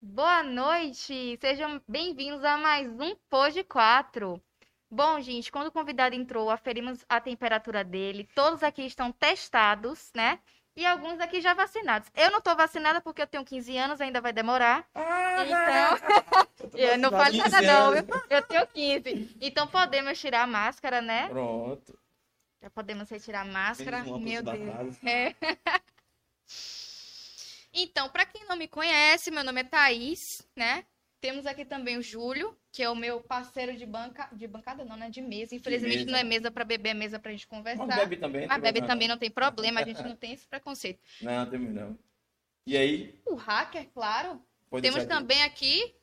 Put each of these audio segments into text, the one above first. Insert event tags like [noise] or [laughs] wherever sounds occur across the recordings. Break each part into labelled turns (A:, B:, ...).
A: Boa noite, sejam bem-vindos a mais um Pod 4. Bom, gente, quando o convidado entrou, aferimos a temperatura dele. Todos aqui estão testados, né? E alguns aqui já vacinados. Eu não tô vacinada porque eu tenho 15 anos, ainda vai demorar. Então, eu não falo nada não, viu? eu tenho 15. Então podemos tirar a máscara, né?
B: Pronto.
A: Já podemos retirar a máscara.
B: Menos um óculos
A: Meu
B: da
A: Deus.
B: casa.
A: É. [laughs] Então, para quem não me conhece, meu nome é Thaís, né? Temos aqui também o Júlio, que é o meu parceiro de banca, de bancada não, né? De mesa. Infelizmente
B: mesa.
A: não é mesa para beber, é mesa pra gente conversar.
B: Mas bebe também.
A: Mas bebe também não tem problema, a gente não tem esse preconceito.
B: Não, tem não. E aí,
A: O hacker, claro.
B: pode
A: Temos
B: deixar aqui.
A: também aqui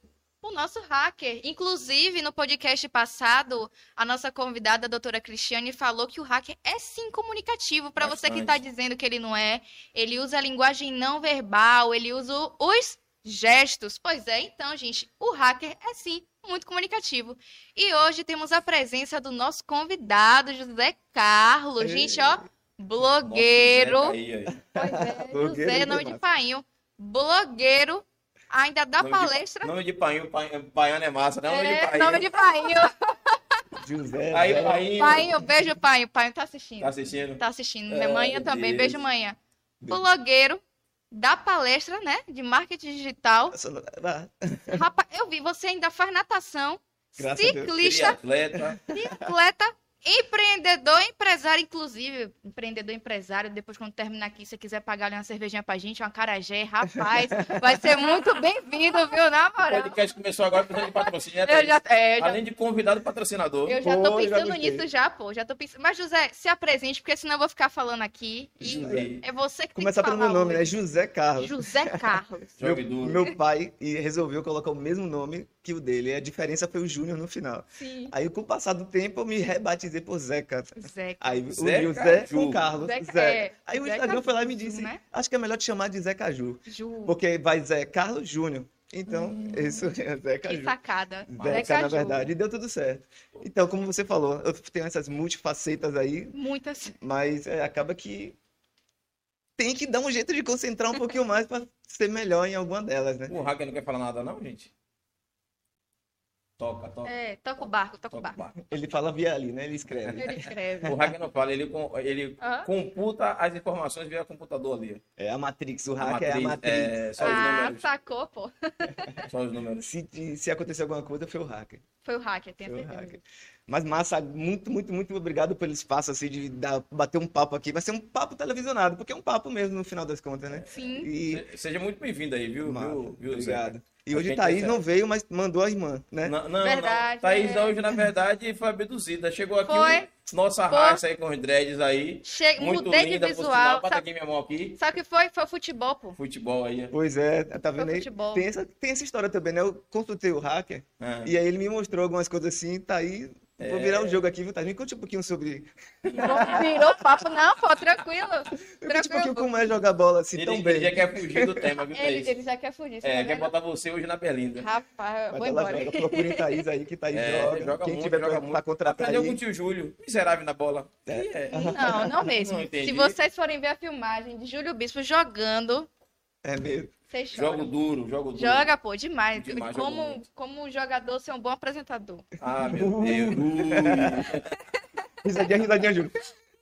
A: o nosso hacker. Inclusive, no podcast passado, a nossa convidada, a doutora Cristiane, falou que o hacker é sim comunicativo. Para você que está
B: Bastante.
A: dizendo que ele não é, ele usa a linguagem não verbal, ele usa os gestos. Pois é, então, gente, o hacker é sim muito comunicativo. E hoje temos a presença do nosso convidado, José Carlos. Gente, ó,
B: Nossa,
A: blogueiro.
B: Zeca aí, aí.
A: Pois
B: [laughs]
A: é,
C: Blogueiro
A: José,
C: tem
A: nome de
C: massa.
A: painho. Blogueiro, ainda dá
B: Nome de pa-
A: palestra.
B: Nome de painho, painho, baiano é massa, né? Nome
A: é,
B: de painho.
A: nome de painho.
B: [laughs]
C: José.
B: Aí,
C: Zé.
B: painho.
A: Painho, beijo, painho. Painho tá assistindo.
B: Tá assistindo?
A: Tá assistindo. Minha
B: Ai,
A: mãe também,
B: Deus.
A: beijo, manhã.
B: Deus.
A: Blogueiro, dá palestra, né? De marketing
B: [laughs]
A: digital. Rapaz, eu vi, você ainda faz natação,
C: Graças a Deus.
A: ciclista, [laughs]
B: Triatleta.
A: atleta, empreendedor, empresário, inclusive. Empreendedor, empresário, depois quando terminar aqui, se quiser pagar ali uma cervejinha pra gente, uma carajé,
B: [laughs]
A: rapaz, vai ser muito bem-vindo, viu? Na
B: O
A: moral.
B: podcast começou agora precisando de patrocínio. né,
A: Eu
B: Thaís?
A: já, é, eu já,
B: Além de convidado patrocinador.
A: eu já tô
C: Pô, eu já
A: pensando
C: gostei.
A: nisso já, pô. Já tô pensando. Mas, José, se apresente, porque senão eu vou ficar falando aqui. E
B: José,
A: é você que
C: Começar
A: tem que
C: pelo
A: falar um
C: meu nome,
A: hoje.
C: né? José Carlos. [laughs]
A: José Carlos.
C: Meu,
B: Jogue duro.
C: meu pai e resolveu colocar o mesmo nome que o dele. A diferença foi o Júnior no final.
A: Sim.
C: Aí, com o passar do tempo, eu me rebatizei por Zeca.
A: Zé.
C: Aí
B: Zeca
C: uniu Zé
B: Ju.
C: com Carlos.
A: Zé-
C: Zeca.
A: é,
C: Aí o
A: Zeca
C: Instagram foi lá e me
A: Ju,
C: disse:
A: né?
C: acho que é melhor te chamar de Zé Caju.
A: Ju.
C: Porque vai Zé Carlos Júnior. Então, isso é Zé
A: Hum. Que
C: Caju.
A: sacada.
C: Zeca, na
A: Ju.
C: verdade, e deu tudo certo. Então, como você falou, eu tenho essas multifacetas aí,
A: Muitas.
C: mas é, acaba que tem que dar um jeito de concentrar um pouquinho mais para ser melhor em alguma delas, né?
B: O hacker não quer falar nada, não, gente? Toca, toca.
A: É, toca o barco, toca o
B: toca
A: barco.
B: o barco.
C: Ele fala via ali, né? Ele escreve.
A: Ele escreve.
C: [laughs]
B: O hacker não fala, ele, com- ele
A: Hã?
B: computa as informações via computador ali.
C: É a Matrix, o
B: A
C: hacker é a
B: matriz,
C: Matrix.
B: é, só os
A: Ah,
B: números.
A: sacou, pô.
B: Só os números.
C: Se, te- se acontecer alguma coisa, foi o hacker.
A: Foi o hacker, tenho
C: Foi o
A: certeza.
C: hacker. Mas massa, muito, muito, muito obrigado pelo espaço assim de dar, bater um papo aqui. Vai ser um papo televisionado, porque é um papo mesmo no final das contas, né?
A: Sim.
C: E
B: Se- Seja muito bem-vindo aí, viu?
C: Massa,
B: viu, viu Zeca?
C: obrigado. E
B: A
C: hoje
B: gente
C: Thaís
B: tá
C: não veio, mas mandou a irmã, né?
B: Não, não,
A: Verdade,
B: não. Thaís
A: é.
B: hoje, na verdade, foi abduzida. Chegou aqui
A: Foi.
B: o- nossa
A: Foi.
B: raça aí com os dreads aí.
A: Che...
B: Muito
A: Mudei
B: linda,
A: de
B: por sinal.
A: visual.
B: Bota
A: Sabe,
B: aqui minha mão aqui.
A: sabe o que foi? Foi o futebol, pô.
B: Futebol aí.
C: Pois é, tá vendo
A: Foi
C: aí?
A: futebol.
C: Tem essa, tem essa história também, né? Eu consultei o hacker
B: Ah,
C: e aí ele me mostrou algumas coisas assim, tá aí. Vou
B: É.
C: virar o jogo aqui, viu, Thaís? Me conte um pouquinho sobre.
A: Virou papo, não, pô, tranquilo.
C: Me conte um pouquinho
A: Tranquilo.
C: como é jogar bola assim
B: Ele,
C: tão
B: ele
C: bem.
B: já quer fugir do tema, viu, Thaís?
A: [laughs] Ele, ele já quer fugir.
B: É,
A: tá
B: quer
A: vendo?
B: botar você hoje na berlinda.
A: Rapaz, eu
C: Mas
A: vou
C: ela
A: embora.
C: joga, procurem Thaís aí, que Thaís
B: [laughs] É,
C: joga.
B: joga
C: Quem
B: muito,
C: tiver
B: joga
C: pra,
B: muito.
C: pra contratar
B: Aprendeu com o
C: aí,
B: tio Júlio. Miserável na bola. Ih, É.
A: Não, não mesmo.
B: [laughs] Não entendi.
A: Se vocês forem ver a filmagem de Júlio Bispo jogando,
C: é mesmo.
A: vocês
B: Jogo
A: choram.
B: duro, jogo duro.
A: Joga, pô, demais.
B: Demais, joga
A: como,
B: muito.
A: como jogador, ser um bom apresentador.
B: Ah,
C: [laughs]
B: meu Deus.
C: tá Risadinha, risadinha, Júlio. [laughs]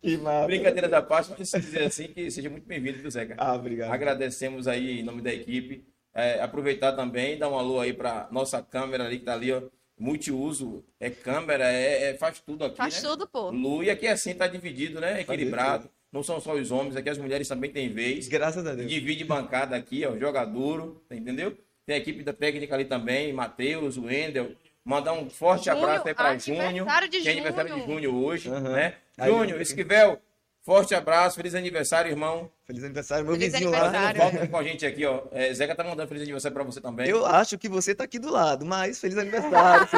C: Que massa.
B: Brincadeira da parte, mas se dizer assim, que seja muito bem-vindo, viu, Zeca?
C: Ah, obrigado.
B: Agradecemos aí em nome da equipe. É, aproveitar também, dar um alô aí para nossa câmera ali que tá ali, ó. Multiuso, é câmera, é, é- faz tudo aqui,
A: Faz
B: né?
A: tudo, pô.
B: Lu, e aqui é assim, tá dividido, né? Equilibrado. Não são só os homens, aqui as mulheres também têm vez.
C: Graças a Deus.
B: Divide bancada aqui, ó, joga duro, tá entendeu? Tem a equipe da técnica ali também, Matheus, Wendel. Mandar um forte
A: Júnior,
B: abraço aí pra
A: aniversário
B: Júnior,
A: de
B: que é aniversário de
A: Júnior.
B: Júnior hoje,
C: Aham.
B: né?
C: Aí,
B: Júnior, Esquivel, forte abraço, feliz aniversário, irmão.
C: Feliz aniversário, meu
A: Feliz
C: vizinho
A: aniversário.
C: lá.
B: Volta com a gente aqui, ó. É, Zeca tá mandando feliz aniversário pra você também.
C: Eu acho que você tá aqui do lado, mas feliz
B: [laughs]
C: aniversário.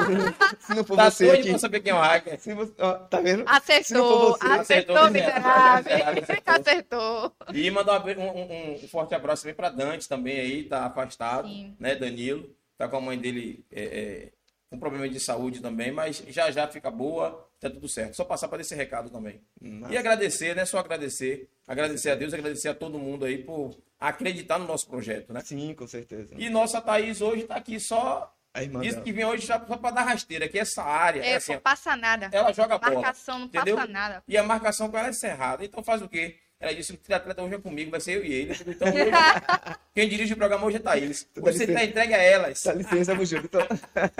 C: Se não for
B: Tá
C: você
B: doido
C: aqui.
B: pra saber quem é o hacker.
C: Se você, ó, tá vendo? Se não
A: Acertou,
C: for você-
A: acertou,
B: Acertou,
A: miserável.
B: miserável,
A: [laughs] Acertou.
B: E mandar um, um- um forte abraço também pra Dante também aí, tá afastado,
A: Sim.
B: né, Danilo. Tá com a mãe dele é, é, com problema de saúde também, mas já já fica boa, tá tudo certo. Só passar para esse recado também. E agradecer, né? Só agradecer. Agradecer a Deus, agradecer a todo mundo aí por acreditar no nosso projeto, né?
C: Sim, com certeza.
B: E nossa Thaís hoje tá aqui só.
C: A irmã
B: Isso
C: dela.
B: que vem hoje já só para dar rasteira, que essa área.
A: É,
B: É assim, ó,
A: não passa nada.
B: ela joga bola.
A: Marcação não
B: entendeu?
A: passa
B: [laughs]
A: nada.
B: E a marcação com ela é cerrada. Então faz o quê? Ela disse: o triatleta hoje é comigo, vai ser eu e
A: [laughs]
B: ele. Eu digo, Então, hoje, quem dirige o programa hoje é Thaís.
C: Dá
B: Você
C: licença.
B: tá entregue a elas.
C: Dá licença, vamos junto. Então,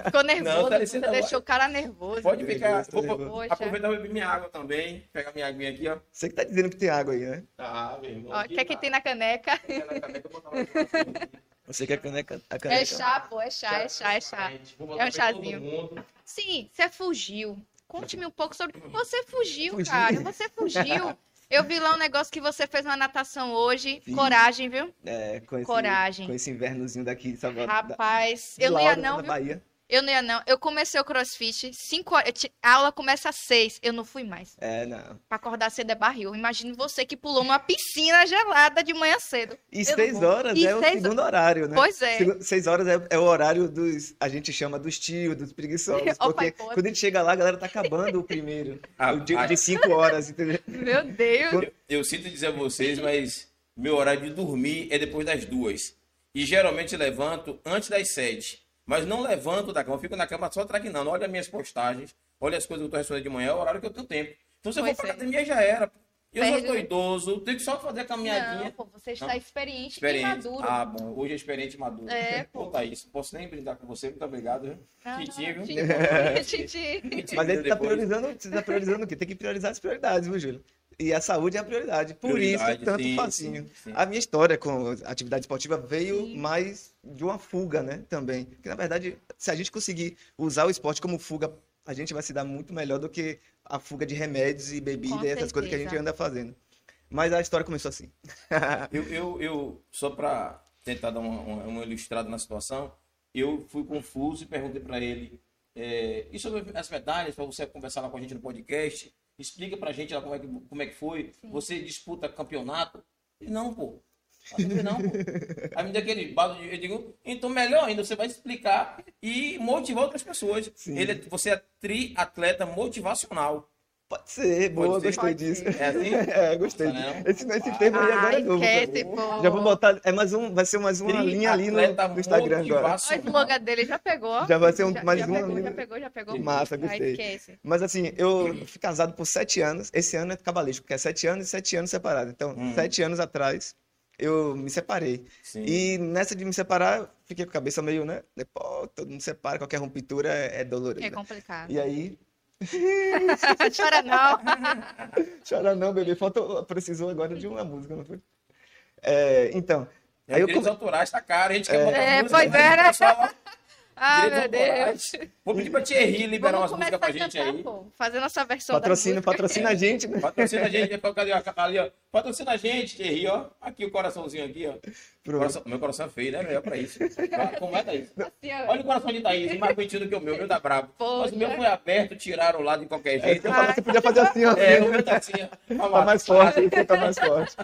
A: Ficou nervoso,
B: Não, tá
A: você
B: descendo
A: deixou o cara nervoso.
B: Pode
C: Tô
B: ficar.
C: nervoso, tô
B: Vou,
C: nervoso.
A: Poxa.
B: aproveitar e beber minha água também. Pegar minha aguinha aqui, ó.
C: [laughs] Você que tá dizendo que tem água aí, né?
B: Ah, meu irmão.
A: Ó, o que é que tem na caneca?
B: na caneca? Eu vou botar
A: [laughs]
B: uma água aqui.
C: Você quer a caneca? A caneca.
A: É chá, pô, é chá, é chá, é chá.
B: Vou botar
A: É um
B: pra todo
A: chazinho.
B: mundo.
A: Sim, você fugiu. Conte-me um pouco sobre. Você fugiu,
C: Fugi.
A: cara. Você fugiu. Eu vi lá um negócio que você fez na natação hoje.
C: Fiz.
A: Coragem, viu?
C: É, com esse,
A: Coragem.
C: Com esse invernozinho daqui de Salvador. da-
A: Rapaz,
C: de
A: eu não ia
C: Lauro,
A: não,
C: na
A: viu?
C: Bahia.
A: Eu não ia não. Eu comecei o crossfit, cinco horas. eu ti- A aula começa às seis. Eu não fui mais.
C: É, não.
A: Pra acordar cedo é barril. Imagine você que pulou numa piscina gelada de manhã cedo.
C: E
A: não
C: seis
A: vou.
C: horas
A: E
C: é o
A: seis-
C: segundo horário, né?
A: Pois é.
C: Segu- Seis horas é, é o horário dos. A gente chama dos tios,
A: [laughs]
C: dos preguiçosos.
A: Ó, pai,
C: Porque
A: pô.
C: quando a gente chega lá, a galera tá acabando o primeiro.
B: Ah,
C: o dia
B: ah,
C: de cinco horas,
B: [laughs]
C: entendeu?
A: Meu Deus.
B: Eu sinto dizer a vocês, mas meu horário de dormir é depois das duas. E geralmente levanto antes das sete. Mas não levanto da cama, eu fico na cama só traquinando. Olha as minhas postagens, olha as coisas que eu estou respondendo de manhã, é o horário que eu tenho tempo. Então se eu
A: Pois
B: for pra
A: é.
B: academia já era. Eu já
A: Perde-
B: estou idoso, tenho que só fazer a
A: Não,
B: caminhadinha.
A: pô, você
B: Não.
A: está experiente e
B: Experiente.
A: maduro.
B: Ah, bom. Hoje é experiente e maduro.
A: É,
B: pô. Tá isso. Posso nem brindar com você. Muito obrigado. viu?
A: Ah,
B: Titi, viu?
A: Titi, Titi.
B: Titi,
C: Mas aí você tá
B: depois.
C: priorizando, você tá priorizando o quê? Tem que priorizar as prioridades, viu, Júlio? E a saúde é a prioridade. Por
B: Prioridade,
C: isso, é tanto
B: sim,
C: facinho.
B: sim, sim.
C: A minha história com a atividade esportiva veio mais de uma fuga, né? Também. Porque, na verdade, se a gente conseguir usar o esporte como fuga, a gente vai se dar muito melhor do que a fuga de remédios e bebida
A: Com
C: e essas coisas que a
A: certeza.
C: gente anda fazendo. Mas a história começou assim.
B: Eu, eu, eu só para tentar dar uma, uma, uma ilustrada na situação, eu fui confuso e perguntei para ele: é, e sobre as medalhas, para você conversar lá com a gente no podcast? Explica para a gente lá como é que, como é que foi. Você disputa campeonato? Ele, não, pô. Eu falei, Não, pô. Aí me deu aquele bado de. Eu digo, então melhor ainda, você vai explicar e motivar outras pessoas.
C: Sim.
B: Ele, é- você é triatleta motivacional.
C: Pode ser, boa,
B: ser?
C: gostei
A: Pode
C: disso.
A: ser.
B: É assim?
C: [laughs] É, gostei
B: Nossa,
C: disso.
B: não.
C: Esse, esse tema aí agora é
A: Ai,
C: novo. pra mim.
A: esquece, pô.
C: Já vou botar. É mais um, vai ser mais uma linha ali no,
B: Triatleta
C: no Instagram agora.
A: Olha o slogan dele, já pegou.
C: Já vai ser um-
A: já,
C: mais
A: já
C: um
A: Pegou,
C: amigo.
A: já pegou, já pegou.
C: Massa,
A: Ai,
C: gostei.
A: esquece.
C: Mas assim, eu fui casado por sete anos. Esse ano é cabalístico, porque é sete anos e sete anos separado. Então,
B: Hum.
C: sete anos atrás, eu me separei.
B: Sim.
C: E nessa de me separar, fiquei com a cabeça meio, né? de, Pô, todo mundo separa, qualquer ruptura é, é
A: É
C: dolorida.
A: complicado.
C: E aí,
A: [laughs] Chora
C: [laughs]
A: não.
C: chora não, bebê, falta, precisou agora de uma música, não foi? É, então,
B: É,
C: aí eu
B: direitos
C: come-
B: autorais tá caro, a gente quer botar
A: É,
B: música,
A: pois
B: mas
A: é, né?
B: o pessoal-
A: Ah,
B: direitos
A: meu Deus.
B: autorais. Vou pedir pra Thierry liberar
A: Vamos
B: umas músicas pra
A: começar a
B: gente
A: cantar,
B: aí.
A: pô. Fazer nossa versão da
C: patrocina,
A: música.
C: patrocina a gente, né?
B: Patrocina a gente, cadê, ó? ali, ó. Patrocina a gente, Thierry, ó. Aqui o coraçãozinho aqui, ó.
C: Pronto.
B: Coração- meu coração é feio, né? Melhor pra isso. Ó, Como é, Thaís?
A: Assim, ó.
B: [laughs] Olha o coração de Thaís, mais bonitinho do que o meu. O meu tá brabo. Mas
A: Poxa.
B: o meu foi aberto, tiraram lá de qualquer
C: É,
B: jeito.
C: eu falar, você podia fazer assim, ó.
B: É, o meu tá assim, ó.
C: Tá mais forte, ele tá mais forte.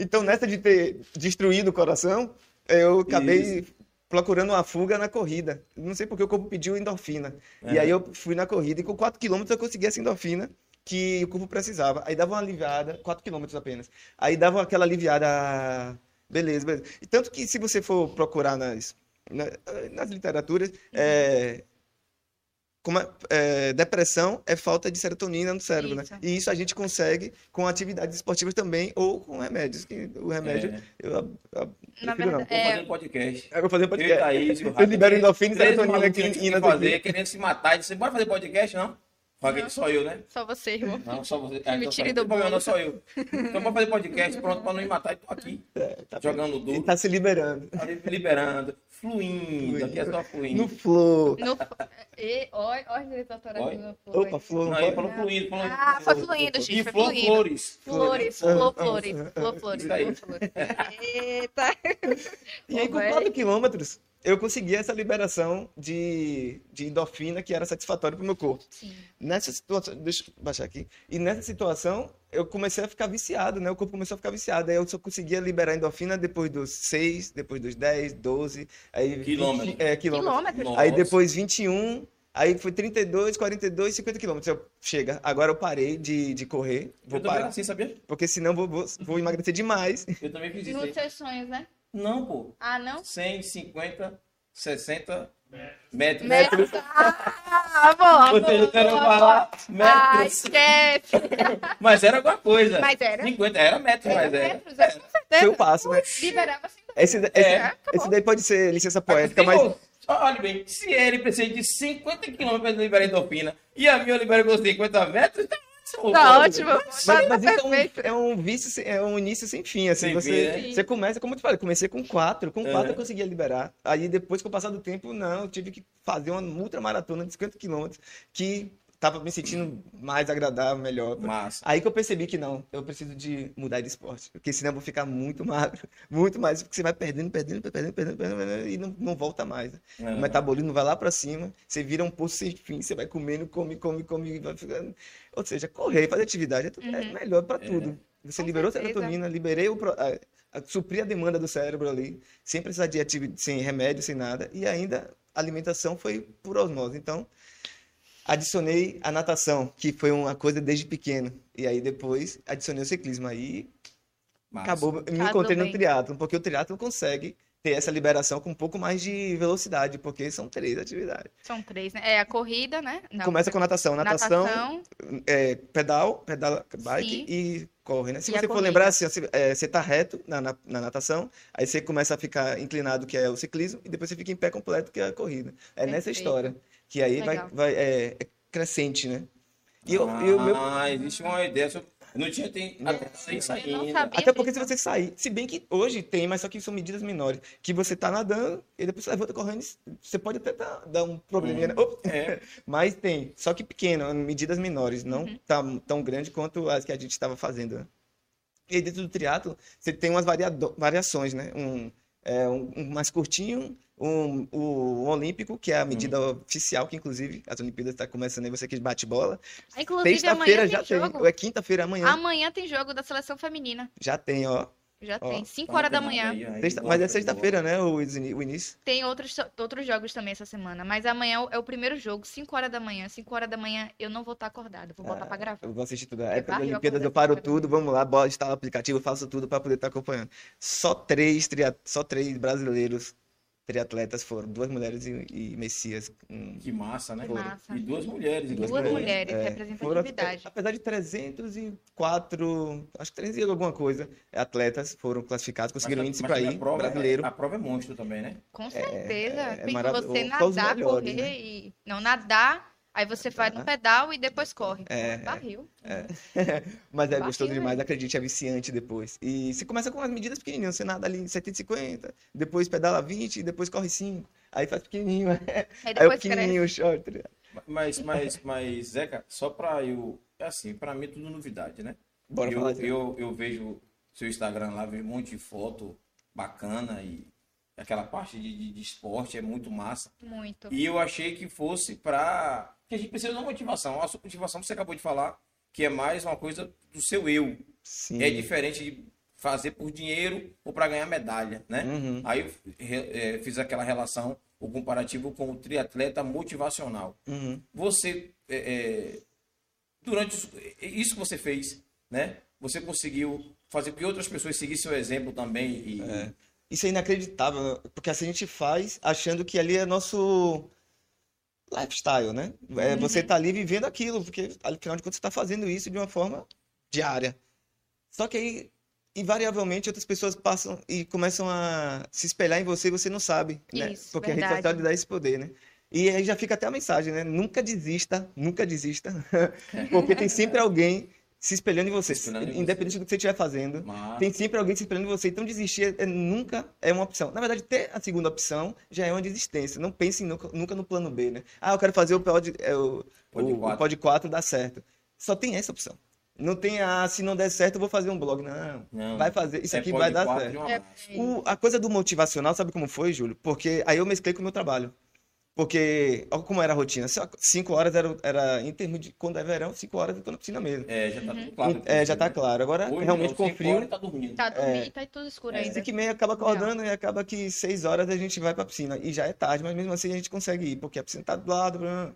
C: Então, nessa de ter destruído o coração, eu acabei procurando uma fuga na corrida. Não sei porque o corpo pediu endorfina. E
B: É.
C: aí eu fui na corrida e com 4 km eu consegui essa endorfina que o corpo precisava. Aí dava uma aliviada, 4 km apenas. Aí dava aquela aliviada. ah, Beleza, beleza. E tanto que se você for procurar nas, na- nas literaturas, é, como é- é, depressão é falta de serotonina no cérebro, né?
A: Isso.
C: E isso a gente consegue com atividades esportivas também ou com remédios. que o remédio,
B: É.
C: eu, eu,
A: Na
C: prefiro não.
A: verdade,
B: Vou
A: É.
B: fazer um podcast.
C: Eu vou fazer
B: Eu e
C: podcast.
B: Thaís, o
C: Eu libero endorfina e
B: Três
C: serotonina
B: malucos
C: aqui
B: que
C: em
B: querendo fazer, querendo se matar. Disse, bora fazer podcast, não? Fala que só eu, né?
A: Só você, irmão.
B: Não, só você. Ah,
A: Me
B: então só
A: tire
B: eu.
A: do
B: Bom,
A: bolo.
B: Não, só eu. Então vamos fazer podcast, pronto, pra não me matar. E tô aqui, jogando
C: E
B: duro,
C: É, tá se liberando.
B: tá me liberando, fluindo,
C: Fluindo.
B: aqui é só
C: No
B: fluindo.
C: flow.
A: No... E, olha, olha os direitos autorais
B: Olha.
A: do meu povo
C: Opa,
A: aí.
C: flow.
B: Não,
C: vai.
B: ele falou fluindo, falou...
A: Ah, foi fluindo,
B: E
A: gente. Foi
B: flor,
A: fluindo.
B: flores.
A: Flores,
C: Ah,
A: flor, flores, flor, flores,
B: Isso aí.
A: flor, flores.
B: [laughs]
A: Eita.
C: E aí, com
A: Vai.
C: 4 quilômetros, eu consegui essa liberação de, de endorfina que era satisfatória para o meu corpo.
A: Sim.
C: Nessa situação, deixa eu baixar aqui. E nessa situação, eu comecei a ficar viciado, né? O corpo começou a ficar viciado. Aí eu só conseguia liberar endorfina depois dos 6, depois dos 10, 12, aí 20,
B: Quilômetro.
C: é, quilômetros.
D: Quilômetros.
B: Nossa.
C: Aí depois 21, aí foi 32, 42, 50 quilômetros. Eu, chega, agora eu parei de, de correr, vou
B: Eu também era
C: parar,
B: assim, sabia?
C: porque senão vou, vou, vou emagrecer demais.
B: Eu também fiz isso.
D: Nos
B: aí.
D: seus sonhos, né?
B: Não, pô.
D: Ah, não?
B: 150, 60 metros.
D: Metros. Né, tá? Ah, boa,
B: Ou
D: boa,
B: seja, eu quero
D: boa,
B: falar
D: boa. Ah,
B: metros.
D: esquece.
B: Mas era alguma coisa.
D: Mas era?
B: 50, era metros, mas era.
D: Metros, é, com
C: [laughs]
D: certeza.
C: Foi o passo, né?
D: Liberava assim. sem
C: Esse, esse,
B: É,
D: acabou.
C: esse daí pode ser licença
D: é
C: poética, mas
B: Pô, Olha bem, se ele precisa de 50 km para liberar endorfina e a minha eu libero com 50 metros, tá ótimo.
D: Tá ótimo.
C: Mas,
D: Tá
C: mas isso
D: perfeito.
C: é um, é um vício, sem- é um início sem fim, assim,
B: Sem
C: você,
B: fim, É.
D: né?
C: você começa, como eu te falei, comecei com quatro, com quatro
B: Aham.
C: eu conseguia liberar, aí depois, com o passar do tempo, não, eu tive que fazer uma ultramaratona de 50 quilômetros, que tava me sentindo mais agradável, melhor.
B: Massa.
C: Aí que eu percebi que não, eu preciso de mudar de esporte, porque senão eu vou ficar muito magro, [laughs] muito mais, porque você vai perdendo, perdendo, perdendo, perdendo, perdendo, perdendo, e não, não volta mais, né?
B: É.
C: O metabolismo vai lá pra cima, você vira um poço sem fim, você vai comendo, come, come, come, e vai ficando. Ou seja, correr, fazer atividade é, tu- é
D: Uhum.
C: melhor pra
B: É.
C: tudo. Você
D: Com
C: liberou
D: certeza.
C: serotonina, liberei o. pro- A, a, supri a demanda do cérebro ali, sem precisar de ativi- sem remédio, sem nada, e ainda a alimentação foi por osmose. Então, adicionei a natação, que foi uma coisa desde pequeno. E aí depois adicionei o ciclismo. Aí
B: Massa.
C: Acabou, eu me
D: Casou
C: encontrei no
D: bem.
C: triatlon, porque o triatlon consegue ter essa liberação com um pouco mais de velocidade, porque são três atividades.
D: São três, né? É a corrida, né? Não.
C: Começa com natação, natação,
D: Natação,
C: é, pedal, pedala bike
D: Sim.
C: e corre, né? Se
D: E a
C: você for
D: corrida.
C: lembrar, assim, assim, é, você tá reto na, na, na natação, aí você começa a ficar inclinado, que é o ciclismo, e depois você fica em pé completo, que é a corrida. É nessa
D: Perfeito.
C: história, que aí vai,
D: Legal.
C: vai é, é crescente, né? E eu,
B: ah,
C: e o meu
B: existe uma ideia. sobre- Eu não tinha tem... até isso
D: Eu não
B: ainda.
D: sabia
C: Até porque se
D: disso.
C: você sair, se bem que hoje tem, mas só que são medidas menores, que você tá nadando e depois você levanta correndo, você pode até dar, dar um probleminha, né?
D: Uhum.
C: Ops!
B: É.
C: mas tem, só que pequeno, medidas menores, não
D: Uhum.
C: tá tão grande quanto as que a gente estava fazendo. né? E aí dentro do triatlo, você tem umas variado- variações, né? Um, é, um, um mais curtinho, um, o, o olímpico, que
D: Uhum.
C: é a medida oficial, que inclusive as Olimpíadas estão começando aí, você que bate bola.
D: Ah, Inclusive, amanhã
C: Sexta-feira
D: tem
C: já tem,
D: jogo.
C: ou é quinta-feira amanhã,
D: Amanhã tem jogo da seleção feminina.
C: já tem, ó.
D: Já
C: Ó, tá
D: tem. 5 horas da manhã.
B: tá Aí, aí,
C: Sexta-
B: boa,
C: mas é
B: boa.
C: sexta-feira, né? O, ini- o início.
D: Tem outros, outros jogos também essa semana. Mas amanhã é o- é o primeiro jogo, 5 horas da manhã. 5 horas da manhã eu não vou estar acordada. Vou botar pra gravar.
C: Ah, Eu vou assistir tudo. A época das
D: barril,
C: Olimpíadas eu
D: acontece
C: paro
D: tudo.
C: tudo, vamos lá, bora instalar o aplicativo, faço tudo para poder estar acompanhando. Só três, tria- só três brasileiros triatletas foram, duas mulheres e, e Messias. Hum.
B: Que massa, né?
D: Que massa.
B: E duas mulheres.
D: Duas
C: mulheres,
D: mulheres,
C: é. Foram,
D: representatividade.
C: apesar de 304, acho que 300 e alguma coisa, atletas foram classificados, conseguiram
B: Mas-
C: índice
B: mas
C: para
B: também
C: ir,
B: A prova,
C: brasileiro.
B: a prova é monstro também, né?
D: Com certeza.
C: é
D: Tem que
C: marav-
D: você
C: o- só os
D: nadar,
C: melhores,
D: correr
C: né?
D: e. Não, nadar, aí você vai no
C: Nadar.
D: pedal e depois corre.
C: É, é.
D: Barril.
C: Mas é
D: Barril,
C: gostoso
D: né?
C: demais, acredite, é viciante depois. E você começa com umas medidas pequenininhas, você nada ali 750, depois pedala 20, depois corre 5, aí faz pequenininho,
D: Aí
C: aí o
D: depois cresce.
C: pequenininho, o short.
B: Mas, mas, mas, Zeca, só pra eu. É assim, pra mim é tudo novidade, né?
C: Bora
B: eu,
C: falar de-
B: eu, eu vejo seu Instagram lá, vejo um monte de foto bacana e aquela parte de, de, de esporte é muito massa.
D: Muito.
B: E eu achei que fosse pra. Que a gente precisa de uma motivação. A sua motivação você acabou de falar, que é mais uma coisa do seu eu.
C: Sim.
B: É diferente de fazer por dinheiro ou pra ganhar medalha, né?
C: Uhum.
B: Aí eu re- eh, fiz aquela relação, o comparativo com o triatleta motivacional
C: Uhum.
B: você é, é, durante os- é, isso que você fez, né? Você conseguiu fazer com que outras pessoas seguissem seu exemplo também e
C: É. Isso é inacreditável, né? porque assim a gente faz achando que ali é nosso lifestyle, né? É,
D: Uhum.
C: você tá ali vivendo aquilo, porque afinal de contas você tá fazendo isso de uma forma diária. Só que aí, invariavelmente, outras pessoas passam e começam a se espelhar em você e você não sabe, né?
D: Isso,
C: Porque a rede
D: verdade.
C: social lhe dá esse poder, né? E aí já fica até a mensagem, né? Nunca desista, nunca desista, [laughs] porque tem sempre alguém se espelhando em você,
B: Se espelhando em você.
C: independente do que você estiver fazendo.
B: mas
C: Tem sempre alguém se esperando você, então desistir é- é nunca é uma opção. Na verdade, ter a segunda opção já é uma desistência. Não pense nunca, nunca no plano B, né? Ah, eu quero fazer o pod, é, o,
B: Pod
C: o- o
B: quatro.
C: pod 4 dar certo. Só tem essa opção. Não tem, ah, se não der certo, eu vou fazer um blog. Não,
B: não.
C: vai fazer, isso
B: É
C: aqui
B: pode
C: vai dar
B: quatro um.
C: certo.
B: de uma
D: É,
B: massa.
C: O- a coisa do motivacional, sabe como foi, Júlio? Porque aí eu mesclei com o meu trabalho. Porque, olha como era a rotina. Só Cinco horas era, era em termos de quando é verão, cinco horas eu tô na piscina mesmo.
B: É, já tá tudo claro.
C: É, já tá claro. Agora,
B: Hoje,
C: realmente
B: não,
C: com
B: cinco
C: frio,
B: horas Tá dormindo.
A: Tá dormindo, tá tudo escuro
C: É,
A: ainda.
C: cinco e meia acaba acordando e acaba que seis horas a gente vai pra piscina. E já é tarde, mas mesmo assim a gente consegue ir, porque a piscina tá do lado. blá, blá, blá.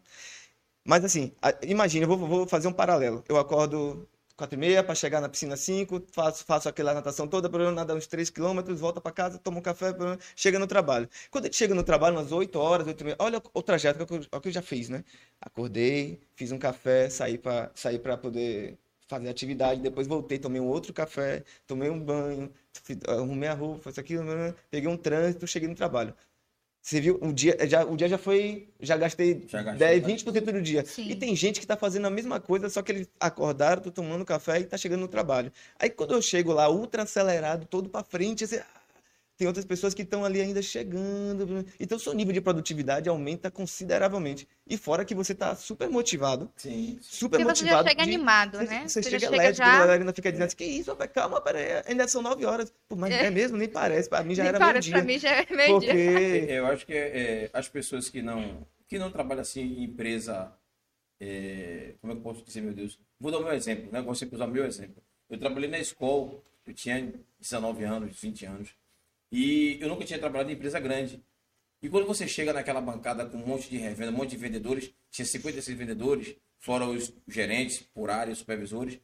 C: Mas assim, a- imagina, eu vou, vou fazer um paralelo. Eu acordo quatro e meia para chegar na piscina cinco, faço, faço aquela natação toda, blá, blá, nada uns três quilômetros, volta pra casa, toma um café, blá, blá, chega no trabalho. Quando a gente chega no trabalho, umas oito horas, oito e meia, olha o trajeto que eu, olha o que eu já fiz, né? Acordei, fiz um café, saí pra saí para poder fazer atividade, depois voltei, tomei um outro café, tomei um banho, fi- arrumei a roupa, isso aqui, peguei um trânsito, cheguei no trabalho. Você viu? O dia já, o dia já foi. Já gastei
B: Já gastou,
C: 10,
B: tá?
C: 20% do dia.
A: Sim.
C: E tem gente que tá fazendo a mesma coisa, só que eles acordaram, tô tomando café e tá chegando no trabalho. Aí quando eu chego lá, ultra acelerado, todo pra frente, assim, ah, tem outras pessoas que estão ali ainda chegando. Então, seu nível de produtividade aumenta consideravelmente. E fora que você tá super motivado,
B: Sim. sim.
C: super
D: Porque você já
C: é motivado.
D: chega
C: de-
D: animado,
C: você,
D: né?
C: Você,
D: já
C: chega elétrico, a
D: já.
C: galera ainda fica dizendo assim, que isso, rapaz, calma, peraí, ainda são nove horas. Pô, mas
D: É.
C: é. mesmo? Nem parece, pra mim já
D: Nem
C: era
D: para,
C: meio
D: pra
C: dia.
D: mim já é meio dia. [laughs]
C: Porque
B: Eu acho que é, é, as pessoas que não, que não trabalham assim em empresa. é, como é que eu posso dizer, meu Deus? Vou dar o meu exemplo, né? Eu gosto sempre de usar o meu exemplo. Eu trabalhei na escola, eu tinha 19 anos, 20 anos, e eu nunca tinha trabalhado em empresa grande. E quando você chega naquela bancada com um monte de revenda, um monte de vendedores, tinha 56 vendedores, fora os gerentes por área, os supervisores,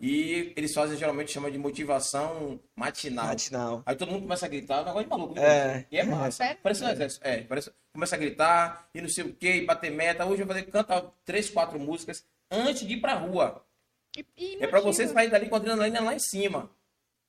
B: e eles fazem geralmente chama de motivação
C: Ah,
B: matinal.
C: matinal.
B: Aí todo mundo começa a gritar, é um negócio de maluco.
C: É.
B: E é massa.
A: Sério?
B: Parece um exército. É, parece... Começa a gritar e não sei o que, bater meta. Hoje eu vou fazer cantar três, quatro músicas antes de ir pra rua.
A: E- e
B: É pra
A: imagina.
B: você sair dali com a adrenalina lá em cima.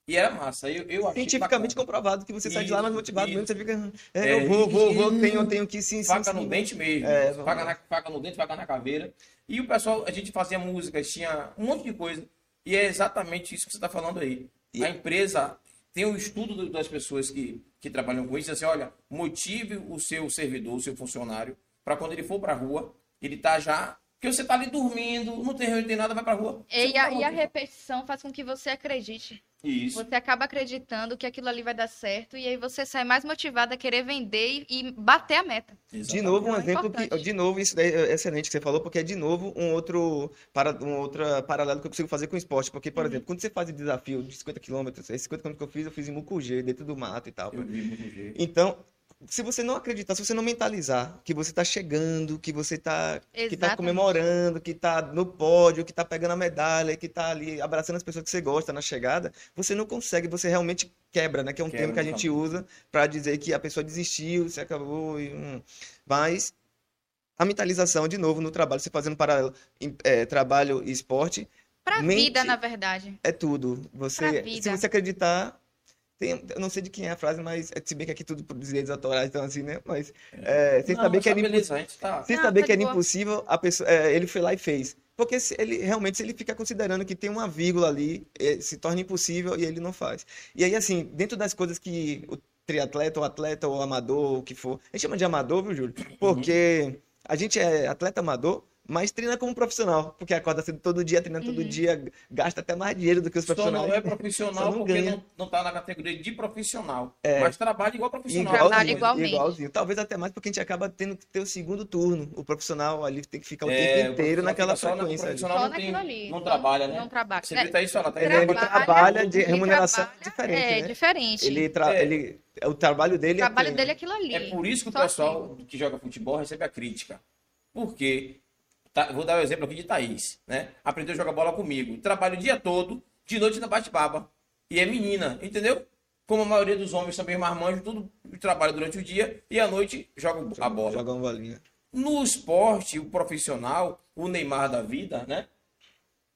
B: E era massa. Eu, eu achei
C: Cientificamente
B: bacana.
C: comprovado que você sai de lá
B: Isso,
C: mais motivado
B: isso.
C: mesmo, você fica.
B: É,
C: É, eu vou, vou,
B: isso.
C: vou, tenho, tenho que ir, sim, sim.
B: Faca
C: sim.
B: no dente mesmo.
C: É, vamos
B: faca,
C: lá.
B: na, faca no dente, faca na caveira. E o pessoal, a gente fazia músicas, tinha um monte de coisa. E é exatamente isso que você está falando aí.
C: E-
B: A empresa tem um estudo do- das pessoas que, que trabalham com isso, assim, olha, motive o seu servidor, o seu funcionário, para quando ele for para a rua, ele tá já... Porque você tá ali dormindo, não tem reunião, não tem nada, vai para a rua. Você
A: É, E
B: não tá
A: a, e a
B: maluco.
A: repetição faz com que você acredite.
B: Isso.
A: Você acaba acreditando que aquilo ali vai dar certo. E aí você sai mais motivada a querer vender e, e bater a meta.
C: De
B: exatamente.
C: novo, um
A: Então, é
C: exemplo que.
A: importante.
C: De novo, isso daí é excelente que você falou, porque é de novo um outro, para, um outro paralelo que eu consigo fazer com o esporte. Porque,
A: Uhum.
C: por exemplo, quando você faz o desafio de 50 km, esses 50 km que eu fiz, eu fiz em Mucugê, dentro do mato e tal.
B: Eu vi muito jeito.
C: Então, se você não acreditar, se você não mentalizar que você está chegando, que você está que tá
A: Exatamente.
C: comemorando, que está no pódio, que está pegando a medalha, que está ali abraçando as pessoas que você gosta na chegada, você não consegue, você realmente quebra, né? Que é um
B: Quebra
C: termo que a
B: total.
C: gente usa para dizer que a pessoa desistiu, se acabou e hum. Mas a mentalização, de novo, no trabalho, você fazendo paralelo, em- eh, trabalho e esporte,
A: Pra
C: Mente-
A: vida, na verdade.
C: é tudo.
A: Pra
C: Você, se
A: vida.
C: você acreditar, tem- eu não sei de quem é a frase, mas é, se bem que aqui tudo por direitos autorais, então assim, né? Mas é, sem
B: Não,
C: saber que
B: tá
C: era impossível,
B: beleza, a gente tá...
C: sem
A: Não,
C: saber
A: tá de
C: que era
A: boa.
C: impossível, a pessoa, é, ele foi lá e fez. Porque se ele realmente, se ele fica considerando que tem uma vírgula ali, é, se torna impossível e ele não faz. E aí, assim, dentro das coisas que o triatleta, ou atleta, ou amador, o que for, a gente chama de amador, viu, Júlio?
A: Uhum.
C: Porque a gente é atleta amador, mas treina como profissional, porque acorda cedo todo dia, treina
A: Uhum.
C: todo dia, gasta até mais dinheiro do que os
B: Só
C: profissionais.
B: não é profissional
C: Só não
B: porque
C: ganha.
B: não, não tá na categoria de profissional.
C: É.
B: Mas trabalha igual profissional. né?
A: Trabalha
C: Igualzinho,
A: igualmente.
C: igualzinho. Talvez até mais porque a gente acaba tendo que ter o segundo turno. O profissional ali tem que ficar o
B: É,
C: tempo
B: o
C: inteiro
B: profissional
C: naquela
B: fica só na- o
C: frequência. ali.
B: profissional
A: Só
B: não tem-
A: naquilo ali.
B: não trabalha, né?
A: Não trabalha.
B: Você
A: É,
B: viu, tá isso, ela tá
C: Ele, ele
A: Trabalha,
C: trabalha de
A: ele
C: remuneração
A: trabalha-
C: diferente,
A: é,
C: né?
A: diferente.
C: Ele tra-
B: É.
C: ele- o trabalho
A: O
C: dele é
A: trabalho
C: treino.
A: dele é aquilo ali.
B: É por isso que o
A: Só assim,
B: pessoal que joga futebol recebe a crítica. Porque, tá, vou dar o exemplo aqui de Thaís, né? Aprendeu a jogar bola comigo. Trabalha o dia todo, de noite na bate-baba. E é menina, entendeu? Como a maioria dos homens também marmanjo, tudo trabalha durante o dia e à noite joga a
A: é
B: bola.
C: Jogar uma bolinha.
B: No esporte, o profissional, o Neymar da vida, né?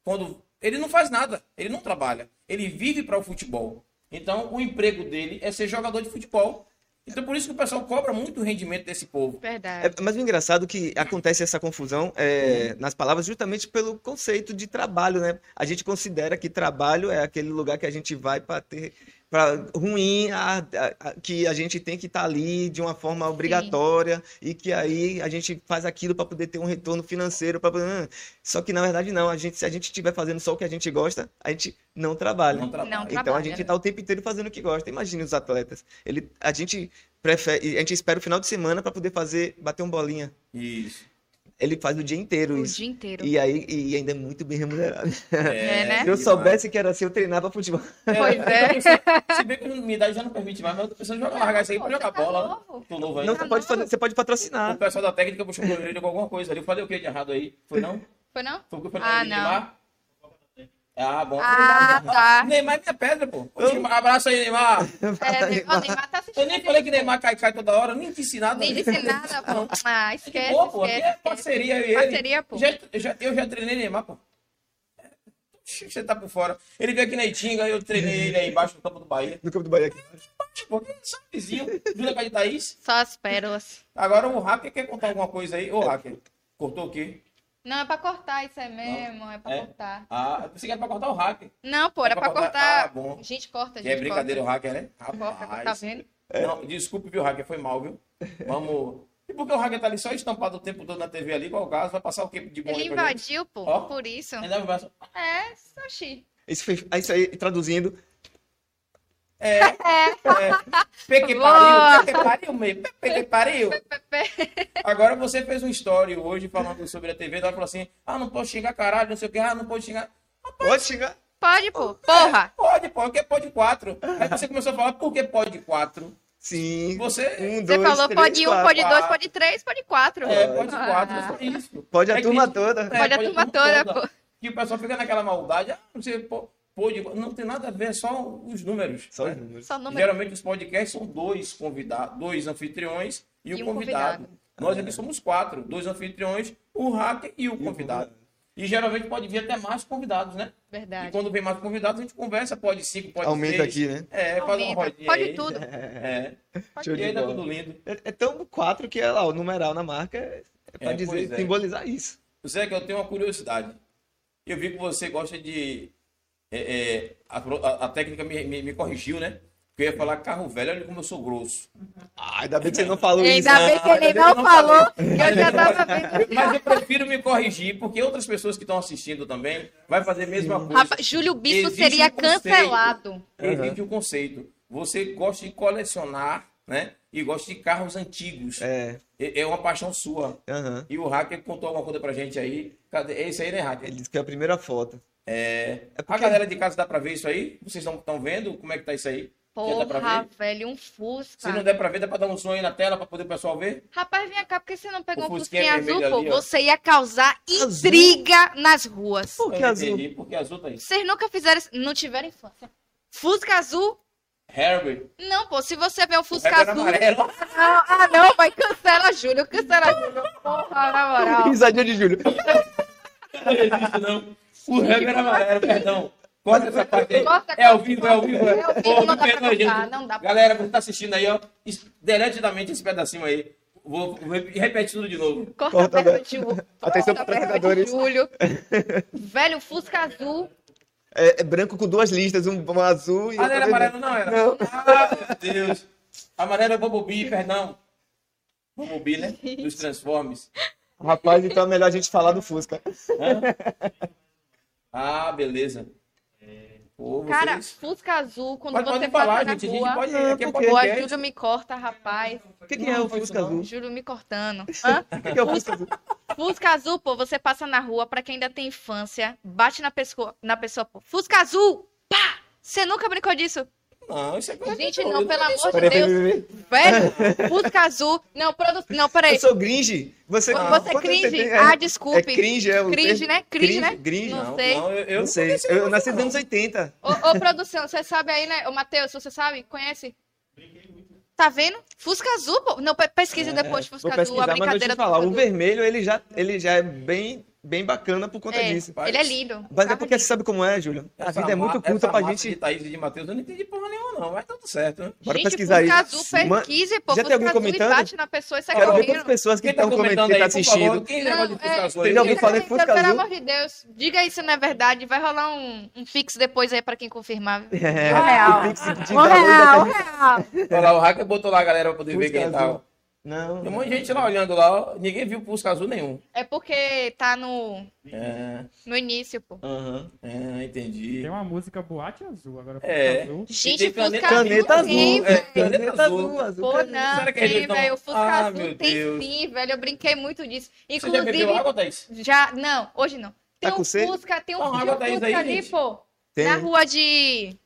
B: Quando ele não faz nada, ele não trabalha, ele vive para o futebol. Então, o emprego dele é ser jogador de futebol. Então, por isso que o pessoal cobra muito o rendimento desse povo.
A: Verdade.
C: É, mas o engraçado é que acontece essa confusão é,
A: Uhum.
C: nas palavras justamente pelo conceito de trabalho, né? A gente considera que trabalho é aquele lugar que a gente vai para ter pra- ruim a- a- a- que a gente tem que estar ali de uma forma obrigatória e que aí a gente faz aquilo para poder ter um retorno financeiro. Pra... poder- hum. Só que na verdade não, a gente, se a gente estiver fazendo só o que a gente gosta, a gente não trabalha.
B: Não trabalha.
D: Não
C: Então a
D: trabalha.
A: né?
C: gente está o tempo inteiro fazendo o que gosta. Imagine os atletas. Ele, a gente prefere, a gente espera o final de semana para poder fazer bater um bolinha.
B: Isso.
C: [laughs] Ele faz o dia inteiro
D: O
C: isso.
D: dia inteiro.
C: E aí e ainda é muito bem remunerado.
D: É, né?
C: Se eu soubesse que era assim, eu treinava futebol.
A: Tá
D: Pois é.
B: Se bem que minha idade já não permite mais, mas eu tô pensando em jogar, largar isso aí pra jogar bola. né? Tô novo
C: Não,
B: ainda.
C: você pode fazer, você pode
B: O
C: patrocinar.
B: pessoal da técnica puxou o goleiro com alguma coisa ali. Eu falei o que de errado aí? Foi não?
A: Foi
C: [laughs]
A: não?
B: Foi o que eu falei
A: Ah,
B: de
A: não.
B: Neymar? Ah, bom.
D: Ah, tá.
B: Neymar é minha pedra, pô. Abraço aí, Neymar.
A: É, Neymar, Neymar tá assistindo.
B: Eu nem falei que Neymar tá cai, cai toda hora, eu nem disse nada.
A: Nem disse
B: [laughs]
A: nada, pô. Ah, esquece,
B: Tá Pô, pô, aqui é
A: esquece.
B: parceria eu e ele.
A: Parceria, pô.
B: Já, eu, já, eu já treinei Neymar, pô. É, Você tá por fora. Ele veio aqui na Itinga, eu treinei ele aí embaixo no campo do Bahia.
C: No campo do Bahia aqui.
B: Pô, que só um vizinho, Júlia Pé de Thaís.
A: Só as pérolas.
B: Agora o hacker quer contar alguma coisa aí. Ô, hacker, cortou o quê?
A: Não, é pra cortar isso aí mesmo, é pra
B: É.
A: cortar.
B: Ah, eu pensei que era pra cortar o hacker.
A: Não, pô, era pra
B: Ah,
A: cortar.
B: bom.
A: Gente, corta,
B: Que é
A: gente.
B: brincadeira o
A: corta.
B: hacker, né?
A: Corta, tá
B: Rapaz.
A: vendo?
C: É.
B: Não, desculpe, viu, hacker? Foi mal, viu? Vamos. E porque o hacker tá ali só estampado o tempo todo na TV ali, qual o caso? Vai passar o quê de bom
A: Ele
B: aí pra gente?
A: invadiu, pô,
B: Ó.
A: por isso.
B: Ainda vai passar-
A: É, Sashi.
C: Isso, foi- é isso aí, traduzindo,
B: É. é. Peque
A: Boa.
B: pariu, peque pariu mesmo.
A: [laughs]
B: Peque pariu. Agora você fez um story hoje falando sobre a TV, ela falou assim: ah, não pode xingar caralho, não sei o que, ah, não pode xingar.
C: pode xingar.
A: Pode, pô. Porra!
B: Pode, pode, porque pode quatro. Aí você começou a falar, por que pode quatro?
C: Sim.
B: Você. é,
C: Um,
A: Você
C: dois,
A: falou
C: três,
A: pode um,
C: quatro.
A: pode dois,
B: quatro.
A: pode três, pode quatro.
B: É, pode quatro,
A: Ah.
B: é só isso.
C: Pode
B: É um,
C: a turma
B: crítico.
C: toda.
A: Pode a turma toda, pô.
B: Que o pessoal fica naquela maldade, ah, não sei, pô, pode. Não tem nada a ver, é só os números.
C: Só
B: né?
C: os números.
A: Só um número.
B: Geralmente os podcasts são dois convidados, dois anfitriões e, o
A: um
B: convidado.
A: convidado.
B: Nós aqui somos quatro, dois anfitriões, o hacker e o convidado. E geralmente pode vir até mais convidados, né? E
A: Verdade.
B: quando vem mais convidados, a gente conversa, pode cinco, pode
C: Aumenta
B: seis.
C: aqui, né?
B: É, faz uma
A: Aumenta.
B: rodinha aí.
A: Pode tudo.
B: É.
C: Show
B: E
C: de
B: aí tá
C: bola.
B: tudo lindo.
C: É, é tão quatro que é lá, o numeral na marca é é pra
B: É,
C: dizer,
B: pois é.
C: simbolizar isso.
B: Zé, que eu tenho uma curiosidade. Eu vi que você gosta de. é, é, a, pro- a- a técnica me, me- me corrigiu, né? Porque eu ia falar carro velho, olha como eu sou grosso.
C: Ah, ainda bem que você não falou isso. né?
A: Ainda bem que
B: ainda bem
A: ele
B: que eu
A: não
B: não
A: falou.
C: [laughs]
B: falei.
A: Eu já tava vendo.
B: Mas eu prefiro me corrigir, porque outras pessoas que estão assistindo também vai fazer a mesma coisa.
A: Rapaz, Júlio Bispo
B: Existe
A: seria
B: um conceito.
A: cancelado.
B: Existe o conceito. Você gosta de colecionar, né? E gosta de carros antigos. É,
C: É,
B: é uma paixão sua.
C: aham.
B: E o hacker contou alguma coisa pra gente aí. Cadê? É isso aí, né, hacker?
C: Ele disse que é a primeira foto.
B: É.
C: É
B: A
C: porque-
B: galera de casa dá pra ver isso aí? Vocês estão vendo? Como é que tá isso aí? Já dá pra
A: Porra,
B: ver?
A: velho, um
B: Se
C: Ah.
B: não
A: Fusca.
B: der pra ver, dá pra dar um som aí na tela pra poder o pessoal ver?
A: Rapaz, vem cá, porque você não pegou
B: O
A: um
B: Fusquinha
A: Fusquinha azul,
B: vermelho
A: pô.
B: ali, ó.
A: Você ia causar
C: Azul?
A: intriga nas ruas.
C: Por que
B: Eu
C: azul?
B: entendi, porque azul tá aí.
A: Vocês nunca fizeram. isso- Não tiveram infância. Fusca azul?
B: Harry.
A: Não, pô. Se você vê um Fusca
B: Harry era
A: azul.
B: amarelo.
A: Ah, ah, não, vai, cancela, Júlio, cancela, Júlio. Porra, na moral.
C: Risadinha é de Júlio.
B: Não existe, não. O Heber era amarelo, perdão. Corta essa parte aí.
A: Corta,
B: É ao vivo, é ao vivo.
A: É ao vivo, não
B: Pô,
A: dá pra
B: perdão, gente.
A: cortar, não dá pra-
B: Galera, você tá assistindo aí, ó. es- Delete da mente esse pedacinho aí. Vou, vou rep- repete tudo de novo.
A: Corta,
C: Corta,
A: a perna
C: velho.
A: de Júlio.
B: [laughs]
C: Atenção,
A: Corta a perna
C: patrocinadores.
A: de Júlio. Velho, Fusca azul.
C: É, é branco com duas listas, um, um azul e
B: Ah, não era
C: outra vermelha.
B: amarelo, não era?
C: Não.
B: Ah, meu Deus. Amarelo é Bobobi, perdão. Bobobi, né? Dos Transformers.
C: Rapaz, então é melhor a gente falar do Fusca.
B: Hã? Ah, beleza. Pô, vocês...
A: Cara, Fusca azul, quando
B: Mas
A: você
B: pode
A: passa
B: falar,
A: na
B: gente. A
A: rua.
B: gente pode.
C: Não,
B: aqui é
C: porque-
A: Pô,
B: podcast. Uhum.
A: Júlio me corta, rapaz.
C: O que, que é
B: Não,
C: o
B: foi isso
C: Fusca
B: não.
C: azul?
A: Júlio me
B: [laughs]
A: cortando. Hã?
C: O que, que é o Fusca azul?
A: Fusca azul, pô, você passa na rua, pra quem ainda tem infância, bate na, pesco... na pessoa, pô. Fusca azul! Pá! Você nunca brincou disso?
B: Não, isso é coisa
A: Gente,
B: de
A: não,
B: doido.
A: pelo
B: Isso
A: amor de
C: Peraí,
A: Deus.
C: peraí, peraí.
B: [laughs]
A: Velho, Fusca azul. Não, produ... não peraí.
C: Eu sou gringe?
A: Você é
C: Você, quando eu
A: cringe?
C: tentei- é,
A: Ah, desculpe.
C: É cringe, é o
A: Cringe,
C: termo.
A: né? Cringe, né?
C: Cringe.
A: Não
C: Não,
B: Não,
A: sei.
B: não, eu, eu não
C: sei.
B: conheço
C: Eu
B: isso,
C: nasci nos
B: não.
C: anos 80.
A: Ô, ô, produção, você sabe aí, né? Ô, Matheus, você sabe? Conhece? Tá vendo? Fusca azul, pô. Não, pe- pesquisa depois,
C: É, Vou
A: Fusca azul, a
C: pesquisar, mas deixa
A: brincadeira
C: eu
A: do
C: falar.
A: Fusca
C: O
A: azul.
C: vermelho, ele já, ele já é bem bem bacana por conta
A: É,
C: disso.
B: Rapaz,
A: Ele é lindo.
C: Mas é
A: Carro
C: porque você sabe como é, Júlia? A
B: Essa
C: vida é muito
B: ma-
C: curta
B: essa
C: pra
B: massa
C: gente.
B: de Thaís e de Matheus, eu não entendi porra nenhuma, não. Mas tá tudo certo, né?
C: Bora
A: Gente,
C: pesquisar aí.
A: Fusca Azul,
C: Man-
A: pesquisa, pô.
C: Já tem alguém
A: Fusca Azul e
C: comentando?
A: bate na pessoa e sai
C: Quero ver quantas
A: correndo.
C: pessoas que
B: Quem tá
C: estão comentando,
B: comentando
C: quem
B: aí,
C: tá
B: por favor? [laughs]
C: assistindo.
B: Quem
A: Não,
B: negócio de
A: é,
B: fiscalização aí?
C: tem alguém
A: Fica
C: falando em
A: tranquilo,
C: Fusca
A: Pelo
C: Azul?
A: amor de Deus, diga aí se não é verdade. Vai rolar um, um fix depois aí pra quem confirmar. viu?
C: É,
D: Um real.
C: o Pix de
D: Um
C: valor
D: real, um
C: da
D: real.
B: Olha lá, o hacker botou lá a galera pra poder ver
C: Fusca
B: quem
C: Azul.
B: tá.
C: Não.
B: Tem um monte de gente lá olhando lá, ó, ninguém viu Fusca Azul nenhum.
A: É porque tá no,
B: É,
A: no início, pô.
C: Aham.
B: é, entendi.
E: Tem uma música Boate Azul, agora Fusca
B: É.
E: Azul.
A: Gente,
B: tem caneta-
A: Fusca Azul
C: Caneta
A: tem,
C: azul.
B: É,
A: velho.
B: caneta azul.
C: azul.
A: tá Pô,
C: caneta-
A: não,
B: Será que a gente
A: tem,
B: não-
A: velho. O Fusca
B: Ah,
A: Azul
B: meu
A: tem
B: Deus.
A: sim, velho. Eu brinquei muito disso.
B: Você já
A: Inclusive,
B: bebeu água, Thaís?
A: já- Não, hoje não. Tem
C: Tá
A: um
C: com sede?
A: Fusca, tem um,
B: Toma uma
A: tem um
B: água daí,
A: Fusca
B: daí,
A: ali,
B: gente.
A: pô.
C: Tem.
A: Na rua de.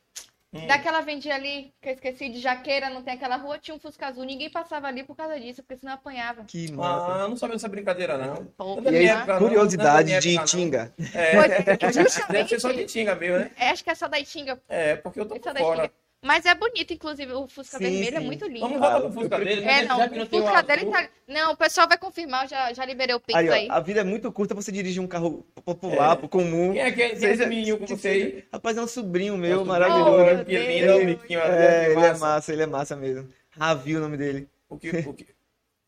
B: Hum.
A: Daquela vendia ali, que eu esqueci, de Jaqueira, não tem aquela rua, tinha um Fusca Azul. Ninguém passava ali por causa disso, porque senão apanhava.
C: Que massa.
B: Ah, eu não sabia dessa brincadeira, não.
A: Pô,
B: Não é da
C: E
B: minha
C: aí,
B: época, não. Não
C: curiosidade
B: é da minha
C: de
B: época, não.
C: Tinga.
A: Pois,
B: É, [laughs] deve ser só de
A: justamente.
B: Tinga mesmo, né?
A: É, acho que é só da Itinga.
B: É, porque eu tô
A: Essa
B: por
A: da
B: fora.
A: Itinga. Mas é bonito, inclusive, o Fusca
C: Sim,
A: vermelho é
C: sim.
A: muito
B: Vamos
A: lindo.
B: voltar
C: Ah,
B: pro Fusca
C: eu-
B: dele, né?
A: É,
B: Já
A: não,
B: que
A: o
B: tem o
A: Fusca dele
B: azul,
A: tá... Não, o pessoal vai confirmar, eu já, já liberei o Pix aí.
C: Aí, ó, a vida é muito curta pra você dirigir um carro popular, comum.
B: É. Quem é aquele quem é esse
C: Seja-
B: menino com
C: que
B: você
C: seja-
B: aí?
C: Rapaz, é um sobrinho meu,
B: Nosso
C: maravilhoso.
A: meu
B: Deus, Que lindo,
A: Deus.
B: o biquinho ali,
C: É,
B: que
C: ele é
B: massa.
C: massa, ele é massa mesmo. Ravi é o nome dele.
B: O que? O que?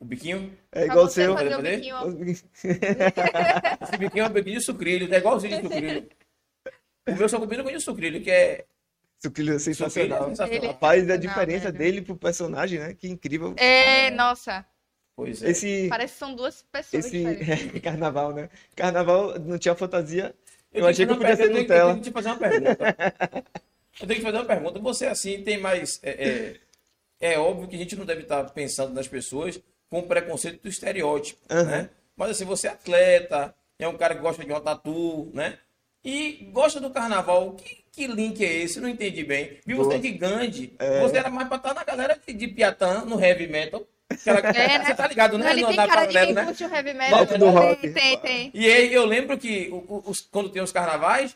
B: O biquinho?
C: É
A: Pra
C: igual o
A: você
C: seu.
A: fazer o
B: Poder?
A: biquinho, ó.
C: [laughs]
B: Esse biquinho é um biquinho de sucrilho, é igualzinho de sucrilho. O meu só combina com o de sucrilho, que é.
C: Sucrilho
B: Sucrilho
C: é
B: é
C: sensacional.
B: sensacional.
A: Ele-
C: Rapaz, a
A: Sensacional,
C: diferença
A: velho.
C: dele pro personagem, né? Que incrível.
A: É, nossa,
B: Pois é.
C: né? Esse,
A: parece que são duas pessoas
C: esse
A: diferentes.
C: [laughs] carnaval, né? Carnaval não tinha fantasia. Eu
B: tenho
C: achei que eu
B: fazer
C: podia
B: uma pergunta,
C: ser Nutella.
B: Eu tenho que te fazer uma pergunta. eu tenho que te fazer uma pergunta. Você, assim, tem mais. É, é, é óbvio que a gente não deve estar pensando nas pessoas com o preconceito do estereótipo,
C: Aham.
B: né? Mas, assim, você é atleta, é um cara que gosta de uma tatu, né? E gosta do carnaval. Que, que link é esse? Não entendi bem. Vi você
C: Boa. É.
B: de Gandhi. Você era mais pra estar na galera de, de Piatã, no heavy metal. Aquela-
A: [laughs] É, né?
B: Você tá ligado, né?
A: Ele
B: No
A: tem
B: andar
A: cara de
B: paralelo,
A: quem
B: né?
A: curte o heavy metal.
C: Volta do
A: né?
C: rock.
A: Tem, tem.
B: E aí eu lembro que o- o- os- quando tem os carnavais,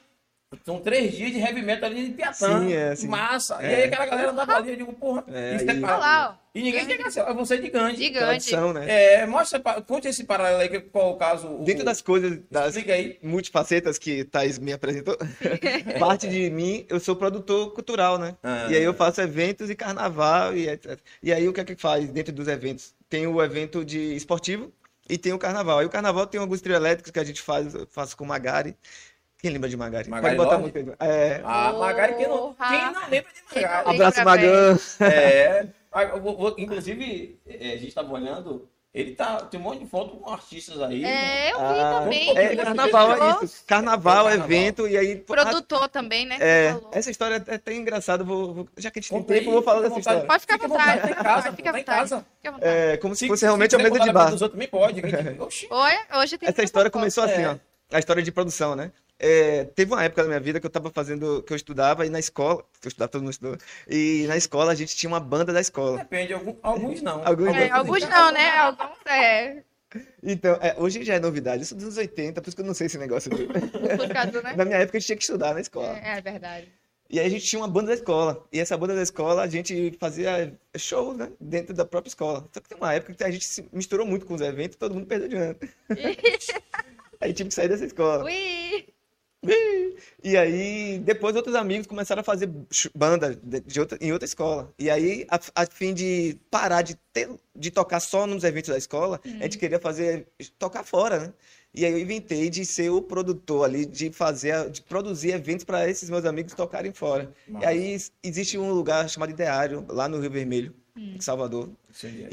B: são três dias de heavy metal ali em Piatã.
C: Sim, é, sim.
B: Massa. E
C: É.
B: aí aquela galera andava ali, eu digo, porra,
C: É,
B: isso é
C: e-
B: parado.
A: Olha lá, ó.
B: E ninguém quer cancelar, você é gigante.
A: Gigante.
C: Tradição, né?
B: É, mostra, pa- conte esse paralelo aí, que- qual o caso. É, o-
C: Dentro das coisas, das
B: Explica aí.
C: multifacetas que Thaís me apresentou, [laughs] parte de mim, eu sou produtor cultural, né?
B: Ah.
C: E aí eu faço eventos e carnaval e etc. E aí o que é que faz dentro dos eventos? Tem o evento de esportivo e tem o carnaval. Aí o carnaval tem alguns trio elétricos que a gente faz, eu faço com o Magari. Quem lembra de Magari?
B: Magari
C: Pode botar a
B: Lopes?
C: música. aí. É,
B: Ah, Magari, quem não,
A: Porra.
B: quem não lembra de Magari?
C: abraço
A: Lembra,
C: Magan.
B: É, ah, eu vou- vou- inclusive, é, a gente tava olhando, ele tá, tem um monte de foto com artistas aí.
A: É, eu vi
C: Ah,
A: também.
C: É
A: que
C: carnaval,
A: você
C: é
A: mostrou.
C: isso. Carnaval,
B: É carnaval.
C: evento e aí
A: Produtor também, né?
C: É,
A: Você falou.
C: essa história é até engraçada, vou, vou- já que a gente tem
B: Conta aí,
C: tempo, eu vou falar
B: fica à
C: dessa
B: vontade.
C: história.
A: Pode ficar à
B: Fica à
A: vontade.
B: vontade, tá em casa,
A: Fica à
B: tá em
A: vontade.
B: casa.
A: Fica à vontade.
C: É, como se fosse realmente a
B: quiser
C: mesa de
B: contar
C: bar.
B: pra todos os outros, Também pode. quem- Oxi.
A: Oi, hoje tem
C: é. Essa história começou assim,
B: É.
C: ó. A história de produção, né? É, teve uma época da minha vida que eu tava fazendo, que eu estudava e na escola, que eu estudava, todo mundo estudou, e na escola a gente tinha uma banda da escola.
B: Depende, algum- alguns não.
C: Alguns
A: É, alguns não, né? Alguns é.
C: Então, é, hoje já é novidade, isso dos anos 80, por isso que eu não sei esse negócio.
A: [laughs] Por causa, né?
C: na minha época a gente tinha que estudar na escola.
A: É, é verdade.
C: E aí a gente tinha uma banda da escola. E essa banda da escola a gente fazia show, né? Dentro da própria escola. Só que tem uma época que a gente se misturou muito com os eventos e todo mundo perdeu de ano.
A: [laughs]
C: [laughs] Aí tive que sair dessa escola.
A: Ui!
C: [laughs] E aí, depois outros amigos começaram a fazer sh- banda de de outra, em outra escola. E aí, a, a fim de parar de, ter, de tocar só nos eventos da escola, a gente queria fazer tocar fora, né? E aí eu inventei de ser o produtor ali, de fazer, a- de produzir eventos para esses meus amigos tocarem fora. E aí s- existe um lugar chamado Ideário, lá no Rio Vermelho, em Salvador,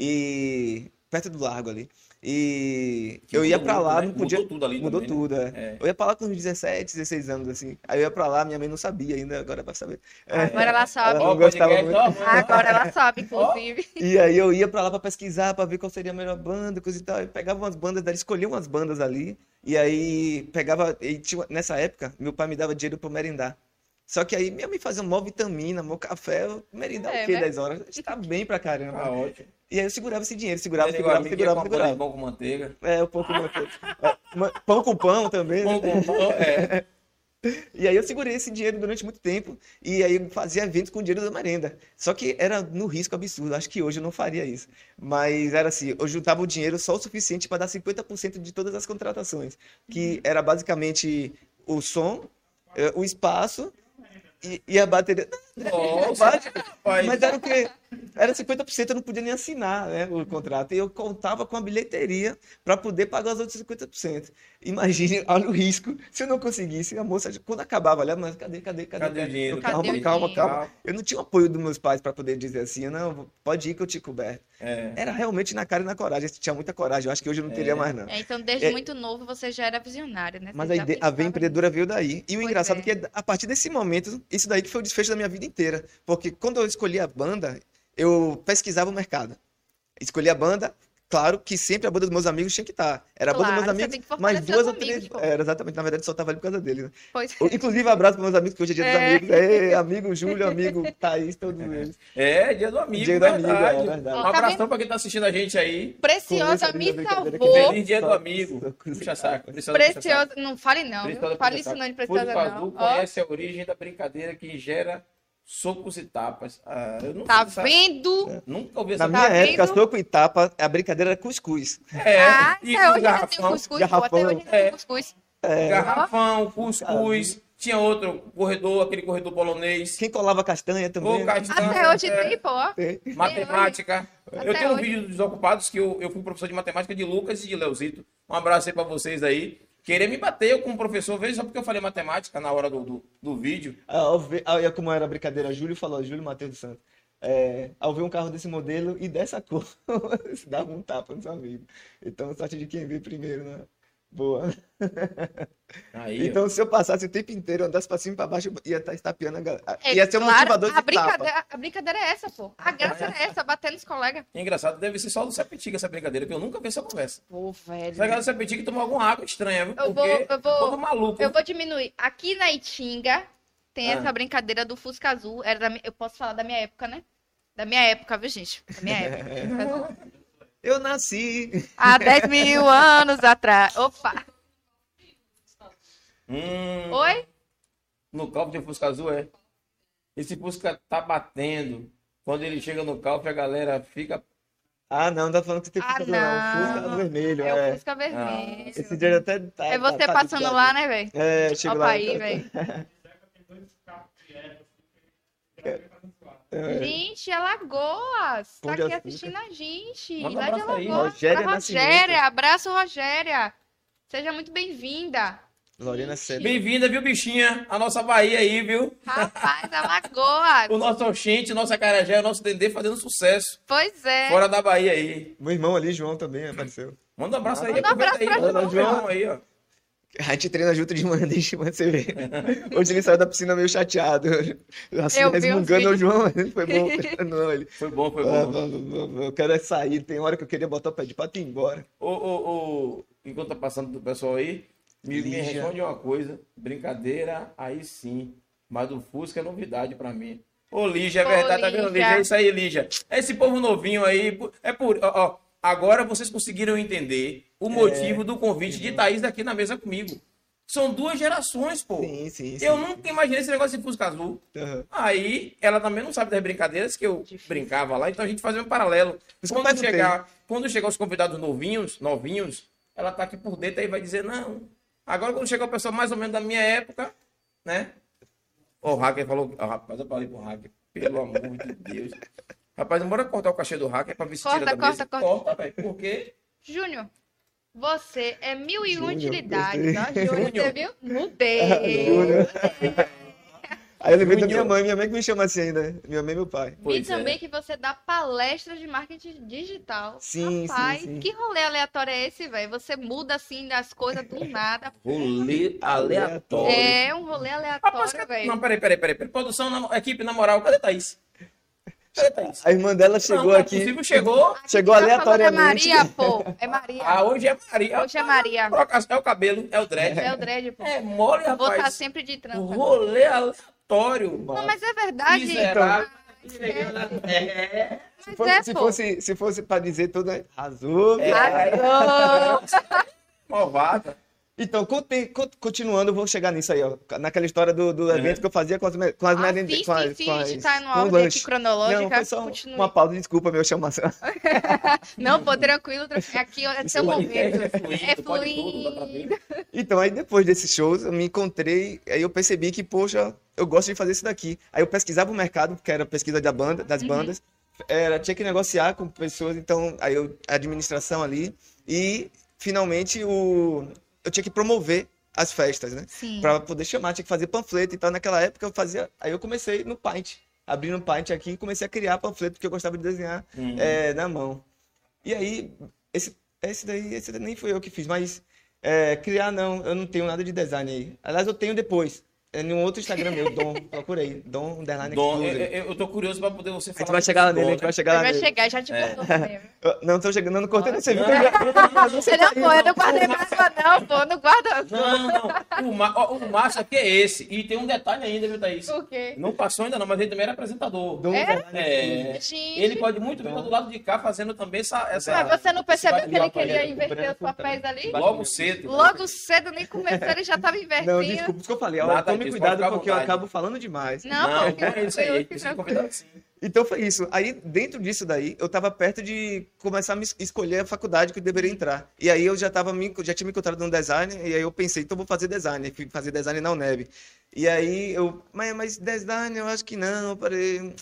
C: e perto do largo ali. E eu ia pra lá, não podia.
B: Mudou tudo ali
C: Mudou
B: também, né?
C: tudo, é.
B: É.
C: Eu ia pra lá com uns 17, 16 anos, assim. Aí eu ia pra lá, minha mãe não sabia ainda, agora vai saber. É,
A: Agora ela sobe.
C: Ela
B: Ó,
C: não gostava
B: podcast,
C: muito.
B: ó, mano.
A: Agora ela sobe,
C: [laughs]
A: inclusive.
C: E aí eu ia pra lá pra pesquisar, pra ver qual seria a melhor banda, coisa e tal. Eu pegava umas bandas dali, escolhia umas bandas ali. E aí pegava. E tinha- nessa época, meu pai me dava dinheiro pra eu merendar. Só que aí minha mãe fazia um mó vitamina, mó café, eu merendar
A: É,
C: o quê
A: né?
C: 10 horas? Está bem pra caramba.
B: Ah, ótimo.
C: E aí eu segurava esse dinheiro, segurava,
B: Grava,
C: segurava,
B: grava,
C: segurava,
B: grava.
C: segurava. um
B: Pão é com manteiga.
C: É, o pão com manteiga. É, ma- Pão com pão também, né? [laughs]
B: Pão com pão, é.
C: E aí eu segurei esse dinheiro durante muito tempo e aí eu fazia eventos com o dinheiro da merenda. Só que era no risco absurdo. Acho que hoje eu não faria isso. Mas era assim, eu juntava o dinheiro só o suficiente para dar 50% de todas as contratações, que era basicamente o som, eh, o espaço e, e a bateria.
B: Nossa, rapaz.
C: Mas era o quê? Era 50%, eu não podia nem assinar, né, o contrato. E eu contava com a bilheteria para poder pagar os outros 50%. Imagine, olha o risco. Se eu não conseguisse, a moça, quando acabava, olha, mas cadê, cadê, cadê?
B: Cadê o dinheiro?
C: Eu, calma,
A: Cadê o
C: calma,
A: dinheiro?
C: calma. Eu não tinha o apoio dos meus pais para poder dizer assim, não, pode ir que eu te coberto.
B: É.
C: Era realmente na cara e na coragem. Eu tinha muita coragem. Eu acho que hoje eu não teria mais, não.
A: É, então, desde
C: É.
A: muito novo, você já era visionário, né?
C: Mas
A: Você
C: a,
A: já
C: ide- a
A: pensava
C: veia empreendedora veio daí. E o
A: Pois
C: engraçado
A: é.
C: é que a partir desse momento, isso daí que foi o desfecho da minha vida inteira. Porque quando eu escolhi a banda, eu pesquisava o mercado. Escolhi a banda, claro que sempre a banda dos meus amigos tinha que estar. Era a banda dos
A: Claro,
C: meus
A: você
C: amigos,
A: tem que fortalecer
C: mais duas
A: os
C: ou três.
A: amigos, pô.
C: Era exatamente, na verdade só tava ali por causa dele, né?
A: nisso. Pois é.
C: Inclusive, abraço para meus amigos, que hoje é dia dos
A: É.
C: amigos. Ê, amigo Júlio,
A: [laughs]
C: amigo Thaís, todos eles.
B: É, dia do amigo,
C: Dia do amigo,
B: verdade.
C: é verdade.
B: Um
A: Ó, tá
B: abração pra quem tá assistindo a gente aí.
A: Preciosa
C: Começa a
A: me
C: brincadeira que
A: salvou.
B: Feliz dia do
C: Só-
B: amigo.
C: só-
B: Puxa saco. Preciosa, puxa saco.
A: Preciosa. Não fale não. viu?
B: Preciosa,
A: Fale
B: puxa
A: isso não de
B: saco.
A: preciosa
B: Fundo Azul
A: não. Ó,
B: conhece a origem da brincadeira que gera socos e tapas. Ah, eu não
A: tá
B: sei, sabe?
A: vendo?
B: Nunca ouvi
C: Na
B: essa
C: minha
A: Tá
C: época,
A: vendo?
C: soco e tapa, a brincadeira era cuscuz.
B: É,
A: ah, até
B: e
A: hoje ainda tem
B: garrafão,
A: cuscuz. pô, até hoje ainda
B: É.
A: tem cuscuz.
B: garrafão, cuscuz. Tinha outro corredor, aquele corredor polonês.
C: Quem colava castanha também.
B: Ô, castanha,
A: Até hoje
B: é,
A: tem, pô. ó.
C: Tem.
B: Matemática.
A: Até
B: Eu tenho um
A: hoje.
B: vídeo dos ocupados que eu, eu fui professor de matemática de Lucas e de Leozito. Um abraço aí pra vocês aí. Querer me bater eu como professor, veja só porque eu falei matemática na hora do, do, do vídeo.
C: Ah, Ao ver, ah, olha como era a brincadeira, Júlio falou, Júlio Matheus dos Santos. É, ao ver um carro desse modelo e dessa cor, [laughs] se dava um tapa no seu amigo. Então, sorte de quem vê primeiro, né? Boa.
B: Aí, ó.
C: Então, se eu passasse o tempo inteiro, andasse pra cima e pra baixo, eu ia estar estapeando a galera.
A: É
C: Ia ser um
A: claro,
C: motivador
A: a
C: de tapa.
A: brincadeira, a brincadeira é essa, pô. A graça é essa, bater nos colegas.
B: engraçado, deve ser só do Sepetiga essa brincadeira, que eu nunca vi essa conversa.
A: Pô, velho.
B: Se a galera do Sepetiga tomou alguma água estranha, viu?
A: Eu vou-
B: Porque
A: eu vou-
B: povo maluco.
A: Eu vou diminuir. Aqui na Itinga tem
B: Ah.
A: essa brincadeira do Fusca Azul. Era da mi- Eu posso falar da minha época, né? Da minha época, viu, gente? Da minha
B: [laughs]
A: época.
C: Eu nasci.
A: Há 10 mil anos atrás. Opa!
B: [laughs] Hum,
A: Oi?
B: no calvo de Fusca Azul, é. Esse Fusca tá batendo. Quando ele chega no calvo, a galera fica.
C: Ah, não, não tá falando que tem
A: Ah,
C: Fusca azul, não. Fusca
A: não.
C: vermelho,
A: É o
C: é.
A: Fusca Vermelho.
C: Esse dia eu até tá,
A: É você
C: tá- tá
A: passando
C: viciado.
A: lá, né, velho?
C: É, eu chego
A: Opa
C: lá.
A: aí, velho.
C: É.
A: Gente, Alagoas! Tá
C: Onde
A: aqui
C: é a
A: assistindo a gente.
B: Manda um
A: lá de
B: abraço aí.
A: Alagoas.
C: Rogéria
A: Pra
C: Nascimento.
A: Rogéria, abraço, Rogéria. Seja muito bem-vinda.
C: Lorena Sena.
B: Bem-vinda, viu, bichinha? A nossa Bahia aí, viu?
A: Rapaz, Alagoas.
B: O nosso Oxente, nossa Acarajé, o nosso Dendê fazendo sucesso.
A: Pois é.
B: Fora da Bahia aí.
C: Meu irmão ali, João, também apareceu.
B: Manda um abraço aí.
A: Manda um abraço
B: aproveita
A: pra
B: aí,
C: João.
B: João. aí, ó.
C: A gente treina junto de manhã, [laughs] deixa você ver. Hoje ele saiu da piscina meio chateado. Assim,
A: Eu vi uns
C: resmungando ao
A: vídeos.
C: João, mas foi
A: [laughs]
C: bom. Não, ele.
B: Foi bom, foi
C: "Ah,
B: bom.
C: vamos, vamos, Eu quero é sair. Tem hora que eu queria botar o pé de pato e ir embora.
B: Ô, ô, ô, enquanto tá passando do pessoal aí, me, me
C: Lígia.
B: responde uma coisa. Brincadeira, aí sim. Mas o Fusca é novidade pra mim. Ô, Lígia, é
A: Ô,
B: verdade, tá vendo, Lígia?
A: Lígia?
B: É isso aí, Lígia. É Esse povo novinho aí, é por. Ó, ó, agora vocês conseguiram entender o motivo do convite de Thaís aqui na mesa comigo. São duas gerações, pô.
C: Sim, sim, sim.
B: Eu nunca imaginei esse negócio de Fusca Azul.
C: Aham.
B: Aí ela também não sabe das brincadeiras que eu brincava lá, então a gente fazia um paralelo.
C: Isso que eu
B: Quando
C: perguntei.
B: chegar, quando chegar os convidados novinhos, novinhos, ela tá aqui por dentro aí vai dizer não. Agora quando chegar o pessoal mais ou menos da minha época, né? Ó, O hacker falou, ó, rapaz, eu falei pro hacker, pelo amor de Deus. Rapaz, não bora cortar o cachê do hacker pra ver se
A: Corta,
B: tira da
A: corta,
B: mesa.
A: corta.
B: Corta, velho, porque
A: Júnior, você é mil e um
C: Júnior,
A: utilidades,
C: gostei.
A: ó, Júnior, você viu? Mudei.
C: [laughs] Júnior. Aí eu lembrei da minha
B: Júnior.
C: mãe. Minha mãe que me chama assim ainda. Minha mãe e meu pai.
A: E
B: Pois é.
A: também que você dá palestras de marketing digital.
C: Sim, sim,
A: Rapaz,
C: sim.
A: que rolê aleatório é esse, velho? Você muda assim as coisas
C: [laughs]
A: do nada.
B: rolê aleatório.
A: É um rolê
B: Rapaz,
A: aleatório,
B: cadê?
A: velho.
B: Tá Não, peraí, peraí, peraí. peraí. Produção, na... equipe, na moral, cadê Thaís? Cadê Thaís?
C: A irmã dela chegou
B: não, não é
C: aqui.
B: possível, chegou.
C: Chegou
A: Tá falando é
C: aleatoriamente.
A: Maria, pô. É Maria.
B: Ah, hoje é Maria.
A: Hoje é Maria.
B: Troca- É o cabelo, é o dread.
A: É o dread, pô.
B: É mole,
A: Eu vou estar
B: rapaz.
A: sempre de
B: O
A: trança.
C: Uhum.
B: rolê aleatório.
A: Não, mas é verdade.
B: Miserável. É,
C: Se
A: Mas é,
C: fosse, se
A: pô.
C: fosse, se fosse pra dizer toda. Arrasou,
B: é,
C: [laughs] viado.
B: é,
A: Ah,
B: malvada.
C: Então, conte- con- continuando, eu vou chegar nisso aí, ó. Naquela história do, do
B: Uhum.
C: evento que eu fazia com as, me- com as
A: Ah,
C: merenda-
A: sim,
C: com as-
A: sim, sim,
C: com
A: a gente
C: as-
A: tá numa
C: com o
A: ordem aqui
C: lanche.
A: cronológica.
C: Não, foi só
A: continue.
C: uma pausa, desculpa, meu chamação. [laughs]
A: Não, pô, tranquilo, tranquilo. Aqui é seu momento.
B: É fluido,
A: É
B: pode tudo, tá
A: fluido.
B: tranquilo.
C: Então, aí depois desses shows, eu me encontrei, aí eu percebi que, poxa, eu gosto de fazer isso daqui. Aí eu pesquisava o mercado, que era pesquisa da banda, das
A: Uhum.
C: bandas, era, tinha que negociar com pessoas, então, aí eu, a administração ali, e finalmente o, eu tinha que promover as festas, né?
D: Sim.
C: Pra poder chamar, tinha que fazer panfleto e tal. Naquela época eu fazia, aí eu comecei no Paint, abri no Paint aqui e comecei a criar panfleto, porque eu gostava de desenhar
B: Hum.
C: é, na mão. E aí, esse, esse daí, esse daí nem foi eu que fiz, mas é, criar não, eu não tenho nada de design aí. Aliás, eu tenho depois. É num outro Instagram meu,
B: [laughs]
C: Dom, procurei. Dom Underline
B: Dom, é, eu,
C: Exclusive.
B: eu- eu tô curioso pra poder você
C: né, A gente
B: falar.
C: vai chegar lá nele, a gente vai chegar lá
A: Vai
C: nele.
A: chegar, Ah, é? já te
C: É.
A: contou mesmo.
C: Eu- Não, tô chegando, eu não cortei nesse vídeo.
B: né?
C: tá
A: Você não, pô, eu não guardei pra sua, não, pô, não guarda.
B: Não, não. O, ma... ó, o Márcio aqui é esse. E tem um detalhe ainda, viu, Thaís?
A: Por quê?
B: Não passou ainda não, mas ele também era apresentador.
C: Dom Underline Exclusive.
B: É,
A: Gente,
B: ele pode muito bem estar do lado de cá fazendo também essa. essa-
A: mas você não percebeu que ele
C: Vai-
A: queria
C: vai-
A: inverter os papéis ali?
B: Logo cedo.
A: Logo cedo, nem começou, ele já
B: [laughs]
A: tava
C: Não,
A: invertendo.
C: desculpa, isso que eu falei. ó,
B: Nada
C: tome
B: disso, É. pode
C: cuidado
B: ficar à
C: porque eu
B: vontade.
C: acabo falando demais.
B: Não,
A: Não,
B: não é isso aí. Precisa convidar sim.
C: Então foi isso. Aí, dentro disso daí, eu tava perto de começar a me es- escolher a faculdade que eu deveria entrar. E aí eu já tava me, já tinha me encontrado no design, e aí eu pensei, então vou fazer design, fui fazer design na UNEB. E aí eu, mas, mas design eu acho que não, eu parei.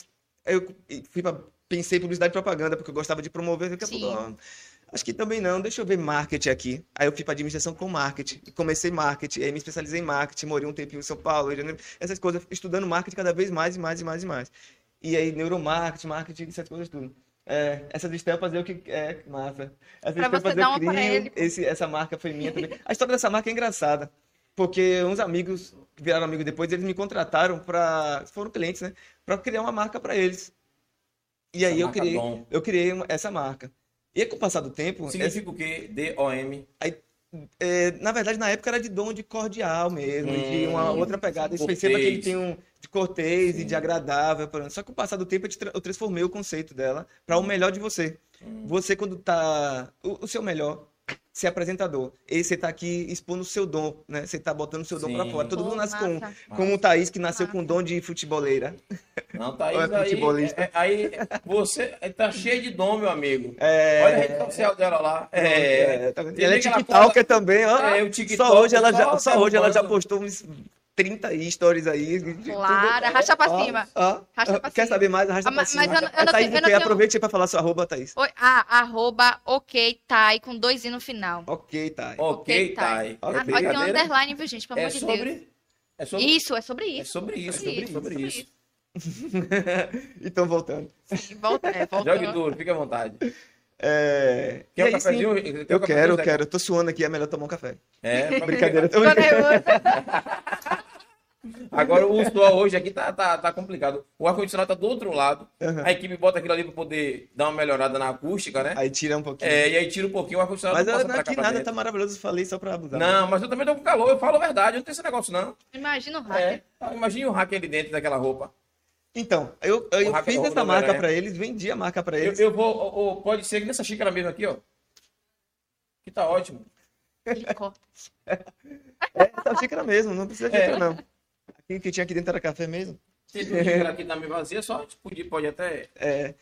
C: Aí eu e fui pra, pensei em publicidade e propaganda, porque eu gostava de promover, daqui a
D: Sim.
C: pouco, ó, acho que também não, deixa eu ver marketing aqui. Aí eu fui pra administração com marketing, e comecei marketing, aí me especializei em marketing, morei um tempinho em São Paulo, Rio de Janeiro, essas coisas, estudando marketing cada vez mais e mais e mais e mais. E aí, neuromarketing, marketing, essas coisas tudo. É, essas estampas eu que. É, massa. Essas
A: Pra
C: estampas
A: você dar
C: eu
A: uma pra
C: crio,
A: ele.
C: esse- essa marca foi minha também. A história dessa marca é engraçada, porque uns amigos, que viraram amigos depois, eles me contrataram para. Foram clientes, né? Para criar uma marca para eles. E aí
B: Essa
C: eu
B: marca é
C: criei,
B: Dom.
C: eu criei uma- essa marca. E com o passar do tempo, essa-
B: Significa o quê? D-O-M.
C: é, na verdade, na época era de dom de cordial mesmo,
B: Hum,
C: de uma outra pegada. Você
B: cortês.
C: perceba que ele tem um de cortês e
B: Sim.
C: de agradável. por exemplo. Só que com o passar do tempo eu te tra- eu transformei o conceito dela para o
B: Hum.
C: melhor de você. Você, quando tá. O, o seu melhor, ser apresentador. E você tá aqui expondo o seu dom, né? Você tá botando o seu dom para
B: Sim.
C: fora. Todo
A: Pô,
C: mundo nasce com.
A: massa.
C: Como o Thaís, que nasceu com um dom de futeboleira.
B: Não, Thaís,
C: Olha,
B: aí,
C: futebolista.
B: é- é- aí você tá cheio de dom, meu amigo.
C: É,
B: Olha a rede social dela lá. É,
C: é, tá vendo?
B: Você
C: E ela é
B: vê que ela
C: TikToker também, ó.
B: É, o né, TikTok,
C: Só hoje ela já,
B: só
C: só hoje ela já
B: derrubando.
C: postou uns 30 stories aí.
A: Clara, racha pra
C: Ó,
A: cima.
C: ó,
A: Arrasta pra
C: quer
A: cima.
C: saber mais? Arrasta
A: Ah,
C: pra
A: mas-
C: cima.
A: mas eu não- eu
C: A
A: não
C: Thaís
A: tenho- eu
C: Ipê,
A: não tenho- um
C: aproveite aí pra falar sua arroba, Thaís.
A: Oi, ah, arroba, ok, Thay, com dois i no final.
C: Ok, tá Thaís.
B: Ok,
A: Ok,
B: Thay.
A: Thay.
B: É
C: Ah,
A: Ah, pode ter um
B: brincadeira.
A: underline, viu, gente? Pelo
B: É
A: amor de Deus.
B: sobre. É sobre
A: Isso, é sobre
B: É
A: isso.
B: sobre isso, sobre isso, sobre isso.
C: então, voltando.
A: Sim, volta,
B: [laughs]
A: é, volta.
B: Jogue duro, fique à vontade.
C: É...
B: Quer
C: e
B: um
C: aí, sim,
B: cafezinho? Quer um
C: Eu
B: cafezinho,
C: quero, eu
B: Zé?
C: quero. Eu tô suando aqui, é melhor tomar um café.
B: É, pra-
C: Brincadeira, tô
A: Agora
C: brincando.
A: eu-
B: Agora o suor hoje aqui tá, tá, tá complicado. O ar-condicionado tá do outro lado.
C: Aham.
B: A equipe bota aquilo ali pra poder dar uma melhorada na acústica, né?
C: Aí tira um pouquinho.
B: É, e aí tira um pouquinho, o ar-condicionado
C: Mas
B: não
C: eu,
B: passa
C: não,
B: pra cá
C: aqui
B: pra
C: nada
B: dentro.
C: tá maravilhoso, eu falei só pra abusar.
B: Não, mas eu também tô com calor, eu falo a verdade, eu não tem esse negócio não.
A: Imagina o
B: [laughs] É,
A: hacker.
B: tá, imagine o hacker ali dentro daquela roupa.
C: Então, eu, eu,
B: O Rafa-
C: fiz
B: o
C: essa
B: Rafa
C: marca
B: Veré.
C: pra eles, vendi a marca pra
B: né? Eu,
C: eles.
B: eu vou, ô, ô, pode ser que nessa xícara mesmo aqui, ó. Que tá ótimo.
A: Ele corta.
C: É, essa xícara mesmo, não precisa de
B: É.
C: outra, não. Aqui, o que tinha aqui dentro era café mesmo.
B: Se
C: [laughs]
B: tem xícara aqui na minha vazia, só pode, pode até.
C: É,
B: Não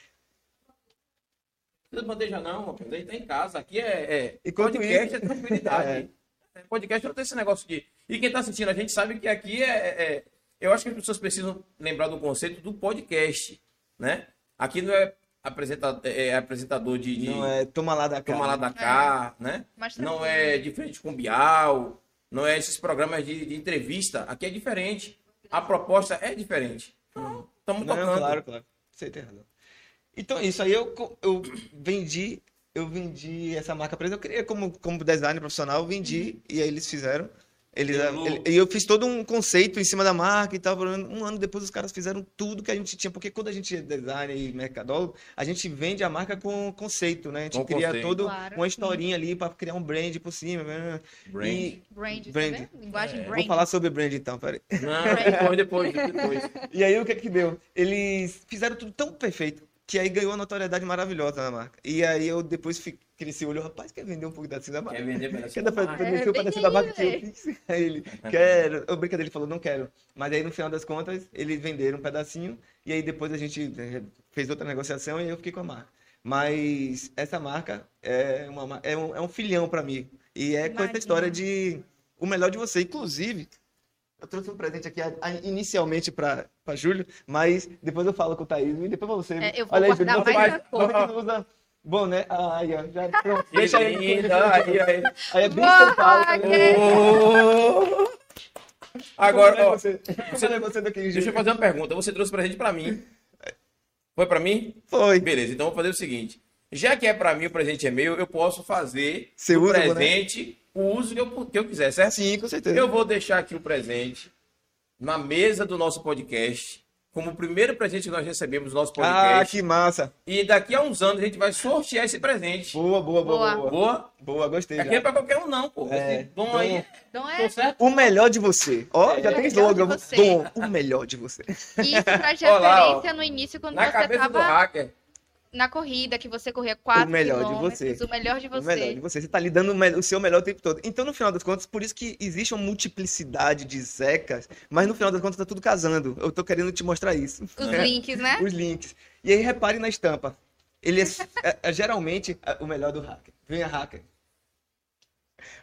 B: precisa de bandeja não, rapaz. Aí tá em casa. Aqui é, é
C: Enquanto
B: podcast
C: isso-
B: é
C: [laughs]
B: tranquilidade. É, Podcast não tem esse negócio de. E quem tá assistindo, a gente sabe que aqui é, é- é- Eu acho que as pessoas precisam lembrar do conceito do podcast, né? Aqui não é, apresenta... é apresentador de, de
C: não é, toma lá da cara.
B: Toma lá da cá, né?
A: Mas tá
B: Não é de frente com Bial, não é esses programas de, de entrevista. Aqui é diferente. A proposta é diferente. Então,
A: É
B: estamos
C: Não,
B: tocando.
C: claro, claro. Você tem razão. Então é isso. Aí eu, co- eu vendi, eu vendi essa marca pra eles. Eu queria como, como design profissional, eu vendi
A: Uhum.
C: e aí eles fizeram. Eles,
B: Eu-
C: ele- e eu fiz todo um conceito em cima da marca e tal. Um ano depois os caras fizeram tudo que a gente tinha, porque quando a gente é designer e mercadólogo, a gente vende a marca com conceito, né? A gente
B: Com
C: cria
B: conceito.
C: todo
A: Claro.
C: uma historinha ali pra criar um brand por cima. né?
B: Brand.
C: E
A: Brand,
C: Brand.
A: tá vendo? Linguagem
B: É.
A: brand.
C: vou falar sobre brand então, peraí.
B: Não, depois, depois, depois.
C: E aí o que é que deu? Eles fizeram tudo tão perfeito que aí ganhou uma notoriedade maravilhosa na marca. E aí eu depois fi- cresci e olhou, rapaz, quer vender um pouco da da marca?
B: Quer vender pela
C: Quer
B: sua
C: dar pra
A: Ah,
B: marca?
A: é,
C: vender um
D: bem
C: pedacinho da
D: aí,
C: marca que eu
D: véi.
C: fiz? [laughs] Aí ele, quero. Eu brincadeira, ele falou, não quero. Mas aí no final das contas, eles venderam um pedacinho e aí depois a gente eh, fez outra negociação e eu fiquei com a marca. Mas essa marca é, uma, ma- é, um, é um filhão pra mim. E é com essa
A: Imagina.
C: história de o melhor de você. Inclusive, eu trouxe um presente aqui a- a- inicialmente pra pra Júlio, mas depois eu falo com o Thaís e depois pra você.
A: É, eu vou
C: Olha aí,
A: guardar
C: Júlio, você
A: mais
C: vai-
A: uma coisa.
C: você que não usa boné. Ah, Aí, ó, já pronto.
B: Que
C: Deixa aí. então,
B: linda, aí, aí.
C: Aí é bem São Paulo.
A: Ah,
C: tá ligado?
B: Ô! Agora,
C: Como é
B: ó,
C: você, [laughs] como é você daquele
B: deixa eu
C: jeito?
B: fazer uma pergunta. Você trouxe presente pra mim. Foi pra mim?
C: Foi.
B: Beleza, então vou fazer o seguinte. Já que é pra mim, o presente é meu, eu posso fazer
C: Você
B: o
C: usa o boné?
B: presente, o uso que eu, que eu quiser, certo?
C: né? Sim, com certeza.
B: Eu vou deixar aqui o presente na mesa do nosso podcast, como o primeiro presente que nós recebemos do nosso
C: Ah,
B: podcast.
C: que massa.
B: E daqui a uns anos a gente vai sortear esse presente.
C: Boa, boa, boa,
A: Boa.
C: boa.
B: Boa?
C: Boa, gostei.
B: Aqui é
C: já.
B: pra qualquer um, não, pô.
C: É,
B: Esse dom aí.
A: Então
B: [laughs]
A: é
B: Tô certo?
C: O melhor de você. Ó, já tem
A: melhor
C: slogan.
A: de você.
C: Dom, o melhor de você.
A: isso traz
B: Ó lá, ó.
A: referência no início quando
B: Na
A: você
B: cabeça do
A: tava
B: hacker.
A: na corrida, que você corria 4
C: melhor de
A: quilômetros,
C: você.
A: o melhor de
C: O melhor
A: você.
C: de você. Você tá lhe dando o mel- o seu melhor o tempo todo. Então, no final das contas, por isso que existe uma multiplicidade de zecas, mas no final das contas tá tudo casando. Eu tô querendo te mostrar isso.
A: Os links, né?
B: É?
C: Os links. E aí, repare na estampa. Ele é, é- é geralmente é o melhor do hacker. Venha, hacker.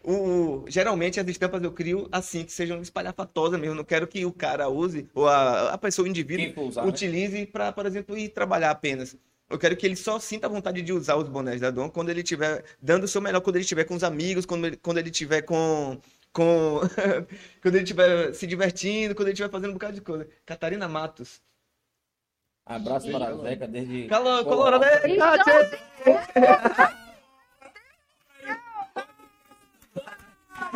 C: O, o- geralmente as estampas eu crio assim, que sejam espalhafatosas mesmo. Não quero que o cara use, ou a, a pessoa, o indivíduo,
B: Quem for usar, né?
C: utilize para, por exemplo, ir trabalhar apenas. Eu quero que ele só sinta vontade de usar os bonés da Dom quando ele estiver dando o seu melhor, quando ele estiver com os amigos, quando ele, quando ele estiver com. com [laughs] quando ele estiver se divertindo, quando ele estiver fazendo um bocado de coisa. Catarina Matos.
B: Abraço para a Zeca desde.
C: Calo,
B: Colorado.
C: colorado,
A: então
C: é, Cátia! é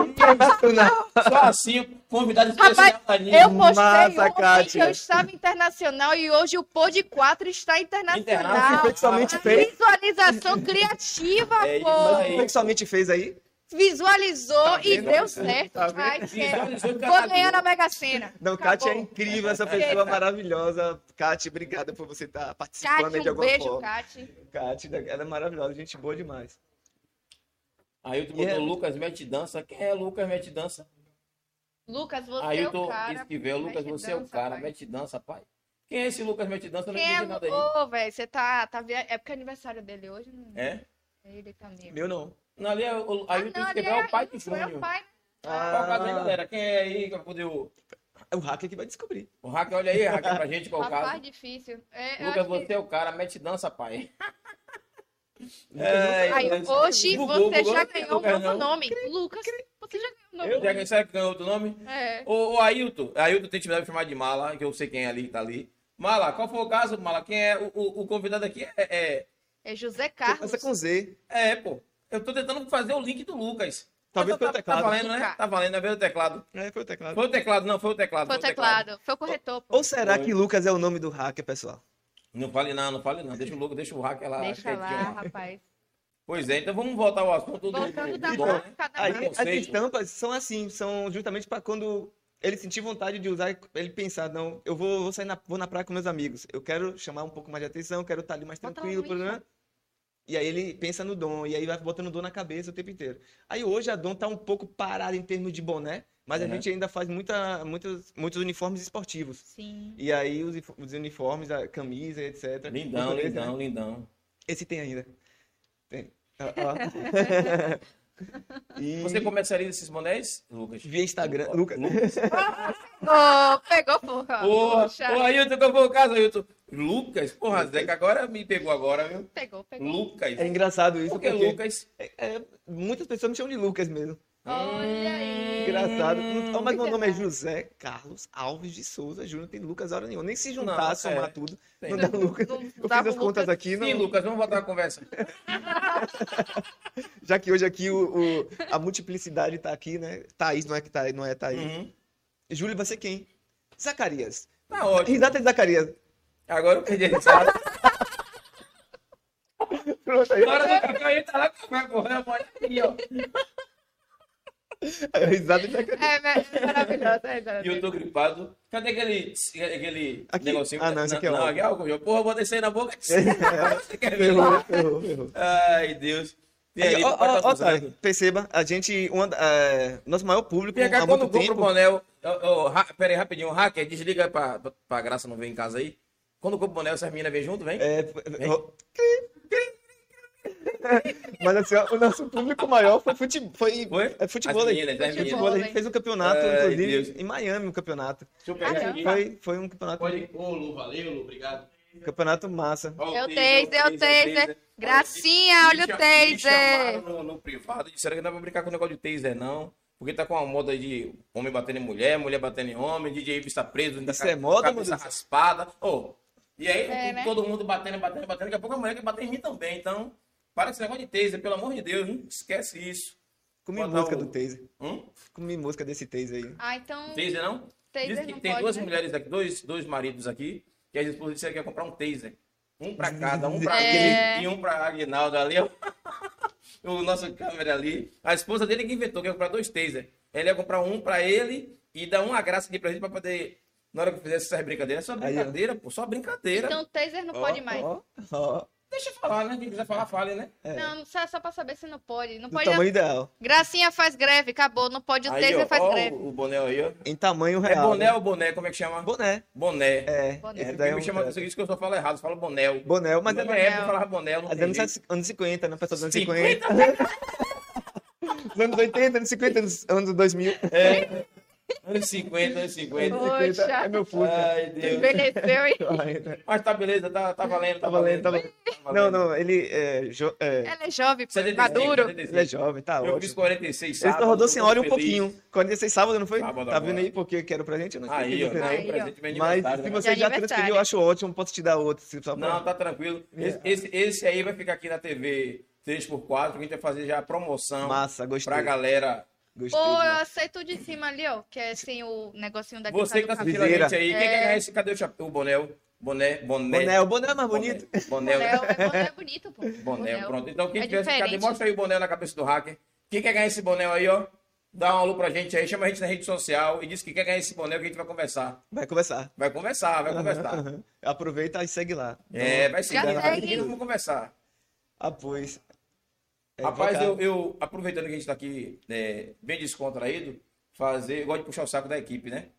C: Internacional.
B: Só assim, convidado especial tá
A: Rapaz,
B: da Aninha.
A: Eu postei
C: Massa,
A: ontem que
C: Kátia.
A: eu estava internacional e hoje o Pod 4 está
B: Internacional.
A: internacional.
C: Foi que somente fez.
A: Visualização criativa,
B: É isso
A: pô.
B: aí.
C: Como é que somente fez aí?
A: Visualizou
C: Tá
A: e
C: vendo?
A: deu certo.
C: Tá vendo?
A: Ai, que-
B: Visualizou e
A: Vou
B: canalizou.
A: ganhar na Mega Sena.
C: Não,
A: Acabou.
C: Kátia é incrível, essa pessoa maravilhosa. Kátia, obrigada por você estar participando aí de
A: Kátia, um
C: alguma
A: beijo,
C: forma.
A: Kátia.
C: Kátia, ela é maravilhosa, gente boa demais.
B: Aí tu
C: Yeah.
B: botou Lucas Mete Dança. Quem é Lucas Mete Dança?
A: Lucas, você
B: Aí
A: é
B: eu
A: o
B: tô
A: cara.
B: esquivel. Lucas,
A: Mete
B: você é o
A: dança,
B: cara.
A: pai.
B: Mete Dança, pai. Quem é esse Lucas Mete Dança? Eu não
A: Quem é
B: entendi nada aí.
A: Lu- Ô, velho, você tá, tá via... É porque é aniversário dele hoje, não
B: É?
A: é ele também.
C: Meu não.
B: Não, ali é o, aí tu
A: não, ali
B: escreveu
A: é
B: o pai de tá
A: Ailton, é o
B: Júnior.
A: pai.
B: Qual o caso aí,
C: Ah,
B: galera? Quem é aí que vai poder o.
C: é o hacker que vai descobrir.
B: O hacker, olha aí, hacker, pra gente, qual o
A: Rapaz,
B: caso.
A: difícil. É, [laughs] eu
B: Lucas,
A: acho que-
B: você é o cara, mete dança, pai. [laughs] É,
A: Aí,
B: Lucas,
A: hoje
B: bugou,
A: você
B: bugou,
A: já
B: não tem
A: ganhou um
B: Lucas,
A: novo
B: não.
A: nome. Lucas, você já ganhou um novo
B: Eu, já, será que ganhou outro nome?
A: nome. É.
B: Ô, ô Ailton, Ailton tem que me chamar de Mala, que eu sei quem é ali que tá ali. Mala, qual foi o caso, Mala? Quem é o, o- o convidado aqui? É, é,
A: É José Carlos.
C: Começa com Z.
B: é, pô. Eu tô tentando fazer o link do Lucas.
C: Talvez
B: Mas
C: pelo
B: tá,
C: teclado.
B: Tá valendo, né? Tá valendo, é ver o teclado.
C: É, foi o teclado.
B: Foi o teclado, não, foi o teclado.
A: Foi o teclado. Foi o corretor, pô.
C: Ou será
B: Foi.
C: que Lucas é o nome do hacker, pessoal?
B: Não fale não, não fale não. Deixa o louco, deixa o hacker lá.
A: Deixa
B: quietinho
A: lá,
B: lá.
A: rapaz.
B: Pois é, então vamos voltar ao assunto do,
A: Voltando da
B: do-
A: marca da
C: Aí
A: marca.
B: Não,
C: as
B: conceito.
C: estampas são assim, são justamente para quando ele sentir vontade de usar, ele pensar, não, eu vou, vou sair na, vou na praia com meus amigos, eu quero chamar um pouco mais de atenção, quero estar ali mais
A: Bota lá
C: tranquilo,
A: no
C: problema. E aí ele pensa no dom, e aí vai botando dom na cabeça o tempo inteiro. Aí hoje a dom tá um pouco parada em termos de boné, mas a
B: Uhum.
C: gente ainda faz muita, muitos, muitos uniformes esportivos.
A: Sim.
C: E aí os, inf- os uniformes, a camisa, etc.
B: Lindão,
C: Natureza, né?
B: lindão, lindão.
C: Esse tem ainda. Tem. Ó,
A: [laughs]
C: ó. [laughs] E
B: Você comercializa esses bonés, Lucas?
C: via Instagram. Lucas.
A: Ô, pegou, porra.
B: Porra,
A: Poxa,
B: ô Ailton, qual foi o caso, Ailton? Lucas? Porra, Zeca, agora me pegou agora, viu?
A: Pegou, pegou.
B: Lucas.
C: É engraçado isso,
B: Por que
C: porque
B: Lucas?
C: é, muitas pessoas me chamam de Lucas mesmo.
A: Olha
B: É.
A: aí.
C: Engraçado. Então, mas meu
A: que
C: nome é
A: legal.
C: José Carlos Alves de Souza Júnior. Tem Lucas hora nenhuma. Nem se juntar,
B: Não,
C: somar
B: é.
C: tudo.
B: Tem.
C: Não dá Lucas.
A: Não
C: Eu
A: dá
C: fiz
A: pro
C: as contas
A: Lucas.
C: aqui, não-
B: Sim, Lucas, vamos voltar a conversa.
C: já que hoje aqui o, o- a multiplicidade tá aqui, né? Thaís não é que tá, não é Thaís.
B: Uhum.
C: Júlio vai ser quem? Zacarias.
B: Tá ótimo.
C: Risada de Zacarias.
B: Agora eu perdi a risada.
C: Pronto, aí.
B: Na hora do cacau, ele tá lá com a correndo, olha aí, ó.
C: Aí eu risada já
B: [laughs]
C: caiu.
A: É, é maravilhosa a risada
B: E eu
A: dele.
B: tô gripado. Cadê aquele, aquele
C: Aqui?
B: negocinho?
C: Ah, não, esse aqui é
B: não,
C: álcool.
B: aqui é álcool. Porra, eu botei isso aí na
C: [laughs]
B: boca. Você quer ver?
C: Ferrou, ferrou, ferrou.
B: Ai, Deus. E aí,
C: Aí, ó,
B: papai
C: ó,
B: tá
C: ó,
B: usando.
C: Tarek, perceba, a gente, uma, da- é, nosso maior público
B: Vem cá,
C: há
B: quando
C: muito
B: compra o
C: tempo.
B: boné, peraí, rapidinho, o hacker, desliga pra, pra, pra graça não vir em casa aí. Quando compra o boné, essas meninas vêm junto, vem?
C: É, ó, mas assim, ó, o nosso público maior foi, fute, foi,
B: Foi? Assim,
C: é, futebol.
B: As
C: aí.
B: meninas, as
C: futebol,
A: meninas.
C: a gente fez um campeonato,
B: Ai,
C: inclusive,
B: É, Deus.
C: em Miami, um campeonato.
B: Deixa eu
A: Ah,
B: pegar
A: não.
B: aqui.
C: Foi, foi um campeonato,
B: Pode ô, Lu, valeu, Lu, obrigado.
C: campeonato massa.
B: Ó, o
A: É o
B: taser,
A: taser, é o taser. Gracinha, olha o
B: Me cha- Me
A: taser.
B: chamaram no, no privado e disseram que não dá pra brincar com o negócio de taser, não. Porque tá com uma moda de homem batendo em mulher, mulher batendo em homem, DJ Ibis tá preso, ainda
C: Isso
B: ca-
C: é moda,
B: cabeça
C: mano?
B: raspada. Ô, e aí,
A: É, né?
B: todo mundo batendo, batendo, batendo. Daqui a pouco a mulher quer bater em mim também. Então, para com esse negócio de taser, pelo amor de Deus, hein? esquece isso.
C: Comi
B: Botar
C: música
B: o-
C: do Taser.
B: Hum?
C: Comi música desse Taser aí.
A: Ah, então.
B: Taser não?
A: Taser
B: Diz que
A: não
B: tem
A: pode,
B: duas
A: né?
B: mulheres aqui, dois, dois maridos aqui, que as esposas disseram que ia comprar um taser. Um pra cada, um pra
A: [laughs] É.
B: ele e um pra Aguinaldo ali. [laughs] ó. o nosso câmera ali. A esposa dele que inventou, que ia comprar dois taser. Ele ia comprar um pra ele e dar uma graça aqui pra gente pra poder. Na hora que fizesse essas brincadeiras, é só
C: ó.
B: brincadeira, pô, só brincadeira.
A: Então, taser não pode mais.
C: Ó, ó,
B: Deixa eu falar, né? Quem quiser falar, fale, né?
C: é,
A: Não, só, só pra saber se não pode. Não
C: do
A: pode.
C: tamanho ideal.
A: Gracinha faz greve, acabou. Não pode o
B: Aí, ó,
A: taser faz
B: ó,
A: greve.
B: o boné aí, ó.
C: Em tamanho
B: É
C: real.
B: boné ou boné? Como é que chama?
C: Boné.
B: Boné.
C: É,
A: Boné.
C: esse
B: Porque
C: daí é
B: me
C: um-
B: chama,
C: é.
B: isso que eu só falo errado, eu falo boné.
C: Boné, mas
B: Mas
C: é
B: na
C: boné.
B: minha época eu falava boné, não
C: Mas
B: tem
C: anos,
B: jeito.
C: 70, anos 50, né? Pessoal dos anos 50.
B: 50?
C: [laughs] Os anos 80, anos 50, anos, anos 2000.
B: É. Anos 50, anos 50.
A: Poxa.
C: 50 é meu Fusca.
B: Ai, Deus.
A: Envelheceu, hein?
C: né?
B: Mas tá beleza, tá, tá valendo, tá,
C: Tá valendo, tá valendo. Não,
B: valendo.
C: não, ele é, jo- é,
A: Ela é jovem, pô,
B: 75,
A: maduro.
B: 75.
C: ele é jovem, tá
B: Eu fiz
C: ótimo.
B: 46
C: Ele só
B: sábado,
C: rodou
B: tô
C: sem hora e um
B: muito feliz.
C: pouquinho. 46 sábado, não foi?
B: Sábado
C: tá vendo
B: agora.
C: aí porque quero pra gente? Eu não sei
B: Aí,
C: se
B: ó, tá
C: você-
B: aí,
A: Aí,
B: o
A: ó.
B: presente meu
C: Mas
B: aniversário.
C: se
B: né?
C: você
A: De
C: já
A: É aniversário.
C: transferiu, eu acho ótimo. Posso te dar outro. se só pra-
B: Não, tá tranquilo.
C: É.
B: Esse, esse, esse aí vai ficar aqui na TV 3x4, que a gente vai fazer já a promoção
C: Massa, gostei.
B: pra galera.
C: Gostei.
A: Ou eu
C: demais.
A: aceito o de cima ali, ó. Que é sem o negocinho daqui.
B: né? Você que tá
A: faz o
B: assistindo
A: cabelo.
B: a gente
C: Viseira.
B: aí, quem quer ganhar esse? Cadê o chapéu? O boné? Boné, boné.
C: Boné, o boné é mais bonito.
B: Boné,
A: Boné,
B: boné.
A: o boné é bonito, pô.
B: Boné,
A: Boné.
B: pronto. Então, quem
A: É
B: tiver esse cadê?
A: diferente.
B: Mostra aí o boné na cabeça do hacker. Quem quer ganhar esse boné aí, ó? Dá um alô pra gente aí, chama a gente na rede social e diz que quer ganhar esse boné que a gente vai conversar.
C: Vai começar.
B: Vai conversar, vai conversar.
C: Aham, aham. Aproveita e segue lá. Então,
B: É, vai se
A: Já
B: dar
A: segue.
B: rapidinho, vamos conversar.
C: Ah, pois. É,
B: Rapaz,
C: invocado.
B: eu, eu- aproveitando que a gente tá aqui é, bem descontraído, fazer. Eu gosto de puxar o saco da equipe, né?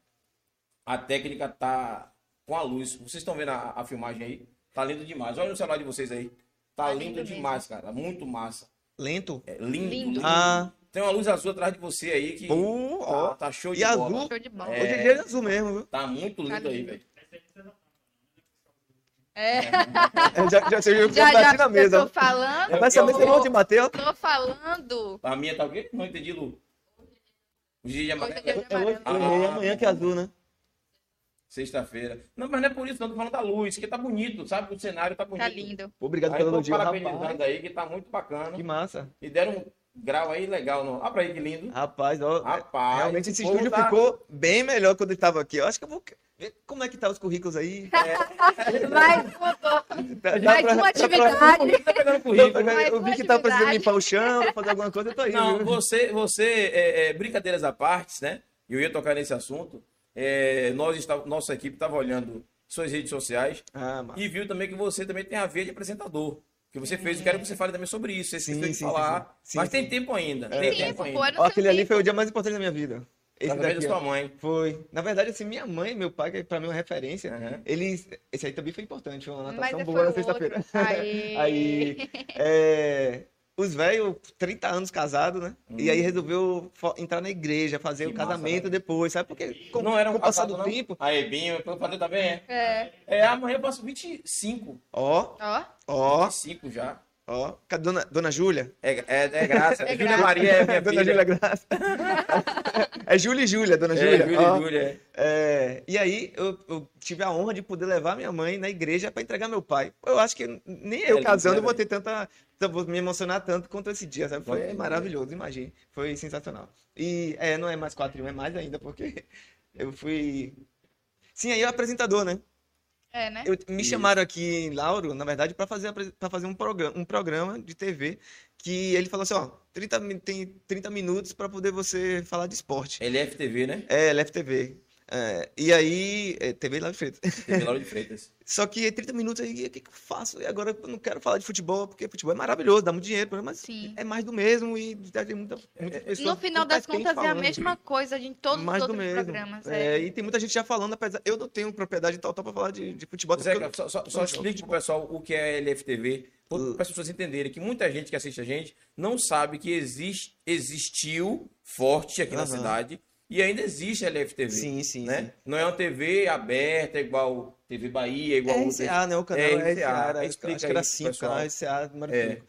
B: A técnica tá com a luz. Vocês estão vendo a, a filmagem aí? Tá lindo demais. Olha no celular de vocês aí. Tá,
A: Tá
B: lindo,
A: lindo mesmo.
B: demais, cara. Muito massa.
C: Lento?
B: É, lindo,
A: Lindo.
B: lindo.
C: Ah,
B: Tem uma luz azul atrás de você aí que
C: Pô, ó.
B: tá, tá show de
C: e
B: bola.
C: azul?
A: um Show de bola.
B: É.
C: Hoje em dia é azul mesmo, viu? [laughs]
B: Tá muito lindo
A: Tá
B: aí,
A: lindo.
B: velho.
C: É, já, já, já, já,
A: Já,
C: bati
A: já,
C: na
A: eu
C: mesa.
A: tô falando.
C: Mas é também você
A: eu-
C: não te bateu?
A: Tô falando.
B: A minha tá o quê? Não entendi, Lu. O
A: Hoje é dia
B: dia de amarelo.
A: de
C: É hoje,
A: amarelo.
B: Ah,
C: é amanhã que é azul, né?
B: Sexta-feira. Não, mas não é por isso, não. Tô falando da luz, que tá bonito, sabe? O cenário tá bonito.
A: Tá lindo.
C: [laughs] Obrigado
B: Aí
C: pelo
B: tô
C: elogio, rapaz.
B: parabenizando aí, que tá muito bacana.
C: Que massa.
B: E deram um grau aí legal. No... Olha pra aí que lindo.
C: Rapaz, ó, é,
B: Rapaz,
C: Ah, realmente esse
B: o povo
C: estúdio
B: tá-
C: ficou bem melhor quando ele tava aqui. Eu acho que eu vou ver como é que tá os
A: [laughs]
C: currículos aí.
A: Mais uma,
C: Dá- dá
A: mais
C: pra-
A: é uma
C: dá pra-
A: atividade.
B: Tá pegando
C: dá
B: currículo.
C: pra-
A: Mais
C: Eu
A: uma
C: vi que tava precisando
A: atividade.
C: limpar o chão, fazer alguma coisa, eu tô aí.
B: Não,
C: viu?
B: você, você é, é, brincadeiras à parte, né? Eu ia tocar nesse assunto. É, nós está, nossa equipe estava olhando suas redes sociais
C: Ah, massa.
B: e viu também que você também tem a veia de apresentador. Que você fez, eu quero que você fale também sobre isso. Você
C: Sim,
B: tem que
C: sim,
B: falar.
C: sim, sim.
B: Mas
C: Sim,
B: tem
C: sim.
B: tempo ainda.
C: [laughs] É.
B: Tem
A: Sim,
B: tempo
A: pô,
B: ainda.
A: eu
C: Ó,
A: não Tá
C: aquele
A: sei
C: ali foi o dia mais importante da minha vida. Esse
B: Através da
C: daqui, é.
B: sua
C: ó.
B: mãe.
C: Foi. Na verdade, assim, minha mãe, meu pai, que pra mim é uma referência,
B: Aham.
C: eles. Esse aí também foi importante, foi uma
A: Mas é
C: natação
A: foi
C: boa na
A: outro.
C: sexta-feira.
A: Aê.
C: Aí, é, os velhos, 30 anos casados, né? E aí resolveu fo- entrar na igreja, fazer
B: Hum. Que
C: o
B: massa,
C: casamento
B: né?
C: depois, sabe? Porque com,
B: Não era um
C: com o passar do
B: casado, não?
C: tempo,
B: Aí, Binho, eu fazer também, é.
A: É.
B: É, amanhã eu passo 25.
C: ó,
A: Ó,
C: ó,
B: 25 já.
C: ó, cadê dona, dona Júlia?
B: É, é, é
C: [laughs]
B: graça.
A: É
B: Júlia
A: graça.
B: Maria é minha
C: dona
B: filha.
C: Júlia
B: [laughs]
C: Graça. é Júlia e Júlia, dona
B: É,
C: Júlia.
B: Júlia,
C: ó.
B: Júlia.
C: É, e aí eu, eu tive a honra de poder levar minha mãe na igreja para entregar meu pai. Eu acho que nem eu
B: É,
C: casando
B: né,
C: vou ter
B: velho?
C: tanta, tanta- vou me emocionar tanto quanto esse dia, sabe? Foi
B: Pode crer.
C: maravilhoso, imagina. Foi sensacional. E é, não é mais [laughs] 4 e 1, é mais ainda, porque eu fui. Sim, aí o apresentador, né?
A: É, né?
C: Eu- me
B: Isso.
C: chamaram aqui em Lauro, na verdade, para fazer, para fazer um, programa, um programa de TV que ele falou assim, ó, 30, mi- tem 30 minutos para poder você falar de esporte.
B: LFTV, né?
C: É, Left TV. É, e aí, é, TV lá de frente. [laughs]
B: TV Lauro de Freitas.
C: Só que 30 minutos aí, o que, que eu faço? E agora eu não quero falar de futebol, porque futebol é maravilhoso, dá muito dinheiro, mas
A: Sim.
C: é mais do mesmo e tem muita, muita
B: É,
C: pessoa
A: No final das
C: competente
A: contas é a
C: falando.
A: mesma coisa de todos os
C: Mais do
A: outros
C: mesmo.
A: programas. é.
C: É, e tem muita gente já falando, apesar. Eu não tenho propriedade total para falar de, de futebol. até porque
B: Zeca, só, só, só explique pro pessoal o que é LFTV,
C: Hum.
B: para as pessoas entenderem que muita gente que assiste a gente não sabe que existe, existiu forte aqui na
C: Aham.
B: cidade e ainda existe a LFTV.
C: eu- Sim, sim.
B: né?
C: sim.
B: Não é uma TV aberta, igual TV Bahia, igual
C: É
B: outra.
C: RCA, né? O canal
B: É
C: é
B: RCA,
C: RCA. era- acho
B: explica
C: que era
B: aí pro
C: 5,
B: pessoal.
C: canal RCA, número
B: É.
C: 5.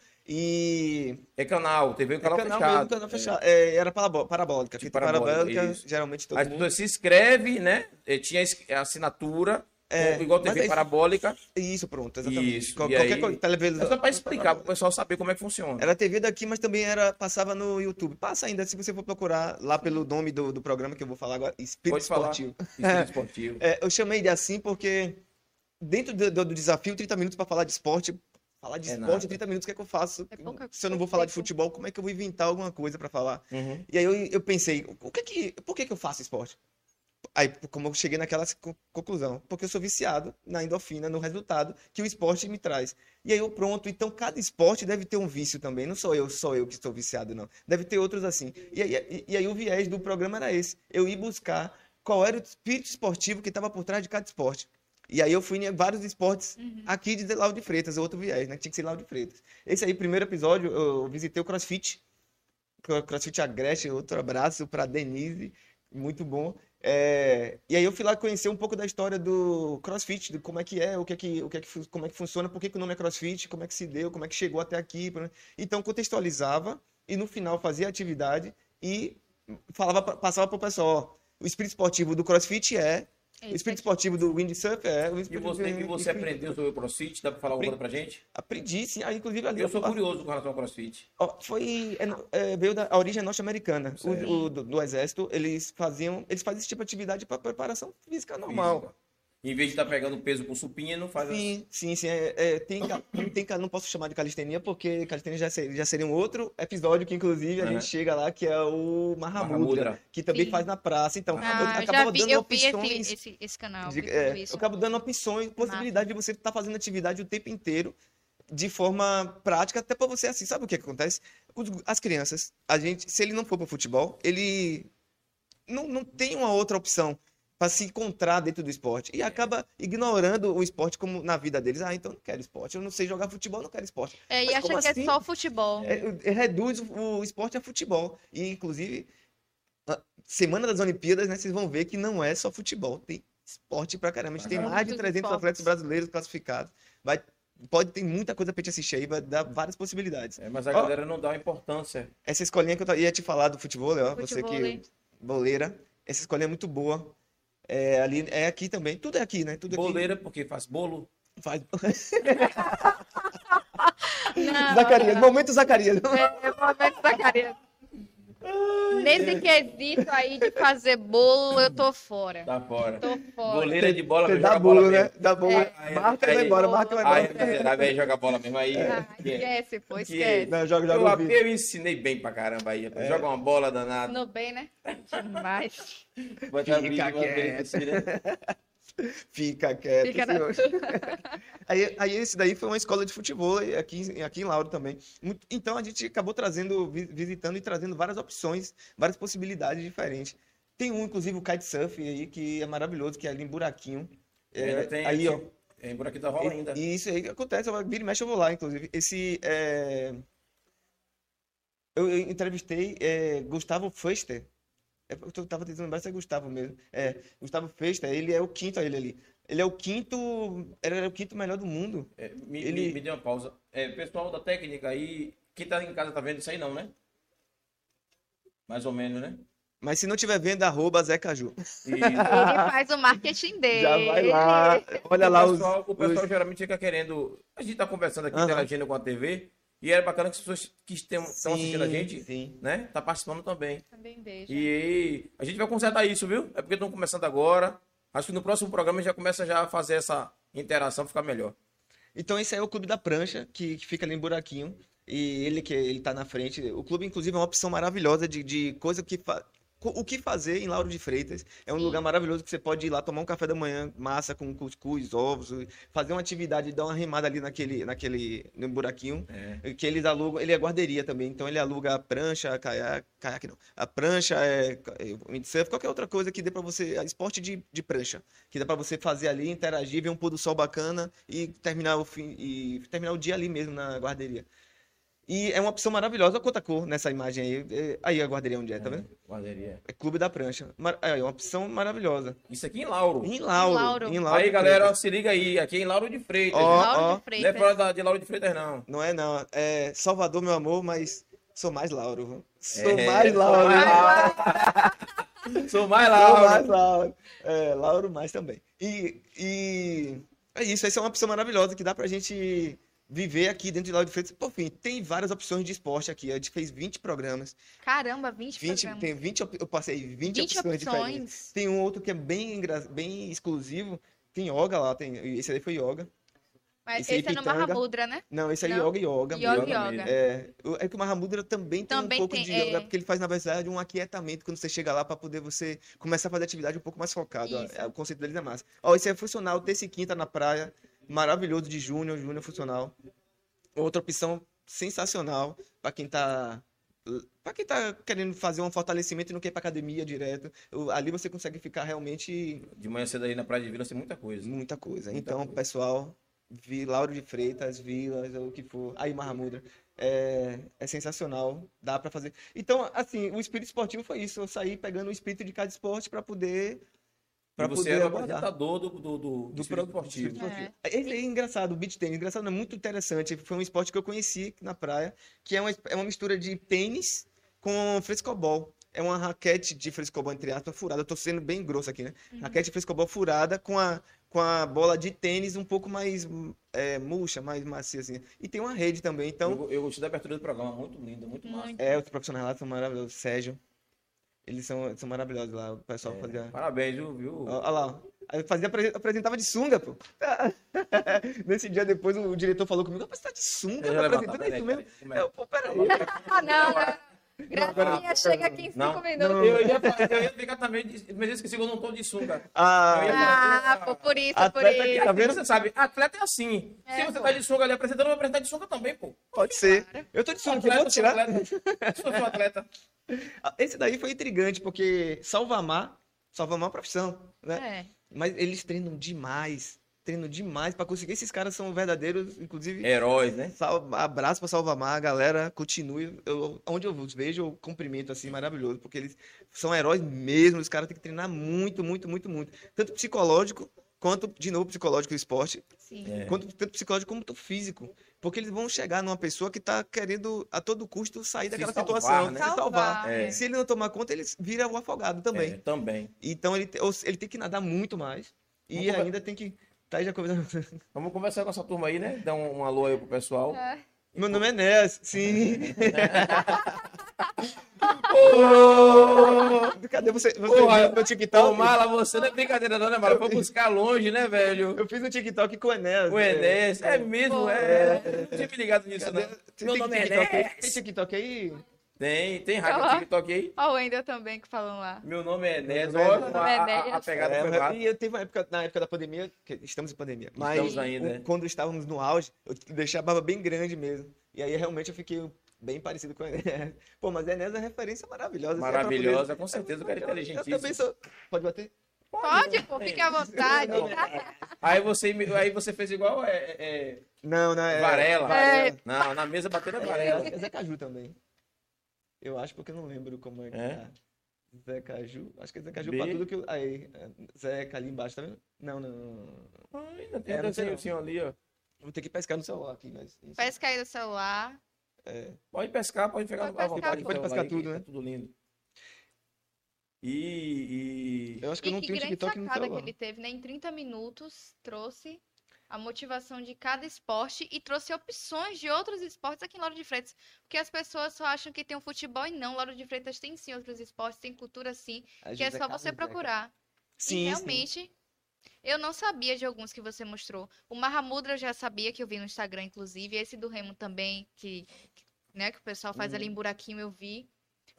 C: E
B: É canal, TV é um
C: é
B: canal,
C: canal
B: fechado.
C: mesmo, canal fechado. É, era parabó- parabólica.
B: Tipo
C: Fita
B: parabólica,
C: parabólica,
B: isso.
C: geralmente todo
B: É. As
C: mundo.
B: pessoas se inscrevem, né? É, Tinha es- a assinatura,
C: É,
B: com- igual
C: mas
B: TV
C: aí-
B: parabólica.
C: Isso, pronto, exatamente.
B: Isso,
C: Qual-
B: e
C: qualquer
B: aí-
C: coisa. Televisão.
B: É só para explicar, para o pessoal saber como é que funciona.
C: Era TV daqui, mas também era passava no YouTube. Passa ainda, se você for procurar lá pelo nome do, do programa que eu vou falar agora, Espírito
B: Pode falar.
C: Esportivo.
B: Espírito esportivo.
C: É, eu chamei de assim porque dentro do, do- do desafio, 30 minutos para falar de esporte, falar de
B: É
C: esporte,
B: nada.
C: 30 minutos, o que é que eu faço?
A: É pouca
C: Se eu não vou falar de
A: coisa.
C: futebol, como é que eu vou inventar alguma coisa para falar?
B: Uhum.
C: E aí eu, eu pensei, o que que, por que que eu faço esporte? Aí, como eu cheguei naquela co- conclusão? Porque eu sou viciado na endorfina, no resultado que o esporte me traz. E aí eu, pronto, então cada esporte deve ter um vício também. Não sou eu, só eu que estou viciado, não. Deve ter outros assim. E aí, e, e aí o viés do programa era esse. Eu ir buscar qual era o espírito esportivo que estava por trás de cada esporte. E aí eu fui em vários esportes aqui de Lauro de Freitas, outro viés, né? Tinha que ser Lauro de Freitas. Esse aí, primeiro episódio, eu visitei o CrossFit. Cro- CrossFit Agreste, outro abraço para Denise, muito bom. É, e aí eu fui lá conhecer um pouco da história do CrossFit, de como é que é, o que é que, o que é que, fu- como é que funciona, por que, que o nome é CrossFit, como é que se deu, como é que chegou até aqui. pra- Então contextualizava e no final fazia a atividade e falava, pra- passava para o pessoal, ó, o espírito esportivo do CrossFit é, o espírito esportivo do windsurf é, o
B: E
C: espírito
B: você que você
C: enfim,
B: aprendeu sobre o CrossFit, dá para falar alguma coisa pra gente?
C: Aprendi, sim, Ah, inclusive ali
B: Eu sou
C: fa-
B: curioso com relação ao CrossFit.
C: Ó, Foi, é no- é, veio da a origem é norte-americana. O-
B: Certo.
C: o do, do exército, eles faziam, eles faziam esse tipo de atividade para preparação física normal.
B: Física. Em vez de estar pegando peso com supinha, não faz assim.
C: Sim, sim, sim. É, é, tem, ca- não tem, ca- não posso chamar de calistenia, porque calistenia já seria, já seria um outro episódio que, inclusive, a
B: Aham.
C: gente chega lá, que é o Mahamudra,
B: Mahamudra.
C: que também
A: Sim.
C: faz na praça. Então, eu
A: Ah, eu já
C: acabava
A: vi,
C: dando
A: eu vi esse,
C: opções
A: esse, esse canal.
C: de-
A: vi
C: é,
A: tudo isso.
C: eu acabo dando opções, possibilidade de você estar fazendo atividade o tempo inteiro, de forma prática, até para você assim. Sabe o que acontece? Os- as crianças, a gente, se ele não for para futebol, ele não, não tem uma outra opção para se encontrar dentro do esporte
A: É.
C: e acaba ignorando o esporte como na vida deles. Ah, então eu não quero esporte, eu não sei jogar futebol, eu não quero esporte.
A: É, e
C: Mas
A: acha
C: como
A: que
C: assim?
A: é só futebol.
C: É, é, reduz o, o esporte a futebol. E, inclusive, a Semana das Olimpíadas, né? Vocês vão ver que não é só futebol, tem esporte pra caramba. A gente tem
B: Pra
C: mais de
A: Muitos
C: 300
A: esportes.
C: atletas brasileiros classificados. Vai, pode ter muita coisa pra gente assistir aí, vai dar várias possibilidades.
B: É, mas a
C: Ó.
B: galera não dá uma importância.
C: Essa escolinha que eu ta- ia te falar do futebol, Léo, você que [laughs]
A: Futevôlei.
C: boleira, essa escolinha é muito boa. É, ali, é aqui também, tudo é aqui, né? Tudo aqui
B: Boleira, porque faz bolo.
C: faz.
B: [laughs]
C: [laughs]
A: Não,
C: Zacarias,
A: não.
C: momento Zacarias.
A: É, é o momento da Zacarias. Nesse quesito aí de fazer bolo, eu tô fora.
B: Tá fora.
A: Tô fora.
B: Boleira é de bola,
C: Você
B: meu,
C: [laughs] dá
B: joga bola
C: bolo, né?
B: mesmo.
C: Dá bolo.
A: É.
B: Aí-
C: Marca e vai
B: aí-
C: ela embora, marca e vai um
B: Aí
C: embora.
B: é miserável, aí joga bola mesmo. Aí.
C: né?
A: Ah,
B: que-
A: esquece, pô,
B: que-
A: esquece.
C: Não, joga, joga
B: Eu,
C: o
B: eu,
C: vídeo. É.
B: ensinei bem pra caramba aí. rapaz. Joga uma bola danada.
A: No bem, né?
C: [laughs]
A: Demais.
B: Botar
C: Fica
B: vídeo uma
C: quieto.
B: vez assim, né?
C: Fica quieto,
A: Fica na-
C: É, senhor. Aí, aí esse daí foi uma escola de futebol e aqui, em- aqui em Lauro também. Muito- Então a gente acabou trazendo, vi- visitando e trazendo várias opções, várias possibilidades diferentes. Tem um, inclusive, o kitesurf aí, que é maravilhoso, que é ali em Buraquinho. É,
B: Ainda tem
C: aí, ó.
B: aqui- É, por aqui tá rola ainda.
C: E, e isso aí acontece, eu, vira e mexe eu vou lá, inclusive. Esse, é, eu, eu entrevistei é, Gustavo Fuster. É, porque eu tava tentando lembrar se é Gustavo mesmo. É, Gustavo Fuster, ele é o quinto, olha ele ali. Ele é o quinto, ele é o quinto melhor do mundo.
B: É, me,
C: Ele-
B: me, me deu uma pausa. É, pessoal da técnica aí, quem tá em casa tá vendo isso aí não, né? Mais ou menos, né?
C: Mas se não tiver vendo, arroba Zé Caju.
B: E-
A: Ele faz o marketing dele.
C: Já vai lá, olha lá
B: o
C: os,
B: pessoal, o pessoal
C: os-
B: geralmente fica querendo. A gente tá conversando aqui,
C: Aham.
B: interagindo com a TV, e era bacana que as pessoas que estão estão assistindo a
C: Sim,
B: gente,
C: sim.
B: né? Tá participando também.
A: Também beijo.
B: E aí, a gente vai consertar isso, viu? É porque estão começando agora. Acho que no próximo programa a gente já começa já a fazer essa interação fica melhor.
C: Então esse aí é o clube da prancha, que, que fica ali em buraquinho. E ele que ele tá na frente. O clube, inclusive, é uma opção maravilhosa de, de coisa que. fa- co- O que fazer em Lauro de Freitas é um lugar maravilhoso que você pode ir lá tomar um café da manhã, massa com cuscuz, ovos, fazer uma atividade, dar uma remada ali naquele, naquele no buraquinho. Que eles alugam, ele é guarderia também, então ele aluga a prancha, caiaque, caiaque não, a prancha, é, ca- é, windsurf, qualquer outra coisa que dê pra você, é esporte de, de prancha, que dá pra você fazer ali, interagir, ver um pôr do sol bacana e terminar o fim, e terminar o dia ali mesmo na guarderia. E é uma opção maravilhosa, conta a cor nessa imagem aí, é, aí a guarderia onde é, tá vendo?
B: Guarderia.
C: É Clube da Prancha, Mar- é uma opção maravilhosa.
B: Isso aqui em Lauro.
C: Em Lauro,
A: Lauro.
C: em Lauro.
B: Aí, galera, se liga aí. Aqui é em Lauro de Freitas.
C: Ó,
B: viu?
A: Lauro
C: ó.
A: de
B: Não é
A: Freitas.
B: pra da- de Lauro de Freitas,
C: [laughs]
B: não.
C: Não é não, é Salvador, meu amor, mas sou mais Lauro, sou
B: É,
C: mais
B: sou
C: Lauro.
B: mais Sou mais Lauro.
C: Lauro mais Lauro. É, Lauro mais também. E, e é isso, essa é uma opção maravilhosa que dá pra gente viver aqui dentro de Lauro de Freitas. Por fim, tem várias opções de esporte aqui. A gente fez 20 programas.
A: Caramba, 20,
C: 20,
A: programas.
C: tem 20, op- eu passei 20,
A: 20
C: opções, diferentes.
A: opções.
C: Tem um outro que é bem, engra- bem exclusivo. Tem yoga lá, tem, esse aí foi yoga.
A: Mas
C: Esse aí,
A: esse, é no
C: pitanga.
A: Mahamudra, né?
C: Não, esse aí é
A: Não.
C: yoga, yoga.
A: Yoga,
C: mesmo.
A: yoga.
B: mesmo.
C: É, o- é que o Mahamudra também tem
A: Também
C: um pouco
A: tem,
C: de
A: é.
C: yoga, porque ele faz, na verdade, um aquietamento quando você chega lá para poder você começar a fazer atividade um pouco mais focado. ó.
A: Isso.
C: É, o conceito dele é massa. Ó, esse é funcional, terça e quinta na praia, maravilhoso de Júnior, Júnior funcional. Outra opção sensacional para quem tá para quem tá querendo fazer um fortalecimento e não quer ir pra academia direto, o- ali você consegue ficar realmente
B: De manhã cedo aí na Praia de Vila tem muita coisa.
C: Muita coisa.
B: Muita
C: então,
B: coisa.
C: pessoal, vi Lauro de Freitas, Vilas, ou o que for, aí Mahamudra, é, é sensacional, dá pra fazer. Então, assim, o espírito esportivo foi isso, eu saí pegando o espírito de cada esporte pra poder
B: Pra
C: para
B: você
C: poder
B: era o
C: abordar.
B: apresentador do, do, do, do
C: Do
B: espírito
C: pro-
B: esportivo.
C: do esportivo. Ele é engraçado, o beach tênis. Engraçado, não, é muito interessante. Foi um esporte que eu conheci na praia, que é uma, é uma mistura de tênis com frescobol. É uma raquete de frescobol, entre aspas, furada. Eu tô sendo bem grosso aqui, né? Raquete de frescobol furada com a, com a bola de tênis um pouco mais é, murcha, mais macia, assim. E tem uma rede também, então...
B: eu, eu gostei da abertura do programa, muito linda, muito massa.
A: Muito.
C: É, os profissionais lá são maravilhosos. Sérgio, eles são, são maravilhosos lá. O pessoal
B: É,
C: fazia...
B: Parabéns, viu? viu?
C: Olha lá. ó. Aí eu fazia, apre- apresentava de sunga, pô. [laughs] Nesse dia depois o diretor falou comigo, rapaz, você tá de sunga,
B: Deixa eu
C: tá
B: levantar,
C: apresentando
B: peraí,
C: isso mesmo?
B: peraí, como é?
C: Eu, pô, peraí.
A: Ah, não, não.
B: Não,
A: Gracinha,
B: não.
A: chega aqui em 5
B: Não,
A: minutos.
B: Eu, ia, eu ia ficar também, de- mas eu esqueci que eu não tô de sunga. Eu ia-
C: Ah,
A: Ah, pô, por isso, por
C: Atleta que
A: isso.
C: Tá
B: Tá
C: vendo?
B: vendo? Você sabe, atleta é assim.
A: É,
B: Se você
A: pô.
B: tá de sunga ali apresentando, eu vou apresentar de sunga também, pô.
C: pode ser. Eu tô de
B: Sou
C: sunga, eu vou
B: sou
C: tirar.
B: atleta. Sou sou
C: [laughs]
B: atleta.
C: Ah, Esse daí foi intrigante, porque salvamar, salvamar é uma profissão,
A: É.
C: né? Mas eles treinam demais, treinam demais pra conseguir. Esses caras são verdadeiros, inclusive...
B: Heróis, né?
C: Sal- Abraço para Salvamar, galera. Continue. Eu, onde eu os vejo, eu cumprimento assim, maravilhoso, porque eles são heróis mesmo. Os caras têm que treinar muito, muito, muito, muito. Tanto psicológico, quanto, de novo, psicológico do esporte,
A: Sim.
B: É.
C: quanto tanto psicológico quanto físico. Porque eles vão chegar numa pessoa que tá querendo, a todo custo, sair daquela
B: salvar,
C: situação,
B: né?
C: se salvar.
B: É.
C: Se ele não tomar conta, ele vira o afogado também.
B: É, também.
C: Então ele, te- ou se- ele tem que nadar muito mais. E
B: Vamos conver-
C: ainda tem que. Tá aí já conversando.
B: [laughs] Vamos conversar com essa turma aí, né? Dá um, um alô aí pro pessoal.
C: Meu nome é Ness. Sim.
B: Ô,
C: [laughs] Cadê você? Você
B: Porra,
C: viu meu
B: Ô,
C: TikTok?
B: Mala, você não é brincadeira, não, né, Mala? Foi buscar longe, né, velho?
C: Eu fiz um TikTok com o Enéas.
B: O Enes, é mesmo, é. Não tinha me ligado nisso,
C: Cadê?
B: não.
C: Você
B: Meu
C: tem
B: nome é
C: TikTok aí? Tem
B: Enes.
C: TikTok aí?
B: Tem, tem rádio
A: Olha
B: no
A: lá.
B: TikTok aí.
A: Ó, o Wendel também que falou lá.
B: Meu nome é Enes.
C: Tá Meu nome é
B: Olha,
A: Enes.
B: a, a- a pegada
C: É,
B: foi
C: mas-
B: massa.
C: E eu teve uma época, na época da pandemia, que estamos em pandemia, mas
B: Estamos ainda,
C: o-
B: é.
C: quando estávamos no auge, eu deixei a barba bem grande mesmo. E aí realmente eu fiquei bem parecido com o Enéas. [laughs] Pô, mas Enéas é uma referência maravilhosa. assim, é pra poder-
B: Maravilhosa, com certeza, o cara é
C: Eu também
B: inteligentíssimo.
C: sou... Pode bater?
A: Pode, pô, fique à vontade.
B: Aí você, me- aí você fez igual é, é,
C: Não, não,
B: é,
C: é...
B: Varela.
A: É.
B: Não, na mesa batendo é Varela.
C: É Zé Caju também. Eu acho porque eu não lembro como é que
B: É?
C: tá. Zé Caju. Acho que é Zé Caju
B: B.
C: pra tudo que eu. Aí, é, Zeca ali embaixo, tá vendo? Não, não, não.
B: Ai, Ainda tem
C: É,
B: um
C: não sei
B: desenho
C: não.
B: assim, ali, ó.
C: Vou ter que pescar no celular aqui, mas. não sei.
A: Faz cair o celular.
B: Pode pescar, pode pegar
A: Pode
B: à vontade.
A: pescar,
B: do
C: pode
B: celular
C: pescar
B: aí, que
C: tudo,
B: tá
C: né?
B: tudo lindo. E, e-
C: Eu acho que
A: E
C: eu não
A: que
C: tenho
A: grande
C: TikTok no
A: sacada que
C: celular.
A: ele teve, né? Em 30 minutos, trouxe a motivação de cada esporte e trouxe opções de outros esportes aqui em Lauro de Freitas. Porque as pessoas só acham que tem o futebol e não. Lauro de Freitas tem sim outros esportes, tem cultura sim,
C: A
A: que é
C: José
A: só
C: Carlos
A: você
C: Zeca.
A: procurar.
C: Sim,
A: e
C: sim.
A: realmente Eu não sabia de alguns que você mostrou. O Mahamudra eu já sabia que eu vi no Instagram, inclusive. Esse do Remo também, que, que, né, que o pessoal faz
C: Uhum.
A: ali em buraquinho, eu vi.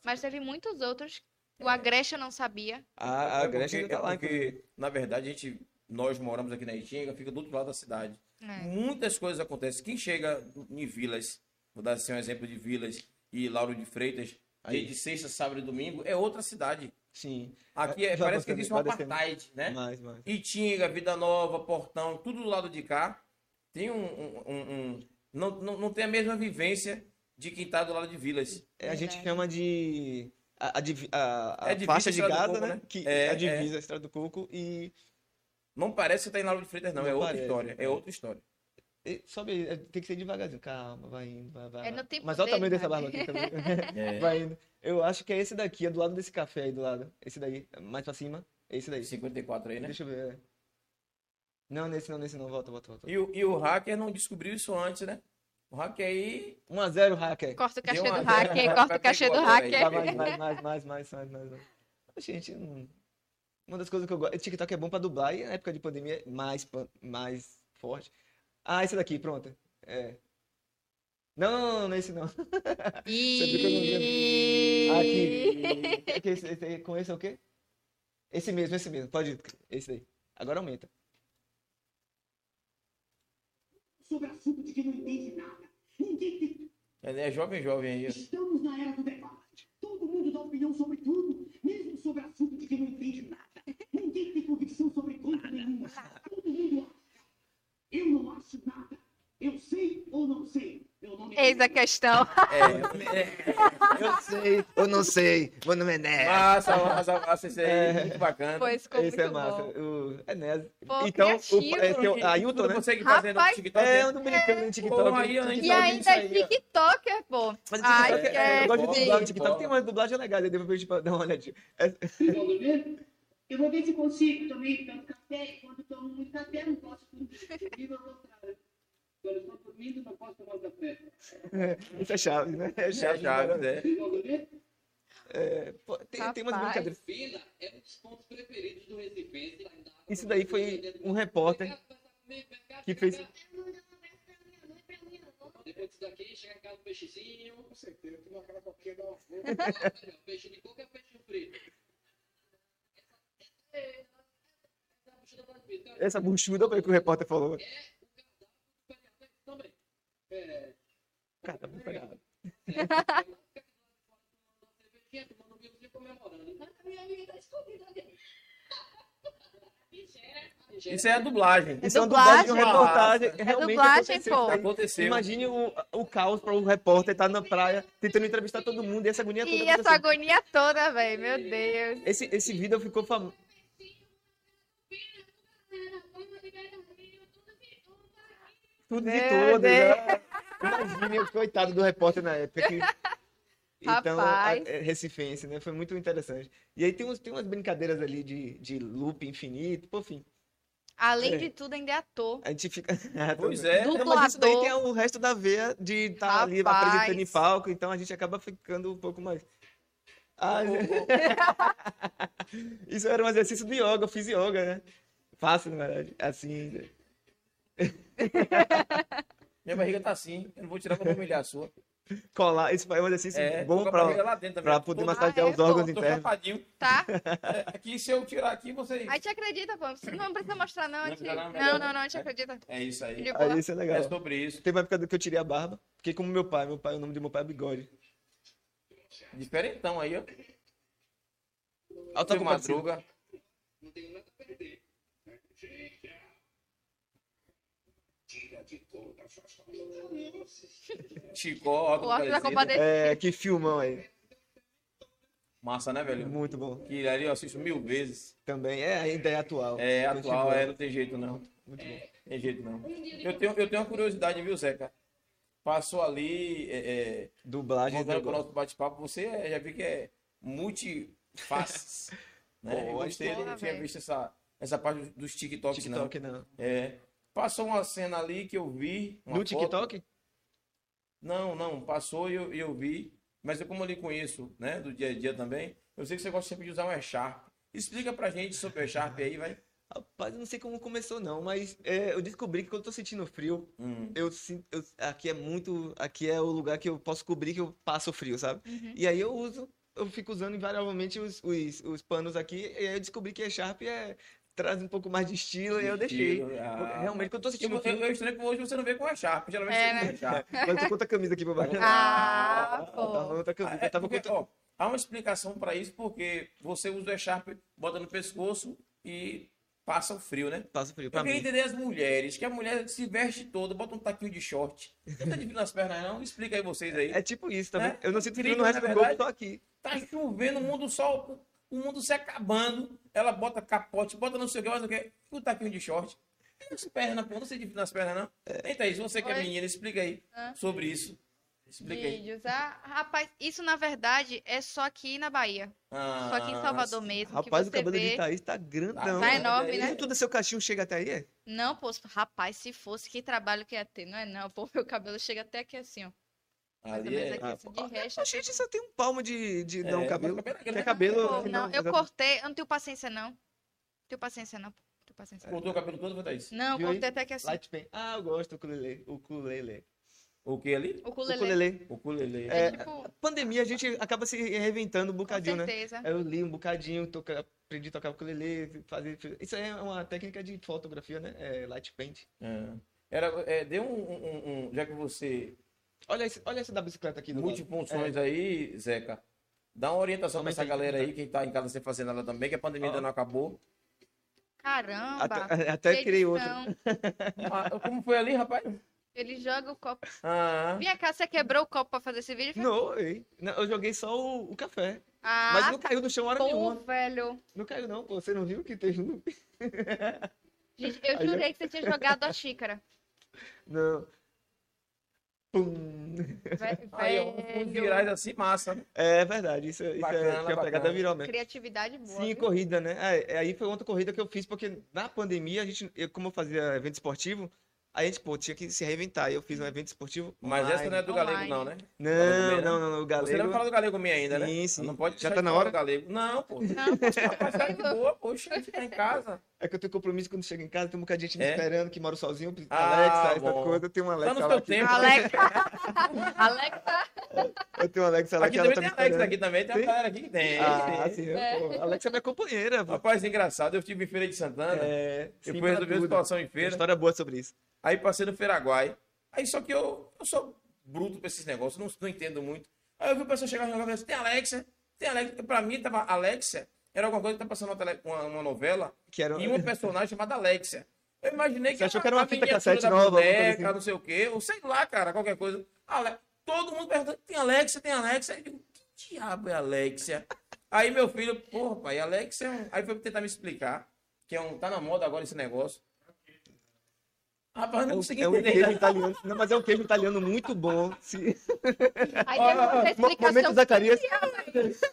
A: Mas teve muitos outros.
C: É.
A: O Agreste eu não sabia.
C: A, a Grécia
B: porque,
C: ainda tá lá.
B: é porque, na verdade, a gente, nós moramos aqui na Itinga, fica do outro lado da cidade.
C: É.
A: né?
B: Muitas coisas acontecem. Quem chega em vilas, vou dar assim um exemplo de vilas e Lauro de Freitas,
C: Aí.
B: dia de sexta, sábado e domingo, é outra cidade.
C: Sim.
B: Aqui é-
C: Já
B: parece que
C: gostei,
B: existe um
C: vai descendo.
B: apartheid, né?
C: Mais, mais.
B: Itinga, Vida Nova, Portão, tudo do lado de cá. Tem um. um- um- um- não, não, não tem a mesma vivência de quem tá do lado de vilas.
C: É, a gente
A: Verdade.
C: chama de. A, a divi- a- a
B: É divisa
C: faixa
B: e
C: de
B: Estrada do
C: Gaza,
B: Coco,
C: né?
B: né?
C: Que
B: É,
C: a
B: é.
C: divisa, a Estrada do Coco e.
B: Não parece que tá em Lauro de Freitas, não.
C: Não
B: é outra
C: parece,
B: história.
C: não
B: É outra história.
C: e- Sobe aí, é, tem que ser devagarzinho. Calma, vai indo, vai, vai.
A: É no
C: vai.
A: tempo
C: Mas olha o
A: dele, né?
C: tamanho dessa
A: vai.
C: barba aqui também.
A: [laughs]
C: [laughs] Vai indo. Eu acho que é esse daqui, é do lado desse café aí do lado. Esse daí, mais pra cima. É esse daí.
B: 54 aí, né?
C: Deixa eu ver. é. Não, nesse não, nesse não. Volta, volta, volta.
B: E o, e o hacker não descobriu isso antes, né? O
A: [laughs]
B: hacker aí.
C: 1x0, hacker.
A: Corta o cachê
B: Deu uma
A: do
B: zero,
A: hacker,
C: [laughs]
B: né?
A: corta o cachê do
B: Vai, vai,
A: hacker.
B: vai.
C: Vai, mais, mais, mais, mais, mais, mais, mais. mais. Gente, hum, uma das coisas que eu gosto. TikTok é bom pra dublar e na época de pandemia é mais, pan- mais forte. Ah, esse daqui, pronto. É. Não, não, não, não, esse não. viu que eu não
A: E...
C: Aqui. É que esse- esse- com esse é o quê? Esse mesmo, esse mesmo. Pode ir. Esse daí. Agora aumenta.
F: sobre assunto de que não entende nada. Ninguém tem
B: É
A: [laughs]
B: jovem, jovem aí.
F: Estamos na era do debate. Todo mundo dá opinião sobre tudo, mesmo sobre assunto de que não entende nada. Ninguém tem convicção sobre coisa nenhuma. Todo mundo acha. Eu não acho nada. Eu sei ou não sei. Eu não me
A: Eis a questão.
C: [laughs]
B: É,
C: Eu sei, eu não sei. Meu nome é Nés.
B: massa, massa, massa. Esse aí
C: É.
B: muito bacana.
A: Pois ficou
C: esse
A: muito
C: é massa.
A: bom.
C: O, é Nés.
A: Pô,
C: então,
A: criativo.
C: o, é, tem o Ailton,
B: Tudo
C: né?
B: consegue fazer no
A: Rapaz,
B: TikTok.
C: É,
B: né?
C: eu ando brincando no TikTok.
B: Porra, aí, hein?
A: E
B: Então,
A: ainda é
C: isso aí, ó.
A: TikToker, pô.
C: Mas o
A: Ai,
C: TikTok é-
A: é
C: eu gosto de
B: bom.
C: dublagem
B: Sim,
C: do TikTok.
B: bom.
C: Tem umas dublagens legais, aí depois a gente dá uma olhadinha. É,
F: Vamos ver? Eu vou ver se consigo também, tanto café, quando tomo muito café, não posso dormir ao contrário. Quando estou dormindo, não posso tomar um café.
C: isso é chave, né? É
B: Já,
C: chave.
B: já,
C: né?
B: né?
F: Vamos ver?
C: É, pô, tem, tem umas
A: Rapaz.
C: brincadeiras.
F: Vila é um dos pontos preferidos do Recife.
C: Isso daí foi um repórter que fez.
F: Depois disso daqui, chega em casa um peixezinho. Com certeza, tu não acaba qualquer da Peixe de coco é peixe frito.
C: Essa buchuda foi que o repórter
F: É
C: falou.
F: Também. É.
C: Cara, tá muito legal.
F: Cervejinha, tomando um vinhozinho, comemorando. Ah, minha amiga tá escondida ali.
B: Isso é a dublagem.
C: Isso é uma
A: dublagem.
C: dublagem de uma reportagem.
A: É
C: Realmente
A: dublagem,
C: aconteceu
A: pô.
C: isso aí.
B: Aconteceu.
C: Imagine o, o caos para o repórter estar na praia tentando entrevistar todo mundo e essa agonia toda.
A: E essa
C: acontecendo.
A: agonia toda, velho. Meu Deus.
C: Esse, esse vídeo ficou famoso. Tudo de
A: Meu
C: todas.
A: Deus.
C: né? Imagine o coitado do repórter na época. Que... Então, a-
A: [laughs] Rapaz.
C: é, recifense, né? Foi muito interessante. E aí tem, uns, tem umas brincadeiras ali de, de loop infinito, por fim.
A: Além
C: É.
A: de tudo, ainda é ator.
C: A gente fica. [laughs] Ah,
B: Pois
C: também.
B: é.
A: Du-
C: Não, mas isso daí
A: Dublador.
C: tem o resto da veia de estar ali
A: Rapaz.
C: apresentando em palco, então a gente acaba ficando um pouco mais. Ah, isso era um exercício de yoga, eu fiz yoga, né? Fácil, na verdade. Assim.
B: Minha barriga tá assim. Eu não vou tirar pra não humilhar a sua.
C: Colar. Isso é um exercício
B: É,
C: bom
B: tô com a barriga
C: pra,
B: lá dentro também.
C: pra poder
B: Tô-
C: massagear
A: Ah, é,
C: os
A: pô,
C: órgãos
B: Tô
C: internos.
B: chapadinho.
A: Tá?
C: [laughs]
B: É, Aqui, se eu tirar aqui, você.
A: Aí te acredita, pô. Não precisa mostrar, não,
B: Não
A: aqui.
B: precisa não,
A: Não, não,
B: melhor não.
A: não, a gente acredita.
C: Tá
B: É isso aí.
A: De boa.
C: Aí isso é
B: É
C: legal.
B: sobre isso.
C: Teve uma época que eu tirei a barba, fiquei como meu pai. Meu pai, o nome de meu pai é Bigode.
B: Diferentão aí, ó.
C: Alta
B: Seu Madruga.
F: Não tenho nada a perder. Tira. Tira de toda a sua
B: Chicó, ó,
A: O Arthur vai
B: Aparecida.
C: [laughs]
A: compadecer.
C: É, que filmão aí.
B: Massa, né, velho?
C: Muito bom.
B: Que ali eu assisto mil vezes.
C: Também. É, ainda é atual.
B: É
C: Gente
B: atual,
C: boa.
B: é, não tem jeito não.
C: Muito bom.
B: Tem jeito não. Eu tenho, eu tenho uma curiosidade, viu, Zeca? Passou ali, é, é,
C: Dublagem
B: voltando
C: do
B: pro nosso bate-papo, você é, já vi que é
C: [laughs]
B: multifaces. né? Eu
C: Boa,
B: gostei, eu não
A: boa,
B: tinha
A: velho.
B: visto essa, essa parte dos TikToks, não.
C: TikTok, não.
B: É. Passou uma cena ali que eu vi. uma
C: No
B: foto.
C: TikTok?
B: Não, não, passou e eu, e eu vi. Mas eu, como eu lhe conheço, né, do dia a dia também, eu sei que você gosta sempre de usar um Echarp. Explica pra gente sobre o Echarp aí, vai.
C: Rapaz, eu não sei como começou não, mas é, eu descobri que quando eu tô sentindo frio,
B: Hum.
C: eu, sin- eu aqui é muito, aqui é o lugar que eu posso cobrir que eu passo frio, sabe?
A: Uhum.
C: E aí eu uso, eu fico usando invariavelmente os, os, os panos aqui, e aí eu descobri que a Sharp é, traz um pouco mais de estilo, e eu deixei.
B: Estilo, ah.
C: Realmente, quando eu tô
B: Eu,
C: sentindo
B: eu,
C: frio,
B: eu estranho que hoje você não vê com a chapa. Geralmente
A: É,
B: você vê com a chapa.
C: mas eu conto a camisa aqui pra baixo.
A: Ah,
C: Eu tava
A: pô.
C: outra camisa,
B: Ah, é
C: [laughs] eu tava
B: porque,
C: contando.
B: ó, há uma explicação para isso, porque você usa o echarpe, bota no pescoço e passa o frio, né?
C: Passo frio
B: Eu
C: É pra
B: queria
C: mim.
B: entender as mulheres, que a mulher se veste toda, bota um taquinho de short. Não tá de frio nas pernas, não? Explica aí vocês aí.
C: É tipo isso, tá vendo?
B: Né?
C: Eu não sinto frio
B: Incrível,
C: no resto
B: na
C: do corpo,
B: verdade.
C: só aqui.
B: Tá chovendo, o mundo sol, o mundo se acabando. Ela bota capote, bota não sei o que, mas o que? Um taquinho de short. E Nas pernas, pô, não sei de frio nas pernas, não. Eita, aí, se você que é
A: Oi.
B: menina, explica aí
A: Hã?
B: sobre isso. Explica aí.
A: Vídeos. Ah, rapaz, isso na verdade é só aqui na Bahia. Só aqui em
B: Ah,
A: Salvador mesmo.
C: Rapaz,
A: que
C: o
A: você
C: cabelo
A: vê...
C: de Thaís tá grandão.
A: Tá
B: Mas
A: enorme, né?
C: Isso tudo seu cachinho chega até aí, é?
A: Não, pô, rapaz, se fosse, que trabalho que ia ter. Não é não, pô, [laughs] meu cabelo chega até aqui assim, ó. Mais ou
B: Ali
A: menos
B: é.
A: aqui,
C: ah,
A: assim, de
C: [laughs]
A: resto.
C: A gente só tem um palmo de, de não
B: É,
C: cabelo.
B: mas cabelo é
C: Que é
B: grande.
C: cabelo.
A: Pô,
C: assim,
A: não, eu
C: exato.
A: cortei, eu não tenho paciência não. Não tenho paciência não, pô. Não tenho paciência não.
B: Cortou É. o cabelo todo, foi isso.
A: Não, eu
C: Viu aí?
A: cortei até aqui assim.
C: Light pen. Ah, eu gosto do ukulele. Ukulele.
B: O que ali?
A: O
C: ukulele.
A: culelê.
B: O culelê.
A: É,
C: É,
A: tipo, com
C: Pandemia, a gente acaba se reinventando um bocadinho, né?
A: certeza.
C: Eu li um bocadinho, toca- aprendi a tocar ukulele, fazer... Isso aí é uma técnica de fotografia, né? É light paint.
B: É. Era, é, dê um, um- um- Já que você.
C: Olha, esse, olha essa da bicicleta aqui do lado. é.
B: Multifunções aí, Zeca. Dá uma orientação pra essa
C: Comenta aí,
B: galera
C: comenta.
B: aí, quem tá em casa sem fazer nada também, que a pandemia
C: Ó.
B: ainda não acabou.
A: Caramba.
C: Até, é, até criei outro.
A: edição.
B: Ah, como foi ali, rapaz?
A: Ele joga o copo.
B: Ah,
A: Vinha cá, você quebrou o copo pra fazer esse vídeo?
C: Não, ei. Não, eu joguei só o, o café.
A: Ah,
C: Mas não caiu no chão hora
A: pô,
C: nenhuma.
A: velho.
C: Não caiu, não, pô. Você não viu que teve um.
A: Gente, eu
C: Aí, ó.
A: jurei que você tinha jogado a
C: [laughs]
A: xícara.
C: Não. Pum.
A: Ve-
B: aí, ó, uns
A: velho.
B: virais assim, massa. né?
C: É verdade, isso, isso
B: Bacana,
C: é que a pegada
B: bacana.
C: virou mesmo.
A: Criatividade boa.
C: Sim,
A: viu?
C: corrida, né? É, é, aí foi outra corrida que eu fiz, porque na pandemia, a gente, eu, como eu fazia evento esportivo, aí a gente, pô, tinha que se reinventar. Aí eu fiz um evento esportivo.
B: Mas essa não é do
A: Online.
B: galego, não, né?
C: Não,
B: Online.
C: não, não, não, o
B: Você não
C: galego.
B: fala do galego minha ainda, né?
C: Sim, sim.
B: Não pode
C: Já
B: deixar
C: tá
B: de
C: na
B: falar
C: hora?
B: do galego. Não, pô.
A: Não, pô,
B: Rapaz, tá de boa, poxa, fica em
C: [laughs]
B: casa.
C: É que eu tenho compromisso quando chego em casa, tem um bocadinho de gente me
B: É?
C: esperando, que moro sozinho,
B: Ah,
C: Alexa, essa
B: bom.
C: coisa, eu tenho uma
B: Tá
C: Alexa.
B: no
C: lá
B: seu
C: que-
B: tempo.
A: Alexa. [laughs] Alexa.
C: Eu tenho uma Alexa lá
B: Aqui
C: que
B: também
C: ela tá me
B: tem Alex,
C: esperando.
B: aqui também tem uma
C: Tem?
B: galera aqui que tem.
C: Ah,
B: tem.
C: sim, eu, pô. Alexa é minha companheira, pô.
B: Rapaz, engraçado, eu estive em Feira de Santana.
C: É, sim, É.
B: Depois resolvi
C: pra
B: a
C: tudo.
B: situação em
C: Tem
B: feira.
C: história boa sobre isso.
B: Aí passei no Feiraguai. Aí só que eu, eu sou bruto pra esses negócios, não, não entendo muito. Aí eu vi o pessoal chegar no lugar e falei assim, tem Alexa? Tem Alexa? Pra mim tava Alexia, era alguma coisa que tá passando uma, tele- uma- uma novela
C: Que era... um [laughs]
B: e uma personagem chamada Alexia. Eu imaginei que
C: Você achou que era
B: a
C: uma fita
B: miniatura
C: cassete
B: da
C: nova, alguma coisa
B: boneca,
C: assim?
B: não sei o quê, ou sei lá, cara, qualquer coisa. Ale... Todo mundo perguntando, tem Alexia, tem Alexia? Aí eu digo, que diabo é Alexia? Aí meu filho, porra, pai, Alexia é um... Aí foi tentar me explicar, que é um... Tá na moda agora esse negócio. Rapaz, eu
C: É
B: não
C: um,
B: consegui
C: é um
B: entender.
C: queijo italiano. Não, mas é um queijo italiano muito bom. Se...
A: Aí teve
B: Ó, ó, ó,
A: uma
C: Momento
A: explicação.
C: Zacarias.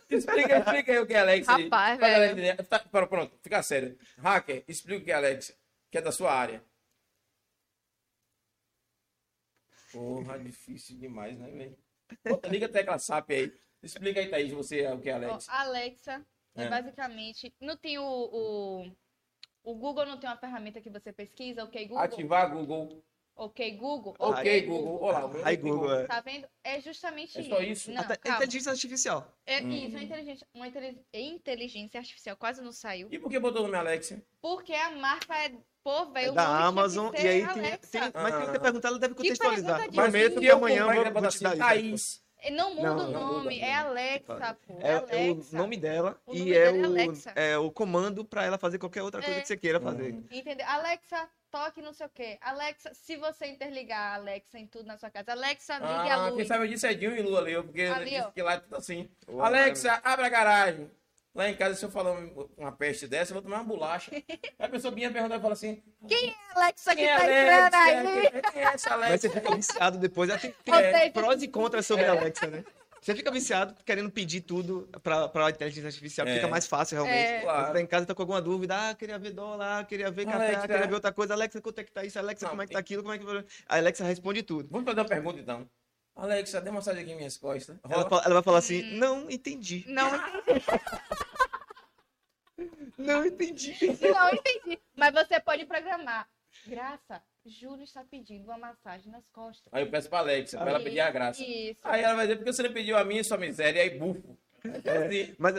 B: Explica, explica aí o que é Alex.
A: Rapaz,
B: Pra
A: velho.
B: galera entender. Tá, pera, pronto, fica sério. Hacker, explica o que é Alex, que é da sua área. Porra, é difícil demais, né, velho? Bota, Liga a tecla SAP aí. Explica aí, Thaís, você o que é
A: Ó,
B: Alex.
A: Alexa, é
B: É.
A: basicamente, não tem o, o. o Google não tem uma ferramenta que você pesquisa, ok, Google?
B: Ativar Google.
A: Ok, Google?
B: Ok, Google. Olá, meu
C: Ai,
B: nome é
C: Google. é.
A: Tá vendo? É justamente
B: É só isso?
A: Não,
C: Até-
A: calma.
C: Inteligência artificial.
A: É
B: Hum.
A: isso, é inteligência, uma inteli- inteligência artificial quase não saiu.
B: E por que botou o nome Alex?
A: Porque a marca é. Pô, velho.
C: É
A: o
C: da
A: nome tinha que
C: Amazon.
A: ser
C: E aí tem.
A: Alexa.
C: tem- mas se você
B: Ah.
C: perguntar, ela deve contextualizar.
A: pergunta disso?
C: Prometo
A: Sim,
C: que
A: eu
C: amanhã
B: comprar,
C: eu
B: ele
C: vou,
B: botar
C: vou te
B: assim,
C: dar isso. né?
B: Thaís.
A: Não muda
C: Não,
A: o
B: não
A: nome,
B: muda,
A: é
B: não.
A: Alexa, pô. É,
C: É, o
A: Alexa.
C: nome dela
A: O nome
C: e é,
A: dela é
C: o,
A: Alexa.
C: é o comando pra ela fazer qualquer outra coisa
A: É.
C: que você queira fazer.
B: Hum.
A: Entendeu? Alexa, toque não sei o quê. Alexa, se você interligar a Alexa em tudo na sua casa. Alexa, ligue a
B: Ah, quem
A: luz.
B: sabe eu disse é Dinho e Lula ali, porque
A: Ali,
B: disse
A: ó.
B: que lá tudo assim.
C: Ô,
B: Alexa, abre a garagem. Lá em casa, se eu falar um- uma peste dessa, eu vou tomar uma bolacha. Aí a pessoa vinha perguntar e fala assim:
A: Alexa, que
B: Quem é
A: tá entrando aí.
B: Alexa? Quem é essa
C: Mas você
B: Alexa?
C: fica viciado depois. Ela tem, tem é,
A: Você-
C: prós e contras
A: É.
C: sobre a Alexa, né? Você fica viciado querendo pedir tudo pra, pra inteligência artificial,
B: É.
C: fica mais fácil realmente.
A: É.
B: Claro.
C: Você tá em casa, tá com alguma dúvida, ah, queria ver dólar, ah, queria ver café, ah,
B: Alexa.
C: queria ver outra coisa, Alexa, quanto é que tá isso, Alexa,
B: Não,
C: como é que
B: tem-
C: tá aquilo, como é que... A Alexa responde tudo.
B: Vamos fazer uma pergunta então. Alexa, dê uma massagem aqui em minhas costas. tá
A: Hum.
C: Ela,
B: Rola.
C: fala- ela vai falar assim, não entendi.
A: Não,
C: Não entendi.
A: [laughs] Não entendi. Mas você pode programar. Graça, Júlio está pedindo uma massagem nas costas.
B: Aí eu peço pra Alexa, pra ela
A: E-
B: pedir a graça.
A: Isso.
B: Aí ela vai dizer, por que você não pediu a minha, sua miséria? E aí, bufo. É assim.
C: Mas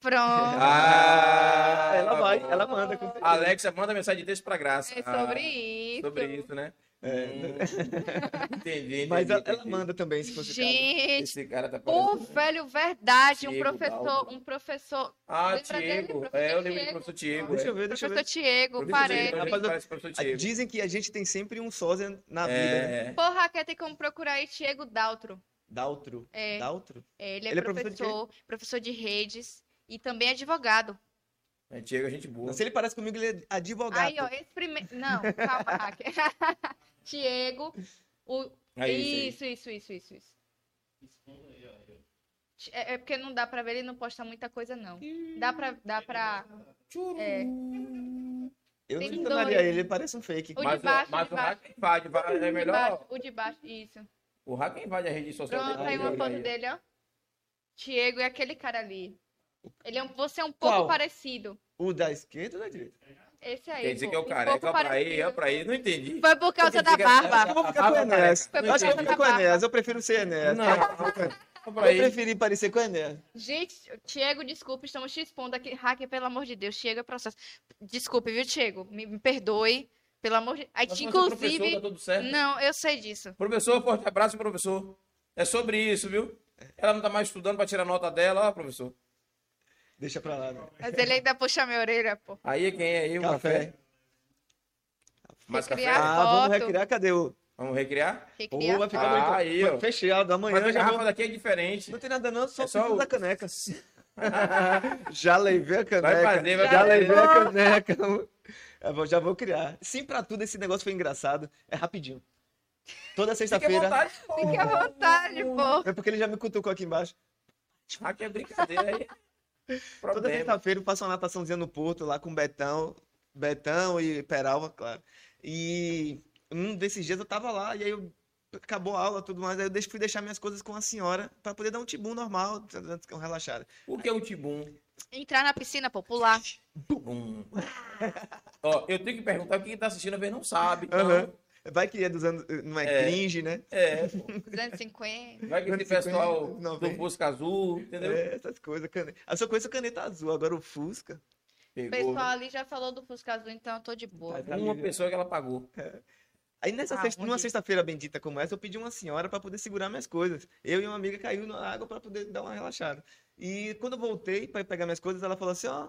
A: Pronto.
B: Ah,
C: ela
B: tá
C: vai,
B: bom.
C: ela manda. com certeza.
B: Alexa, manda mensagem de texto pra graça.
A: É
B: Ah,
A: sobre isso.
B: Sobre isso, né?
C: É.
B: Hum. entendi, entendi.
C: Mas ela, ela
B: entendi.
C: manda também, se fosse o caso.
A: Gente,
B: Esse cara tá
A: o
B: parecendo...
A: velho verdade, um
B: Diego
A: professor,
B: Dalva.
A: um professor,
B: Ah,
A: lembra dele,
B: Diego.
A: professor
B: É, eu lembro
A: Diego?
B: do professor Diego.
C: Deixa
B: é.
C: eu ver, deixa eu
A: professor
C: ver.
A: Tiego,
B: Professor
A: parede.
B: Diego,
C: Parede.
B: parece professor
C: Ah,
B: Diego.
C: Dizem que a gente tem sempre um sósia na vida, né?
B: É, é.
A: Porra, aqui tem como procurar aí Tiego Daltro.
C: Daltro.
A: É,
C: Daltro?
A: é, ele é
C: Ele é professor de quê?
A: professor, professor de redes e também advogado.
B: É, Diego, é gente boa.
C: Não, se ele parece comigo, ele é advogado.
A: Aí, ó, esse primeiro. Não,
C: [laughs]
A: calma, [laughs] Hacker. Tiego. O...
B: É isso
A: isso, isso, isso, isso, isso. Ti- É, é porque não dá pra ver, ele não posta muita coisa, não. Dá pra. Dá pra... É.
C: Eu não
A: tem
C: enganaria
A: dois.
C: ele, ele parece um fake.
A: O
B: Mas,
A: de baixo,
B: o, mas
A: o de
B: o
A: baixo.
B: hacker invade, vai- é
A: O de baixo,
B: melhor.
A: o de baixo, isso.
B: O hacker invade a rede social
A: Pronto,
B: dele. né?
A: aí uma
B: Olha
A: foto
B: aí.
A: dele, ó. Tiego é aquele cara ali. Ele é um, você é um pouco
C: Qual?
A: parecido.
C: O da esquerda ou da direita?
A: Esse aí.
B: Quer dizer
A: pô,
B: que é o
A: um
B: careca,
A: pouco
B: pra aí,
A: parecido.
B: ó, pra aí. Não entendi.
A: Foi por causa da barba.
C: Eu vou ficar
B: Ah,
C: com o
B: tá
C: Enéas.
B: careca.
C: Eu acho que eu
A: Foi
C: vou ficar com o
A: pra cá.
C: Enéas. Eu prefiro ser Enéas.
B: Não,
C: Eu
B: ó, pra aí.
C: preferi parecer com o Enéas.
A: Gente, Tiego, desculpa, estamos te expondo aqui. Hacker, pelo amor de Deus, Tiego é processo. Desculpe, viu, Tiego? Me, me perdoe. Pelo amor de Aí,
B: Mas você é Professor, tá
A: inclusive.
B: tudo certo.
A: Não, eu sei disso.
B: Professor, forte abraço, professor. É sobre isso, viu? Ela não tá mais estudando pra tirar nota dela, ó, professor.
C: Deixa pra lá, né?
A: Mas ele ainda puxa minha orelha, pô.
B: Aí é quem é eu,
C: Café.
B: café. Mais café?
A: Recriar.
C: Ah, vamos
A: foto.
C: recriar? Cadê o...
B: Vamos recriar?
A: Que
C: Pô,
A: cria-
C: vai ficar
B: Ah,
C: bonito.
B: aí,
C: Mano,
B: ó.
C: Fechei, ó. Da manhã
B: Mas a
C: eu já
B: garrafa
C: vou...
B: daqui é diferente.
C: Não tem nada não, só,
B: É só
C: preciso
B: o-
C: da caneca. [laughs] já levei a caneca.
B: fazer, vai
C: já
B: fazer.
C: levei a caneca. Eu vou- já vou criar. Sim, pra tudo, esse negócio foi engraçado. É rapidinho. Toda
B: Fique à
C: sexta-feira.
B: vontade, pô.
A: Fique à vontade, pô.
C: É porque ele já me cutucou aqui embaixo.
B: Aqui é brincadeira aí.
C: Toda tá-
B: Problema.
C: sexta-feira eu faço uma nataçãozinha no Porto, lá com Betão, Betão e Peralva, claro. E um desses dias eu tava lá, e aí eu- acabou a aula e tudo mais, aí eu deix- fui deixar minhas coisas com a senhora pra poder dar um tibum normal, um uma relaxada.
B: O que é o tibum?
A: Entrar na piscina, pô, pular.
B: Bum. Ó, eu tenho que perguntar o que tá assistindo, às vezes não sabe. Então,
C: Aham. Vai que é dos anos, não é,
B: É.
C: cringe, né?
B: é,
A: 250.
B: vai que esse
C: 50,
B: pessoal
C: 90.
B: do Fusca Azul, entendeu?
C: É, essas coisas, caneta. Eu só conheço caneta azul, agora o Fusca.
A: O
B: Pegou. né?
A: pessoal ali já falou do Fusca Azul, então eu tô de boa.
C: Tá
B: Uma
C: ligado.
B: pessoa que ela pagou.
C: Aí nessa
A: Ah,
C: sexta, numa
A: onde-
C: sexta-feira bendita como essa, eu pedi uma senhora pra poder segurar minhas coisas. Eu e uma amiga caiu na água pra poder dar uma relaxada. E quando eu voltei pra pegar minhas coisas, ela falou assim: "Ó,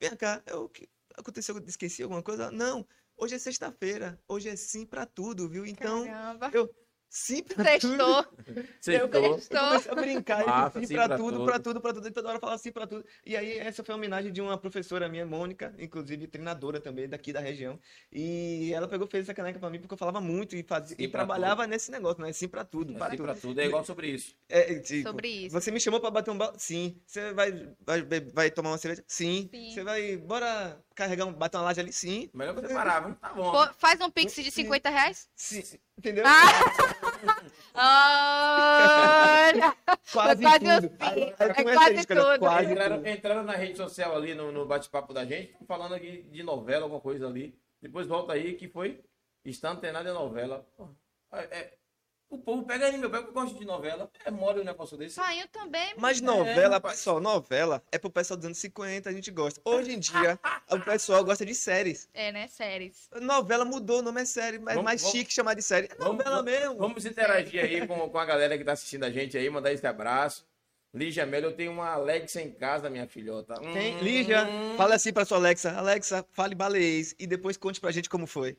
C: vem cá, eu o que aconteceu, Eu esqueci alguma coisa?" Ela, Não, hoje é sexta-feira, hoje é sim pra tudo, viu? Então,
A: Caramba.
C: sim pra
B: então,
C: tudo.
B: [laughs]
A: Sextou.
B: Sextou.
C: Eu
A: Sextou.
C: comecei a brincar e
B: Massa,
C: sim
B: sim
C: pra
B: pra
C: tudo,
B: tudo.
C: pra tudo, pra tudo. E toda hora eu falava sim pra tudo. E aí, essa foi a homenagem de uma professora minha, Mônica, inclusive treinadora também daqui da região. E ela pegou, fez essa caneca pra mim, porque eu falava muito e, fazia,
B: Sim
C: e
B: pra
C: trabalhava nesse negócio, né? Sim pra tudo, pra
B: Assim
C: tudo.
B: pra tudo. É igual sobre isso.
C: É, é, tipo,
A: Sobre isso.
C: Você me chamou pra bater um balão? Sim. Você vai, vai, be- vai tomar uma cerveja? Sim.
A: Sim.
C: Você vai, bora carregar um, bater uma laje ali? Sim.
B: Melhor você parar, viu? Tá bom.
A: Pô, faz um pix de 50 reais.
C: Sim. Entendeu?
A: Ah, Ah! [laughs] Olha!
C: quase
A: quase
C: tudo.
A: assim.
C: Aí- aí
A: É
C: começa
A: quase
C: isso, cara,
A: tudo.
C: quase
B: Entraram,
C: tudo.
B: entraram na rede social ali no, no bate-papo da gente, tão falando aqui de novela, alguma coisa ali. Depois volta aí que foi. Está antenado em novela. Pô, é- é- o povo pega anime, eu pego que gosto de novela. É mole um negócio desse.
A: Saiu Ah, também.
C: Mas
B: É,
C: novela,
B: rapaz.
C: pessoal, novela é pro pessoal dos anos 50, a gente gosta. Hoje em dia, o pessoal gosta de séries.
A: É, né? Séries.
C: Novela mudou, o nome é série, mas é
B: Vamos-
C: mais
B: vamos-
C: chique chamar de série. É
B: Vamos-
C: novela
B: vamos-
C: mesmo.
B: Vamos interagir aí com, com a galera que tá assistindo a gente aí, mandar esse abraço. Lígia Mello, eu tenho uma Alexa em casa, minha filhota. Hum,
C: Tem, Lígia, fala assim pra sua Alexa. Alexa, fale balês e depois conte pra gente como foi.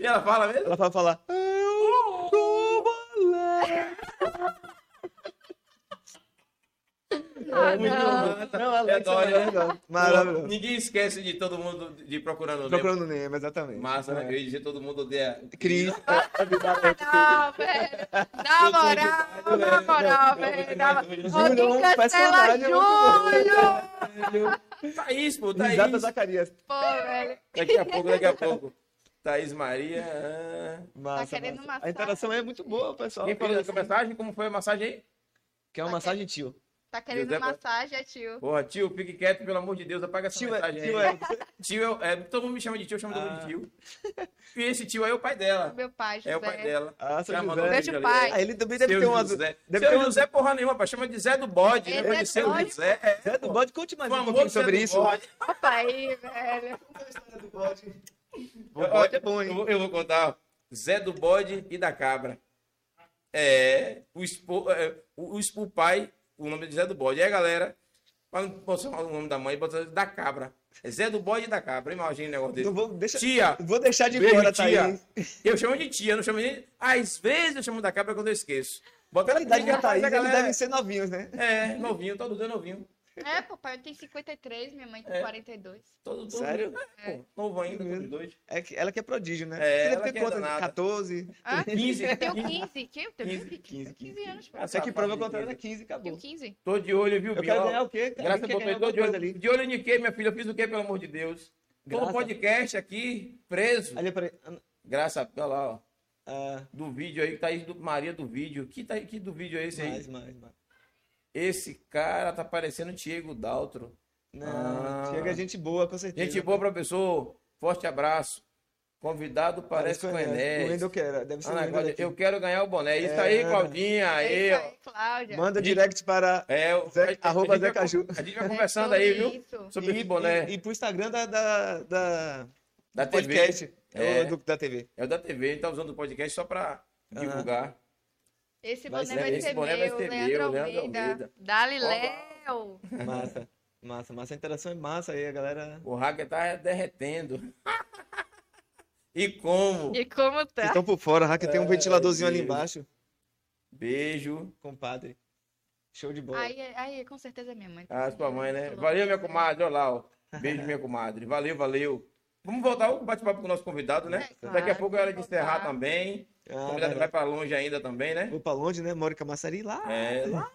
B: E ela fala mesmo?
C: Ela vai falar, eu sou balé.
A: Ah,
B: muito
A: não.
B: massa.
C: Não, Alexa,
B: Eu adoro, né?
C: maravilhosa.
B: Pô,
C: Maravilhoso.
B: Ninguém esquece de todo mundo de procurando o Nemo.
C: Procurando Nemo, exatamente.
B: Massa, né?
C: É.
B: Eu ia dizer, todo mundo odeia.
C: Cris,
A: Não, velho. Na moral,
B: né?
A: na moral, velho. Na moral.
C: Júlio é um
A: Alguém cancela
C: personagem muito
A: Júlio.
B: Thaís, pô, Thaís.
C: Risada Zacarias.
A: Pô, velho.
B: Daqui a pouco, daqui a pouco. Thaís Maria. ah.
C: Massa,
A: querendo
C: massa.
A: massagem.
C: A interação é muito boa, pessoal.
B: Quem falou dessa massagem? Como foi a massagem aí?
C: Que é uma massagem tio.
A: Tá querendo
B: José-
A: massagem, é tio.
B: Porra, tio, fique quieto, pelo amor de Deus, apaga essa
C: Tio, é,
B: mensagem
C: tio,
B: aí.
C: é,
B: Tio é, o- é, todo mundo me chama de tio, eu chamo todo mundo
C: Ah.
B: de tio. E esse tio aí é o pai dela.
A: Meu pai, José.
B: É o pai dela.
C: ah, seu
B: Já mandou
C: José.
B: um
A: Deixa
B: vídeo
A: o
B: ali.
A: pai.
C: Ah, ele também deve
B: Seu
C: ter uma.
B: José.
C: Deve
B: Seu
C: ter uma.
B: José é porra nenhuma, pá, chama de Zé do Bode. né?
A: É,
B: Lembra
A: Zé
B: de
A: do
B: seu
A: Bode.
B: José? É,
C: Zé do
B: pô.
C: Bode, conte mais
B: Pelo
C: um
B: amor
C: pouquinho
B: de Zé
C: sobre
B: do
C: isso.
B: Bode.
A: Opa, aí, velho.
C: O Bode é bom,
B: Eu
C: hein?
B: vou, eu vou contar. ó. Zé do bode e da cabra. É. O, espo, é, o, o espo- o pai, o nome de Zé do bode. E aí, galera, para não posso falar o nome da mãe, bota da cabra. É Zé do bode e da cabra. Imagina o negócio
C: Não
B: desse.
C: vou, deixa,
B: Tia,
C: vou deixar de
B: Beijo,
C: fora,
B: tia.
C: Thaís.
B: eu chamo de tia, não chamo nem. Às vezes eu chamo da cabra quando eu esqueço. Bota
C: Pela idade tá
B: briga,
C: da Thaís,
B: mas a
C: eles
B: galera-
C: devem ser novinhos, né?
B: É, novinho, todos dois novinho.
A: É, papai tem 53, minha mãe tem
B: É.
A: 42.
B: Todo, todo
C: Sério?
B: É, pô, novo ainda, todos dois.
C: É que, ela que é prodígio, né?
B: É,
C: Você
B: ela
C: deve
B: que
C: ter
B: é
C: quanto?
B: danada.
C: 14?
A: Ah,
B: 15.
A: eu tenho 15. Que? Eu tenho 15,
C: 15,
A: 15 anos, pô.
C: Só que prova
B: Safado de
C: contrária é
B: quinze.
C: 15,
A: Eu tenho
C: acabou.
A: 15.
B: Tô de olho, viu,
C: Eu
B: Bia?
C: quero
B: Ó,
C: ganhar o quê?
B: Graças a
C: Alguém
B: Deus,
C: quer ganhar
B: eu tô
C: alguma
B: de
C: coisa
B: olho,
C: ali.
B: de olho em quê, minha filha? Eu fiz o quê, pelo amor de Deus? Tô
C: Graças-
B: no podcast aqui, preso.
C: Olha pra
B: Graças a olha lá, ó.
C: ah,
B: Do vídeo aí, Thaís do Maria do vídeo. Que, Thaís- que do vídeo é esse aí?
C: mais, mais, mais.
B: Esse cara tá parecendo o Diego Daltro.
C: Não,
B: Ah.
C: chega gente boa, com certeza.
B: Gente boa, professor. Forte abraço. Convidado parece com o
C: O
B: Enéas.
C: Wendel que era, deve ser
B: Ana
C: o Wendel
B: Cláudia,
C: daqui.
B: eu quero ganhar o boné. Isso
C: É.
B: aí, Claudinha. Tá Aí,
A: É isso
B: ó.
A: aí, Cláudia.
C: Manda
B: Gente-
C: direct para
B: É, o-
C: Zé- arroba
B: gente
C: Zé
B: vai-
C: Caju.
B: A gente vai
A: É
B: conversando
A: sobre
B: aí, viu?
A: isso.
B: Sobre
C: e,
B: que boné
C: e, e pro Instagram da, da, da-
B: da
C: do
B: TV.
C: podcast.
B: É.
C: Ou do- da TV.
B: É o da TV, a gente tá usando o podcast só pra
C: Aham.
B: divulgar.
A: Esse
C: Vai
A: boné
C: ser-
A: vai
B: esse
A: ser
B: boné vai
A: meu,
B: ser
A: Leandro
B: meu, Leandro Almeida.
A: Almeida. Dali,
B: Ó,
A: Léo.
C: Massa. Massa, massa. A interação é massa aí, a galera.
B: O hacker tá derretendo. e como?
A: E como
C: Vocês
A: tá?
C: estão por fora, Raque.
B: É,
C: Tem um ventiladorzinho ali
B: Deus.
C: embaixo,
B: Beijo.
C: compadre. Show de bola.
A: Aí, aí, com certeza é minha mãe.
B: A sua mãe, né?
A: Falou.
B: Valeu, minha comadre. Olha lá, ó. Beijo, minha comadre. Valeu, valeu. Vamos voltar ao bate-papo com o nosso convidado, né?
A: É, claro,
B: Daqui a pouco é hora de
A: vamos
B: encerrar
A: voltar.
B: também. O
C: Ah,
B: convidado vai
C: verdade.
B: pra longe ainda também, né?
C: Vou pra longe, né? Moro em Camaçari lá.
B: É, lá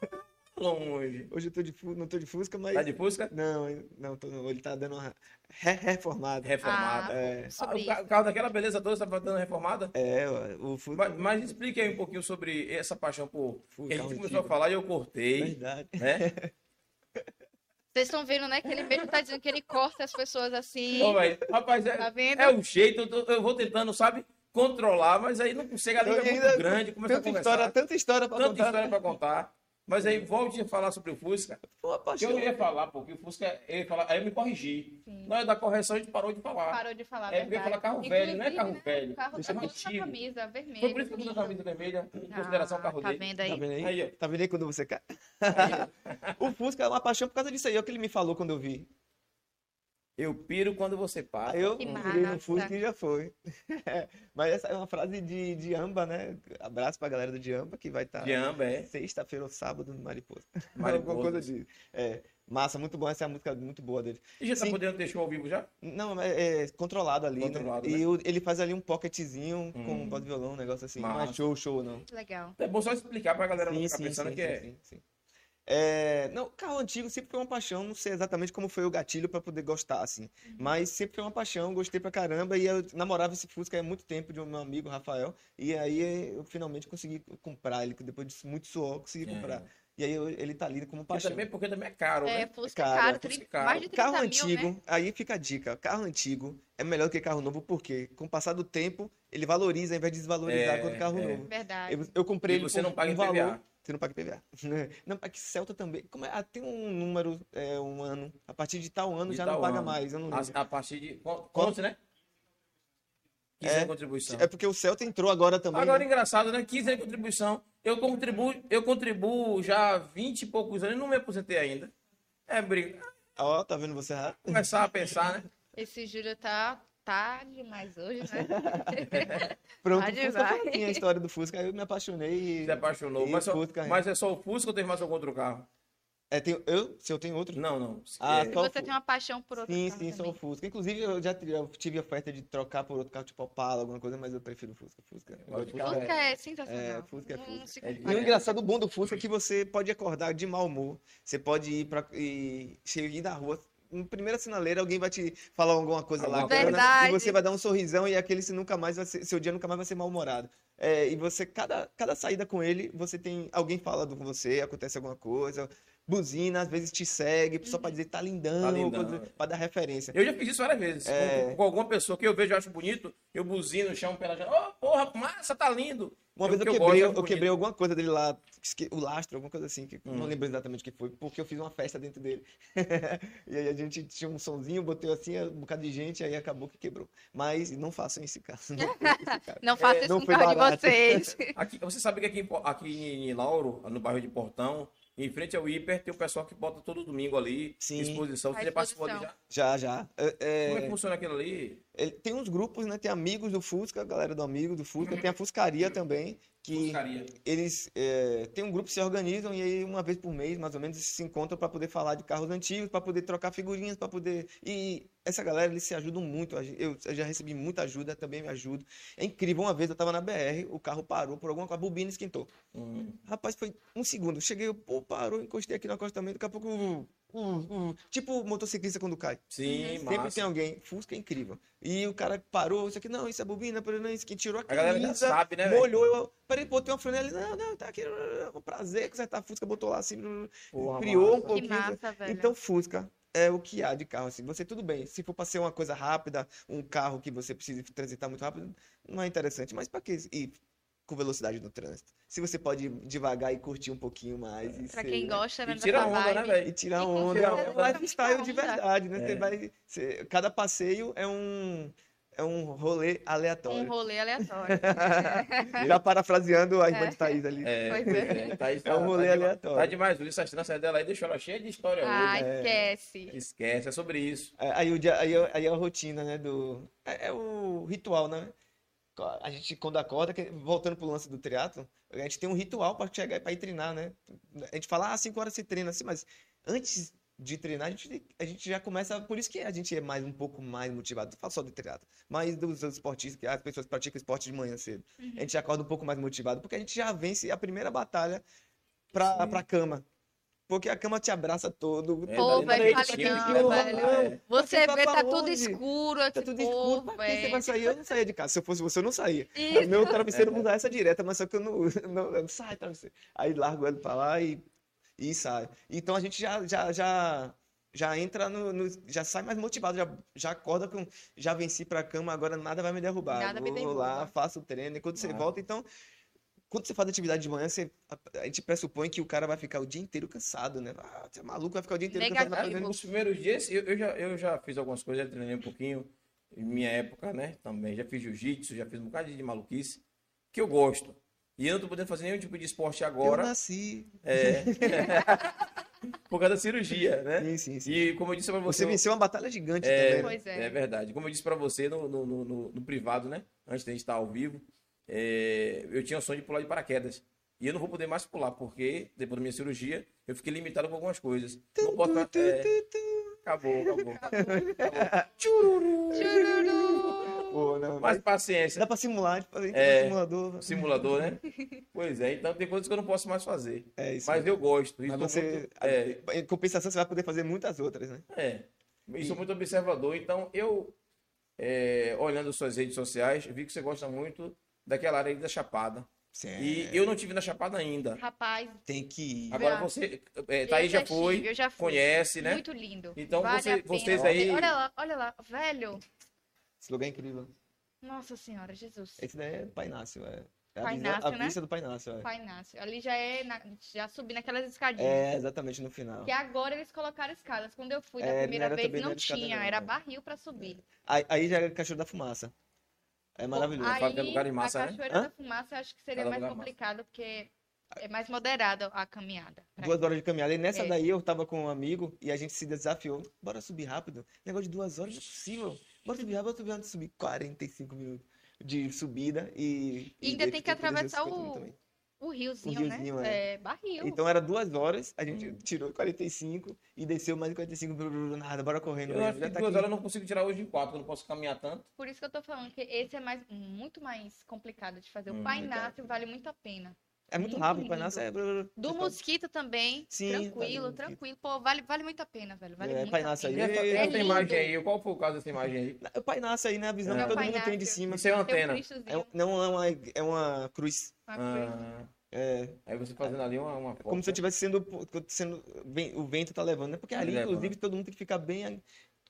B: longe.
C: Hoje eu tô de, fu- não tô de Fusca, mas.
B: Tá de Fusca?
C: Não, eu- não, tô, não. ele tá dando uma re- reformada.
B: Reformada.
A: Ah,
C: É,
B: Ah,
A: sobre
B: o ca-
A: isso.
B: o carro daquela beleza toda está dando reformada?
C: é, ó, o Fusca.
B: Mas, mas explique aí um pouquinho sobre essa paixão por.
C: Fusca
B: A gente
C: antigo.
B: começou a falar e eu cortei,
C: Verdade.
B: né?
A: [laughs] Vocês estão vendo, né? Que ele mesmo tá dizendo que ele corta as pessoas assim.
B: Ô, velho, rapaz, é,
A: Tá vendo?
B: é o jeito, eu, tô- eu vou tentando, sabe, controlar, mas aí não chega a
C: Então,
B: língua é
C: ainda-
B: muito grande, começa a
C: Tanta
B: conversar,
C: história, tanta história pra
B: tanta
C: contar. né?
B: história pra contar. Mas aí volte a falar sobre o Fusca.
C: Foi uma
B: Que
C: paixão.
B: eu não ia falar, porque o Fusca, eu ia falar, aí eu me corrigi.
A: Sim.
B: Na hora da correção a gente parou de falar.
A: Parou de falar,
B: É, porque
A: verdade.
B: fala carro
A: Inclusive,
B: velho, não é carro
A: né,
B: velho.
A: O carro
B: Isso é
A: tá todo na
B: antigo.
A: camisa, vermelho.
B: Foi por isso que eu tô com a
A: lindo.
B: camisa vermelha, em consideração ao carro
A: Ah, tá
B: dele.
A: vendo aí?
C: Tá vendo aí?
B: Aí, ó.
C: Tá vendo aí quando você cai? [laughs] o Fusca é uma paixão por causa disso aí. É o que ele me falou quando eu vi.
B: Eu piro quando você para.
C: Aí eu
A: Que
C: virei no
A: massa.
C: Fusca e já foi. [laughs] Mas essa é uma frase de, de Amba, né? Abraço pra galera do Diamba que vai estar
B: De amba, é.
C: sexta-feira ou sábado no Mariposa. Alguma coisa
B: Mariposa.
C: de. É, massa, muito bom. Essa é a música muito boa dele.
B: E já tá
C: Sim.
B: podendo ter show ao vivo já?
C: Não, mas é controlado ali, né?
B: Controlado,
C: E
B: né?
C: o- ele faz ali um pocketzinho com
B: Hum.
C: um voz de violão, um negócio assim. Não
B: Massa.
C: é show, show, não.
A: Legal.
B: É bom só explicar pra galera não
C: Sim,
B: ficar
C: sim,
B: pensando
C: sim,
B: que
C: sim,
B: é.
C: sim, sim. É, não, carro antigo sempre foi uma paixão, não sei exatamente como foi o gatilho pra poder gostar, assim.
B: Uhum.
C: Mas sempre foi uma paixão, gostei pra caramba. E eu namorava esse Fusca há muito tempo de um meu amigo, Rafael. E aí eu finalmente consegui comprar ele, que depois de muito suor, eu consegui
B: É.
C: comprar. E aí eu- ele tá ali como
B: Porque
C: paixão.
B: também, porque também é caro,
A: É,
B: né?
A: Fusca
C: Cara,
A: caro,
B: Fusca é
A: tri-
B: caro.
A: mais de 30
C: Carro
A: mil,
C: antigo,
A: né?
C: aí fica a dica. Carro antigo é melhor do que carro novo, porque com o passar do tempo, ele valoriza ao invés de desvalorizar
B: É,
C: quanto carro
B: é.
C: novo.
A: Verdade.
C: Eu, eu comprei
B: E
C: ele
B: você
C: com
B: não paga
C: um valor.
B: IPVA.
C: Você não paga IPVA. [laughs] Não, é que Celta também. Como é? Ah, tem um número, é, um ano. A partir de tal ano
B: De
C: já não
B: tal
C: paga
B: ano. Ah,
C: mais. Eu não lembro.
B: A, a partir de. con- Conte, né? 15
C: É.
B: anos de contribuição.
C: É porque o Celta entrou agora também.
B: Agora,
C: né?
B: engraçado, né? 15 anos de contribuição. Eu contribuo, eu contribuo já há 20 e poucos anos e não me aposentei ainda. É briga.
C: Ó, tá vendo você errar?
B: Começar a pensar, né?
A: Esse Júlio tá tarde demais hoje, né?
C: [laughs] Pronto,
A: Tá
C: o Fusca foi
A: demais.
C: assim, a história do Fusca. Aí eu me apaixonei e.
B: Se apaixonou.
C: E
B: Mas, só-
C: Fusca, hein?
B: mas é só o Fusca ou teve mais algum outro carro?
C: É, tem, eu, se eu tenho outro.
B: Não, não.
C: Ah,
B: É,
C: Só o
A: Você
C: Fusca.
A: tem uma paixão por outro
C: Sim,
A: carro
C: sim, só o
A: também.
C: Fusca. Inclusive, eu já tive- eu tive oferta de trocar por outro carro, tipo Opala, alguma coisa, mas eu prefiro o Fusca. Fusca.
B: Gosto de
C: Outro carro
A: Fusca
C: é-
A: é sensacional.
C: é, Fusca é
A: Não-
C: Fusca.
A: não se
B: É de-
A: compara.
C: E o engraçado bom do Fusca é que você pode acordar de mau humor. Você pode ir pra. E chegar na rua. No primeiro sinaleiro, alguém vai te falar alguma coisa lá.
B: Alguma
C: bacana,
A: coisa.
C: E você vai dar um sorrisão e aquele se nunca mais vai ser, seu dia nunca mais vai ser mal-humorado. É, e você, cada, cada saída com ele, você tem. Alguém fala do- com você, acontece alguma coisa. buzina, às vezes te segue, só pra dizer tá lindão,
B: Uhum. Tá lindão,
C: coisa-
B: é.
C: pra dar referência.
B: Eu já fiz isso várias vezes.
C: É.
B: Com, com alguma pessoa que eu vejo e acho bonito, eu buzino, chamo pela janela. Ô, porra, massa, tá lindo.
C: Uma
B: É
C: vez eu
B: porque eu gosto,
C: quebrei, eu,
B: acho
C: quebrei alguma coisa dele lá, esque- o lastro, alguma coisa assim, que
B: Hum.
C: não lembro exatamente o que foi, porque eu fiz uma festa dentro dele. [laughs] e aí a gente tinha um sonzinho, botei assim, um bocado de gente, aí acabou que quebrou. Mas não façam esse caso. Não façam esse caso.
A: Não faça
C: É,
A: isso
C: não
A: com
C: foi
A: carro de
C: barato.
A: vocês.
B: Aqui, você sabe que aqui, em Po- aqui em Lauro, no bairro de Portão, em frente ao hiper, tem o pessoal que bota todo domingo ali,
C: Sim.
B: exposição. Você
A: A
B: já participou ali
A: exposição.
B: já?
C: [laughs] Já, já. É, é,
B: Como é que funciona aquilo ali?
C: ele- tem uns grupos, né? Tem amigos do Fusca, a galera do amigo do Fusca, tem a Fuscaria também, que
B: Buscaria.
C: eles é, têm um grupo que se organizam e aí uma vez por mês, mais ou menos, eles se encontram para poder falar de carros antigos, para poder trocar figurinhas, para poder. E essa galera, eles se ajudam muito. a gen- Eu eu já recebi muita ajuda, também me ajudo. É incrível. Uma vez eu estava na BR, o carro parou por alguma coisa, a bobina esquentou.
B: Hum.
C: Rapaz, foi um segundo. Cheguei, eu, pô, parou, encostei aqui no acostamento, daqui a pouco. uh, uh, uh, tipo motociclista quando cai.
A: Uhum.
B: Sim,
C: Sempre
B: massa.
C: tem alguém. Fusca é incrível. E o cara parou, isso aqui, não, isso é bobina, não, isso aqui tirou a
B: A galera já
C: camisa,
B: sabe,
A: É,
B: né, velho?
C: molhou,
A: então.
C: eu, peraí, pô, tem uma franela ali, não, não, tá aqui, um prazer consertar a Fusca, botou lá assim,
B: Porra,
C: criou um
B: massa.
C: pouquinho.
A: Que massa, velho.
C: Então, Fusca é o que há de carro, assim, você, tudo bem, se for pra ser uma coisa rápida, um carro que você precisa transitar muito rápido, não é interessante, mas pra que ir com velocidade no trânsito? Se você pode ir devagar e curtir um pouquinho mais. e
A: Pra
C: ser,
A: quem
C: né?
A: gosta, né,
B: E tira
A: dessa
B: onda, né,
A: vibe.
B: velho?
C: E tirar
A: E com
C: onda.
B: certeza
C: É
B: vai
C: um
A: muita
C: lifestyle de
A: onda.
C: verdade, né? Você
B: É.
C: vai. você- cada passeio é um, é um rolê
A: Um
C: [laughs] aleatório.
A: rolê aleatório.
C: Já parafraseando a irmã
A: É.
C: de Thaís ali.
B: É,
A: Pois
B: pois
A: é.
B: é. Tá,
C: É um rolê aleatório.
B: Tá demais, Ulisses, as tranças dela aí deixou ela cheia de história
A: Ah,
B: hoje.
A: esquece.
B: Esquece, é sobre isso.
C: É, Aí, o dia- aí, é- aí é a rotina, né? Do, é, é o ritual, né? A gente, quando acorda, que- voltando pro lance do triatlo, a gente tem um ritual para chegar para ir treinar, né? A gente fala, ah, 5 horas se treina, assim, mas antes de treinar, a gente, a gente já começa. Por isso que a gente é mais um pouco mais motivado. Não falo só do triatlo, mas dos outros esportistas, que as pessoas praticam esporte de manhã cedo.
A: Uhum.
C: A gente acorda um pouco mais motivado, porque a gente já vence a primeira batalha para
B: Sim.
C: pra cama. Porque a cama te abraça todo.
B: É,
A: Pô,
B: dá-
C: toda
A: velho,
C: noite,
B: dá-
A: fala
C: tipo,
A: não,
C: que eu-
A: velho.
B: É.
A: Você
C: Você vai
A: vê,
C: pra
A: tá tudo
C: onde?
A: escuro, eu
C: Tá
A: tipo,
C: tudo escuro.
A: pô,
C: Pra que você
A: velho.
C: vai sair? Eu não saía de casa. Se eu fosse você, eu não saía.
A: Isso.
C: [laughs] O meu travesseiro usar essa direta, mas só que eu não, não, eu não saio travesseiro. Aí largo ele pra lá e, e sai. Então a gente já, já, já, já entra no, no- Já sai mais motivado, já, já acorda com. Já venci pra cama, agora nada vai me derrubar.
A: Nada me
C: Vou
A: derruba.
C: lá, faço o treino. E quando você
B: Ah.
C: volta, então. Quando você faz atividade de manhã, você, a, a gente pressupõe que o cara vai ficar o dia inteiro cansado, né? Ah, você é maluco, vai ficar o dia inteiro cansado.
B: Ah,
A: Negativo.
B: Nos primeiros dias, eu, eu já, eu já fiz algumas coisas, já treinei um pouquinho, em minha época, né? Também. Já fiz jiu-jitsu, já fiz um bocado de maluquice, que eu gosto. E eu não tô podendo fazer nenhum tipo de esporte
C: Eu
B: agora,
C: nasci.
B: por causa da cirurgia, né?
C: Sim, sim, sim.
B: E como eu disse pra você.
C: Você venceu uma batalha gigante
B: Então É,
C: também. né?
A: Pois é.
B: É verdade. Como eu disse pra você no, no, no- no- no privado, né? Antes da gente estar ao vivo, é, eu tinha o sonho de pular de paraquedas. E eu não vou poder mais pular, porque depois da minha cirurgia, eu fiquei limitado com algumas coisas. Não posso.
C: né? Tu, tu,
B: é,
C: tu, tu.
B: acabou, acabou.
C: Pô, não,
B: Mas
C: mas dá
B: paciência.
C: pra simular, tipo, entra no
B: É.
C: simulador.
B: Simulador, né? Pois é, então tem coisas que eu não posso mais fazer.
C: É isso.
B: Mas eu gosto. E
C: Mas
B: sou
C: você,
B: muito- é,
C: em compensação, você vai poder fazer muitas outras, né?
B: É. E sou muito observador. Então, eu, é, olhando suas redes sociais, vi que você gosta muito daquela área ali da Chapada.
C: É.
B: E eu não tive na Chapada ainda.
A: Rapaz,
C: Tem que ir.
B: Agora
A: Ah.
B: você. É,
A: eu
B: Thaís já
A: assisti,
B: foi,
A: eu já fui.
B: conhece, né?
A: Muito lindo.
B: Então,
A: vale
B: você-
A: a pena.
B: vocês aí-
A: Olha lá, olha lá, velho.
C: Esse lugar é incrível.
A: Nossa Senhora, Jesus.
C: Esse daí é Painácio, é. É a,
A: Pai
C: visa,
A: Inácio,
C: a
A: né?
C: vista do Painácio, é.
A: Pai Inácio. Ali já é, na- já subi naquelas escadinhas.
C: É, exatamente no final.
A: Que agora eles colocaram escadas. Quando eu fui da
C: É, não
A: primeira
C: era
A: vez,
C: também, não
A: não
C: era escada,
A: tinha.
C: não,
A: era
C: né?
A: barril pra subir.
C: Aí, aí já é Cachorro da Fumaça. É maravilhoso.
B: Ai. Fala que é lugar de
A: Aí,
B: massa, né?
A: a Cachoeira
C: Hã?
A: da Fumaça eu acho que seria
B: Cada
A: mais
B: lugar massa.
A: complicado, porque é mais moderada a caminhada. pra
C: Duas horas de caminhada. E nessa
A: É.
C: daí eu tava com um amigo e a gente se desafiou. Bora subir rápido. Negócio de duas horas, não é possível. Bora subir rápido, bora subir rápido. Subir 45 minutos de subida e.
A: E ainda
C: aí
A: tem que
C: fiquei com 250
A: atravessar o-
C: minutos também.
A: O riozinho,
C: O riozinho,
A: né? É, barril.
C: Então era duas horas, a gente
A: Hum.
C: tirou 45 e desceu mais de 45, blu, blu, blu, nada, bora correndo.
B: Eu
C: mesmo,
B: acho que
C: já tá
B: duas
C: aqui.
B: horas eu não consigo tirar hoje em quatro, eu não posso caminhar tanto.
A: Por isso que eu tô falando que esse é mais, muito mais complicado de fazer.
B: Hum,
A: O Painácio vale muito a pena.
C: É muito
A: muito
C: rápido,
A: lindo.
C: para nós é. blu, blu, blu.
A: Do mosquito também,
C: Sim, vale
A: tranquilo,
C: muito.
A: tranquilo. Pô, vale, vale muito a pena, velho. Vale
C: É,
A: muito
C: Painácio
A: a
C: aí
A: pena.
B: Essa,
C: é
B: essa
A: lindo.
B: imagem aí, qual foi o caso dessa imagem aí?
C: O Pai Nasce aí, né? A visão
B: É.
C: que todo
A: Pai
C: mundo tem de
A: Nasce.
C: cima.
B: Isso é uma
A: Tem um
B: antena.
A: Cristozinho,
C: É um- não, é uma, é uma cruz.
A: uma cruz.
B: Ah,
C: É,
B: Aí você fazendo ali uma, uma
C: como se eu
B: foto.
C: estivesse sendo, sendo. ven- O vento tá levando, né? Porque ali,
B: Levando.
C: inclusive, todo mundo tem que ficar bem. ali,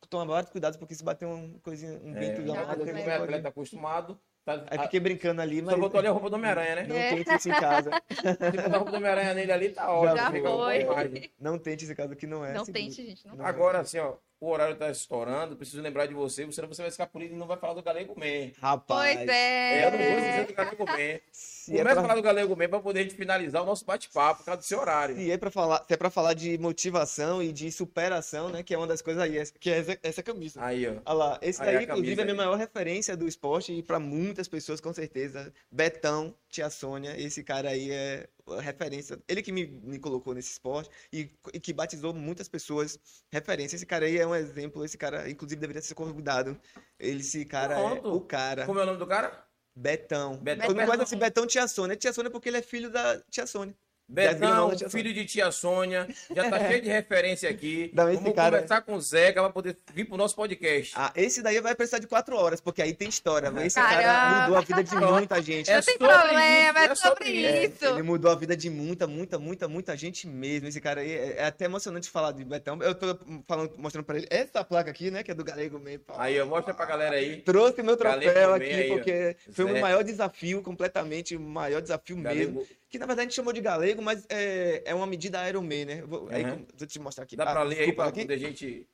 C: Tomar vários cuidados, porque se bater uma coisinha, um
B: É,
C: vento
B: já
C: danado,
B: você
A: né?
C: você
B: como é
C: pode-
B: atleta acostumado, tá,
C: Aí
B: a-
C: fiquei brincando ali, mas.
B: só botou ali a roupa do Homem-Aranha,
C: [laughs]
B: né?
C: Não
A: É.
C: tente isso em
A: [laughs]
C: casa.
B: Se botar a roupa do Homem-Aranha nele ali, tá ótimo.
C: Já
B: fica uma boa
A: foi.
B: imagem.
C: Não tente esse caso que não é.
A: Não
C: seguro.
A: tente, gente. Não.
C: Não.
B: Agora, assim, ó, o horário tá estourando, preciso lembrar de você, senão você vai ficar punido e não vai falar do Galego Man.
C: Rapaz.
A: Pois
B: É, eu não vou dizer
A: é.
B: do Galego Man.
C: Se é,
B: Começa a falar
C: pra,
B: do Galego Man pra poder a gente finalizar o nosso bate-papo por causa do seu horário.
C: se é pra falar, se é pra falar de motivação e de superação, né? Que é uma das coisas aí, essa- que é essa, essa camisa.
B: Aí, ó.
C: Olha lá, esse
B: Aí a
C: daí, inclusive,
B: camisa
C: é a minha
B: aí.
C: maior referência do esporte e pra muitas pessoas, com certeza. Betão, tia Sônia, esse cara aí é a referência. Ele que me, me colocou nesse esporte e, e que batizou muitas pessoas referência. Esse cara aí é um exemplo. Esse cara, inclusive, deveria ser convidado. Ele, Esse cara é
B: Pronto.
C: o cara.
B: Como é o nome do cara?
C: Betão.
B: Betão.
C: Todo
B: Betão.
C: mundo gosta desse Betão Tia Sônia. Tia Sônia porque ele é filho da Tia Sônia.
B: Betão,
C: irmãos da tia É.
B: filho de tia Sônia. Já
C: [laughs]
B: tá cheio de referência aqui.
C: Dá esse
B: Vamos
C: cara.
B: conversar com o Zeca pra poder vir pro nosso podcast.
C: Ah, esse daí vai precisar de quatro horas, porque aí tem história. mas Esse cara
A: Caramba.
C: mudou a vida de muita gente.
B: É
A: Não tem
B: sobre
A: problema,
B: isso,
A: é
B: é
A: sobre
B: sobre isso.
A: isso.
C: Ele mudou a vida de muita, muita, muita, muita gente mesmo. Esse cara aí é, é até emocionante falar de Betão. Eu tô falando, mostrando pra ele essa placa aqui, né? Que é do Galego mesmo.
B: Aí, ó, mostra pra galera aí.
C: Trouxe meu
B: Galego
C: troféu
B: Man
C: aqui,
B: aí, ó.
C: porque foi o
B: Zé.
C: meu maior desafio, completamente, o maior desafio mesmo.
B: Galego,
C: Que na verdade a gente chamou de galego, mas é, é uma medida Iron Man, né? Eu Vou, aí,
B: Uhum.
C: vou te mostrar aqui.
B: dá
C: Ah,
B: pra ler aí
C: desculpa,
B: pra
C: aqui.
B: poder gente.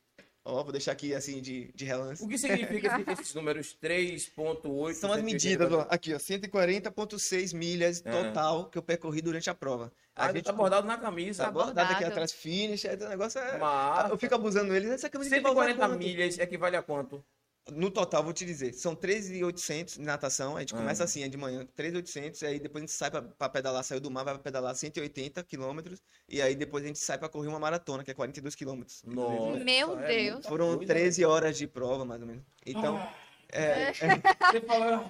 C: Ó, vou deixar aqui assim de, de relance.
B: O que significa esse- esses números 3.8?
C: São as medidas, ó. Aqui, ó. 140,6 milhas
B: Aham.
C: total que eu percorri durante a prova. A
B: A gente tá bordado na camisa.
C: tá abordado aqui
A: Abordado.
C: atrás, finish, é, o negócio é.
B: Mas
C: Eu fico abusando eles. Essa camisa de valor é
B: 140
C: quanto?
B: milhas equivale a quanto?
C: No total, vou te dizer, são 13,800 de natação. A gente
B: Ah.
C: começa assim, é de manhã, 13,800. E aí depois a gente sai pra- pra pedalar, saiu do mar, vai pra pedalar 180 quilômetros. E aí depois a gente sai pra correr uma maratona, que é 42 quilômetros.
B: Nossa,
A: Meu
B: é
A: Deus.
B: muita
C: Foram
B: coisa.
C: 13 horas de prova, mais ou menos. Então, é,
B: Você falou.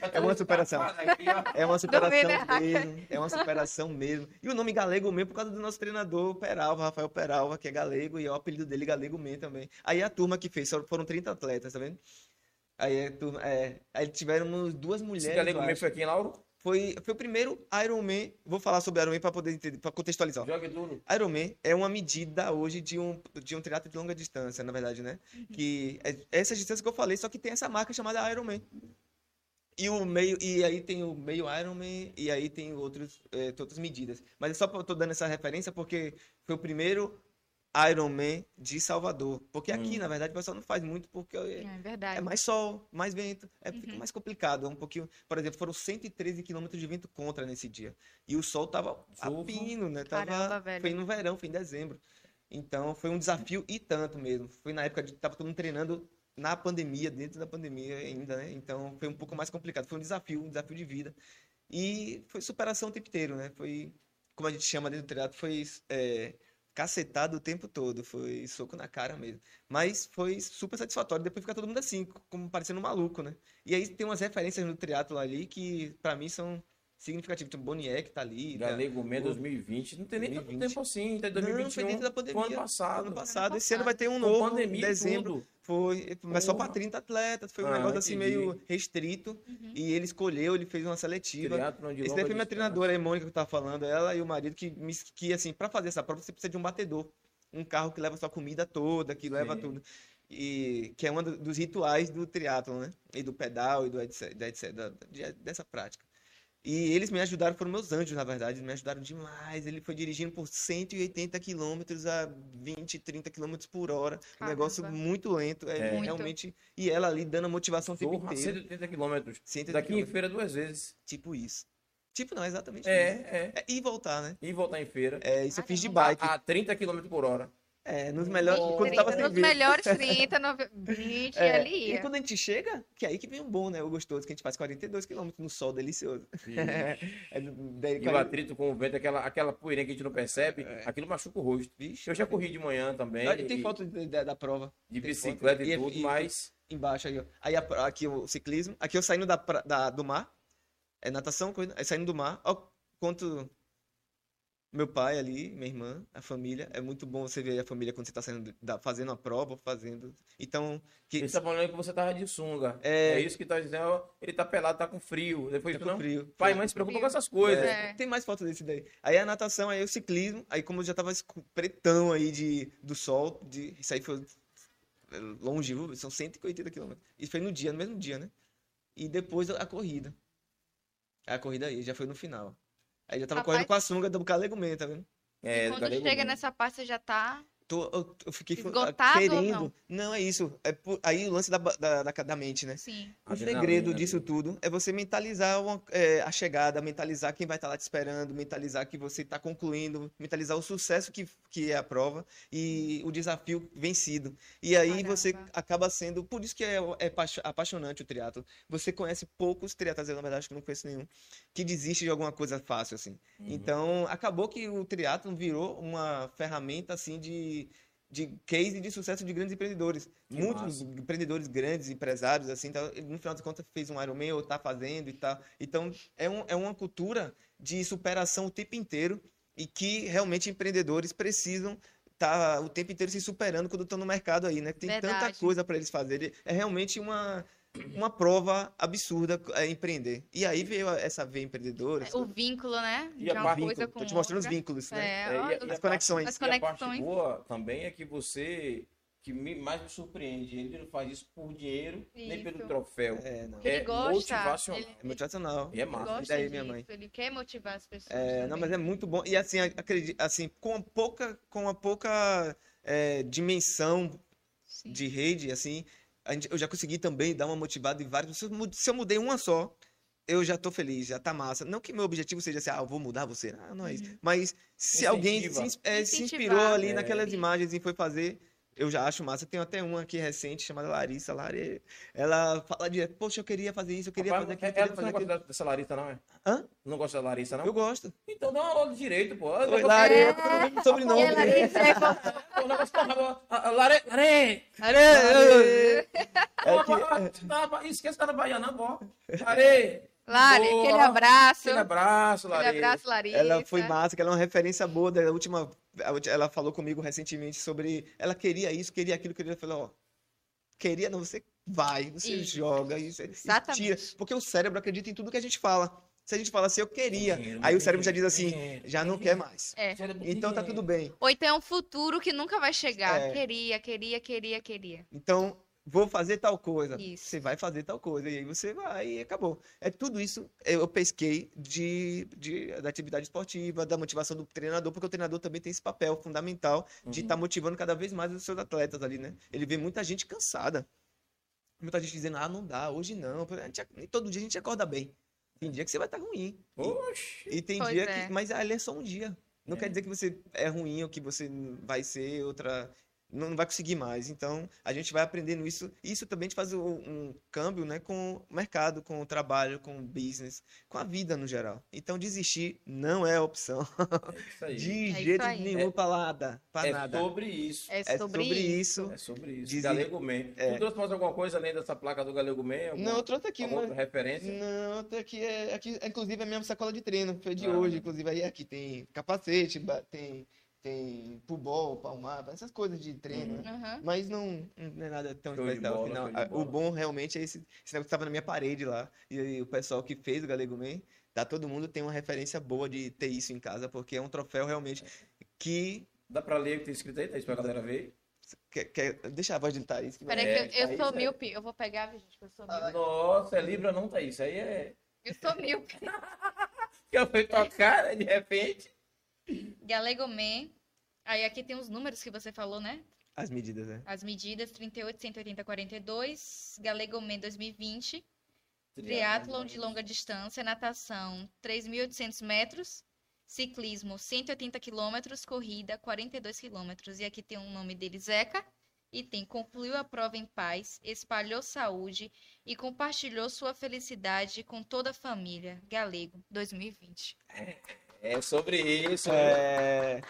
B: tá
C: É uma superação.
B: Aqui, ó.
C: é
A: Dormi,
C: uma
A: né?
C: superação mesmo. É uma superação mesmo. E o nome Galego Man por causa do nosso treinador Peralva, Rafael Peralva, que é galego, e é o apelido dele Galego Man também. Aí a turma que fez, só foram 30 atletas, tá vendo? Aí, a turma, é, aí tivemos duas mulheres.
B: Esse galego
C: eu
B: meu
C: acho.
B: foi aqui, Lauro?
C: Foi, foi o primeiro Iron Man. Vou falar sobre Iron Man para poder entender, para contextualizar.
B: Jogue duro.
C: Iron Man é uma medida hoje de um de um triatlo de longa distância, na verdade, né? Que é é essa distância que eu falei, só que tem essa marca chamada Iron Man. E o meio e aí tem o meio Iron Man e aí tem outros é, tem outras medidas. Mas é só pra- eu tô dando essa referência porque foi o primeiro Iron Man de Salvador. Porque aqui,
B: Hum.
C: na verdade, o pessoal não faz muito porque
A: É
C: é
A: verdade.
C: mais sol, mais vento, é fica
A: Uhum.
C: mais complicado, é um pouquinho, por exemplo, foram 113 quilômetros de vento contra nesse dia. E o sol tava
B: Chuva.
C: apino, né? Tava
A: Caramba, velho.
C: foi no verão, foi em dezembro. Então, foi um desafio e tanto mesmo. Foi na época de tava todo mundo treinando na pandemia, dentro da pandemia ainda, né? Então, foi um pouco mais complicado, foi um desafio, um desafio de vida. E foi superação o tempo inteiro, né? Foi, como a gente chama dentro do triatlo, foi é, cacetado o tempo todo, foi soco na cara mesmo. Mas foi super satisfatório. Depois fica todo mundo assim, como parecendo um maluco, né? E aí tem umas referências no triatlo ali que pra mim são significativas. Tem o Boniek tá ali, tá?
B: Galego Man 2020. Não tem nem tanto
C: 2020.
B: tempo assim. Tá em
C: Não, foi
B: 2021.
C: dentro da
B: Foi ano
C: pandemia.
B: passado.
C: Ano
B: Com
C: passado. Esse ano vai ter um novo, em
B: pandemia, e
C: dezembro.
B: tudo.
C: Foi, mas só para
B: Porra.
C: 30 atletas. Foi um
B: Ah,
C: negócio assim
B: entendi.
C: meio restrito.
A: Uhum.
C: E ele escolheu, ele fez uma seletiva.
B: Triatlon de
C: Esse é
B: longa
C: daí foi minha
B: distância.
C: treinadora, a Mônica, que eu tava falando, ela e o marido, que, me- que assim, para fazer essa prova, você precisa de um batedor. Um carro que leva sua comida toda, que leva
B: Sim.
C: tudo. E que é um dos rituais do triatlon, né? E do pedal e do etc, da etc, da- de- dessa prática. E eles me ajudaram, foram meus anjos, na verdade, eles me ajudaram demais. Ele foi dirigindo por 180 quilômetros a 20, 30 quilômetros por hora. Um negócio
A: Caramba.
C: muito lento, é,
B: É.
A: Muito.
C: realmente. E ela ali dando a motivação o tempo
B: Zorra,
C: inteiro.
B: 130 quilômetros.
C: 180
B: Daqui em
C: quilômetros,
B: feira duas vezes.
C: tipo isso. Tipo não, exatamente isso.
B: É, é.
C: É, e voltar, né?
B: E voltar em feira.
C: É, isso eu fiz de
A: Caramba.
C: bike.
B: A 30 km por hora.
C: É, nos melhores. Quando
A: 30,
C: tava sem
A: nos
C: ver. [laughs]
A: melhores 30, nove- 20,
C: É,
A: ali
C: e
A: ia.
C: quando a gente chega, que é aí que vem o bom, né? O gostoso, que a gente faz 42 km no sol delicioso. É, daí,
B: E
C: [laughs]
B: o
C: 40
B: atrito com o vento, aquela, aquela poeirinha que a gente não percebe, aquilo machuca o rosto.
C: Vixe,
B: Eu já corri de manhã também.
C: Olha, É. tem
B: e-
C: foto de- da, da prova
B: de
C: tem foto.
B: bicicleta e
C: E- é
B: tudo,
C: e-
B: mas
C: embaixo aí, ó. Aí a- aqui o ciclismo. Aqui eu saindo da, é pra- da- do mar. É natação, corrida. Aí saindo do mar. Ó, quanto. meu pai ali, minha irmã, a família. É muito bom você ver a família quando você está saindo da- fazendo a prova, fazendo. Então, que
B: Ele tá falando que você tava de sunga.
C: É.
B: É, isso que tá dizendo. ó, Ele tá pelado, tá com frio. Depois
C: tá
B: tu
C: com
B: não.
C: frio.
B: Pai, e mãe se preocupa com essas coisas.
A: É.
C: Tem mais foto desse daí. Aí a natação, aí o ciclismo, aí como eu já tava escu- pretão aí de, do sol, de, isso aí foi longe, viu? são 180 quilômetros. Isso foi no dia, no mesmo dia, né? E depois a corrida. A corrida aí, já foi no final. Aí já tava
A: Rapaz.
C: correndo com a sunga do Calego Man, tá vendo?
B: É,
A: Quando
B: galego
A: chega
B: bom.
A: nessa parte, você já tá.
C: Tô, eu, eu fiquei fa-
A: Esgotado ou
C: querendo.
A: não?
C: é isso. É por- aí o lance da, ba- da, da, da mente, né?
A: Sim.
C: O
B: Adrenalina,
C: segredo
B: né?
C: disso tudo é você mentalizar uma- é, a chegada, mentalizar quem vai estar lá te esperando, mentalizar que você está concluindo, mentalizar o sucesso que, que é a prova e o desafio vencido. E aí
A: Caramba.
C: você acaba sendo. Por isso que é, é paixo- apaixonante o triatlo. Você conhece poucos triatletas, eu, na verdade, acho que não conheço nenhum, que desiste de alguma coisa fácil, assim. Então, acabou que o triatlon virou uma ferramenta, assim, de, de case de sucesso de grandes empreendedores.
B: Que
C: Muitos empreendedores grandes, empresários, assim, tá, no final de contas fez um Ironman ou tá fazendo e tal. Então, é, um, é uma cultura de superação o tempo inteiro e que realmente empreendedores precisam estar o tempo inteiro se superando quando estão no mercado aí, né? Tem tanta
A: Verdade.
C: coisa para eles fazerem. É realmente uma, uma prova absurda é, empreender. E aí veio essa veia empreendedora. essa
A: É, O vínculo, né?
B: E
A: De
B: a
A: uma
B: parte-
A: coisa
B: Tô
A: com
C: Tô te mostrando os
A: outra.
C: vínculos, né?
A: É,
B: É, e a-
A: olha,
B: e a
C: As
B: parte-
C: conexões.
A: As
B: E a parte
A: conexões.
B: boa também é que você, que me- mais me surpreende, ele não faz isso por dinheiro, nem
A: Isso.
B: pelo troféu.
C: É, não.
A: ele
B: é
A: gosta.
B: motivacional.
A: Ele,
C: É motivacional.
B: E é
A: ele
B: massa.
A: gosta
C: E daí, minha
A: disso,
C: mãe?
A: Ele quer motivar as pessoas.
C: É, não,
A: também.
C: mas é muito bom. E assim, acredito, assim, com a pouca, com a pouca é, dimensão
A: Sim.
C: de rede, assim, a gente- eu já consegui também dar uma motivada em várias pessoas. Mu- Se eu mudei uma só, eu já tô feliz, já tá massa. Não que meu objetivo seja assim, ah, eu vou mudar você. Ah, não é isso. Mas se alguém se,
B: Incentiva.
C: ins- é, se
A: Uhum. Incentivar. né?
C: inspirou ali
B: É.
C: naquelas imagens e foi fazer, eu já acho massa. Tem até uma aqui recente chamada Larissa Lare. Ela fala direto, poxa, eu queria fazer isso, eu queria
B: Rapaz,
C: fazer aquilo, eu
B: é- ela-
C: queria
B: você
C: fazer
B: não gosta
C: aquilo.
B: da- dessa Larissa, não, é?
C: Hã?
B: Não gosta da Larissa, não?
C: Eu gosto.
B: Então dá uma logo direito, pô. Eu
C: Oi,
B: gosto-
C: Lare,
B: É,
C: eu tô falando do sobrenome.
D: Ela disse, é,
B: O negócio tá rabo- a- a Lare- Lare!
C: É
B: Ô,
C: que- é.
B: ba- tá, ba- Esquece da Bahia, não, pô. Lare!
A: Lari,
B: Boa.
A: aquele abraço.
B: Aquele abraço,
A: Aquele
B: Lare.
A: abraço, Larissa.
C: Ela foi massa, que ela é uma referência boa da última. a ulti- Ela falou comigo recentemente sobre. Ela queria isso, queria aquilo, queria. Eu falei, ó. Queria, não, você vai, você
A: Isso.
C: joga, isso, isso tira.
A: Exatamente.
C: Porque o cérebro acredita em tudo que a gente fala. Se a gente fala assim, eu queria,
B: Dinheiro,
C: aí o
B: dinheiro,
C: cérebro já diz assim,
B: dinheiro.
C: já não quer mais.
A: É.
C: Então tá tudo bem.
A: Ou então é um futuro que nunca vai chegar.
C: É.
A: Queria, queria, queria, queria.
C: Então, vou fazer tal coisa.
A: Isso.
C: Você vai fazer tal coisa. E aí você vai e acabou. É tudo isso eu eu pesquei de, de- da atividade esportiva, da motivação do treinador, porque o treinador também tem esse papel fundamental de
B: Uhum.
C: estar motivando cada vez mais os seus atletas ali, né? Ele vê muita gente cansada. Muita gente dizendo, ah, não dá, hoje não. A gente- nem todo dia a gente acorda bem. Tem dia que você vai estar ruim.
B: Uhum. Oxi.
C: E tem
A: Pois
C: dia
A: é.
C: que. Mas ali é só um dia. Não
B: É.
C: quer dizer que você é ruim ou que você vai ser outra. Não, não vai conseguir mais. Então, a gente vai aprendendo isso. E isso também te faz um, um câmbio né, com o mercado, com o trabalho, com o business, com a vida no geral. Então, desistir não é opção.
B: É isso aí.
C: De
A: isso
C: jeito
A: aí.
C: nenhum, pra nada. Pra
B: É
C: nada.
B: sobre isso.
A: É
C: É
A: sobre,
C: isso.
B: É sobre isso.
C: Dizem-
B: Galego Man.
C: É.
B: Tu trouxe mais alguma coisa além dessa placa do Galego Man? Alguma,
C: Não, eu trouxe aqui
B: alguma
C: uma.
B: outra
A: Hum.
B: referência?
C: Não, até aqui é. Aqui, inclusive, é a minha sacola de treino. Foi de
B: Ah.
C: hoje, inclusive. Aí aqui tem capacete, ba- tem, tem pulbol, palmar, essas coisas de treino. né?
A: Aham.
C: Mas não, não é nada tão
B: Uhum. Show de
C: especial.
B: bola,
C: afinal.
B: show de
C: Ah,
B: bola.
C: o bom realmente é esse, esse negócio que tava na minha parede lá. E aí o pessoal que fez o Galego Man, tá todo mundo tem uma referência boa de ter isso em casa, porque é um troféu realmente
B: É.
C: que.
B: Dá pra ler o que tem escrito aí, Thaís, pra galera ver?
C: que, que- deixa a voz de Thaís. Que vai-
A: Peraí,
B: É,
A: que eu, eu
B: tá aí,
A: sou
B: tá aí.
A: míope. Eu vou pegar, viu, gente, que eu sou míope.
B: Nossa, é Libra não, Thaís. Aí é...
A: Eu sou míope. [laughs]
B: Eu fui tocar, né, de repente.
A: Galego Man. Aí aqui tem os números que você falou, né?
C: As medidas, né?
A: As medidas 38, 180, 42. Galego Man 2020. Triatlon de longa distância, natação 3.800 metros, ciclismo 180 quilômetros, corrida 42 quilômetros. E aqui tem o nome dele, Zeca. E tem concluiu a prova em paz, espalhou saúde e compartilhou sua felicidade com toda a família. Galego 2020.
B: É sobre isso. né?
C: É,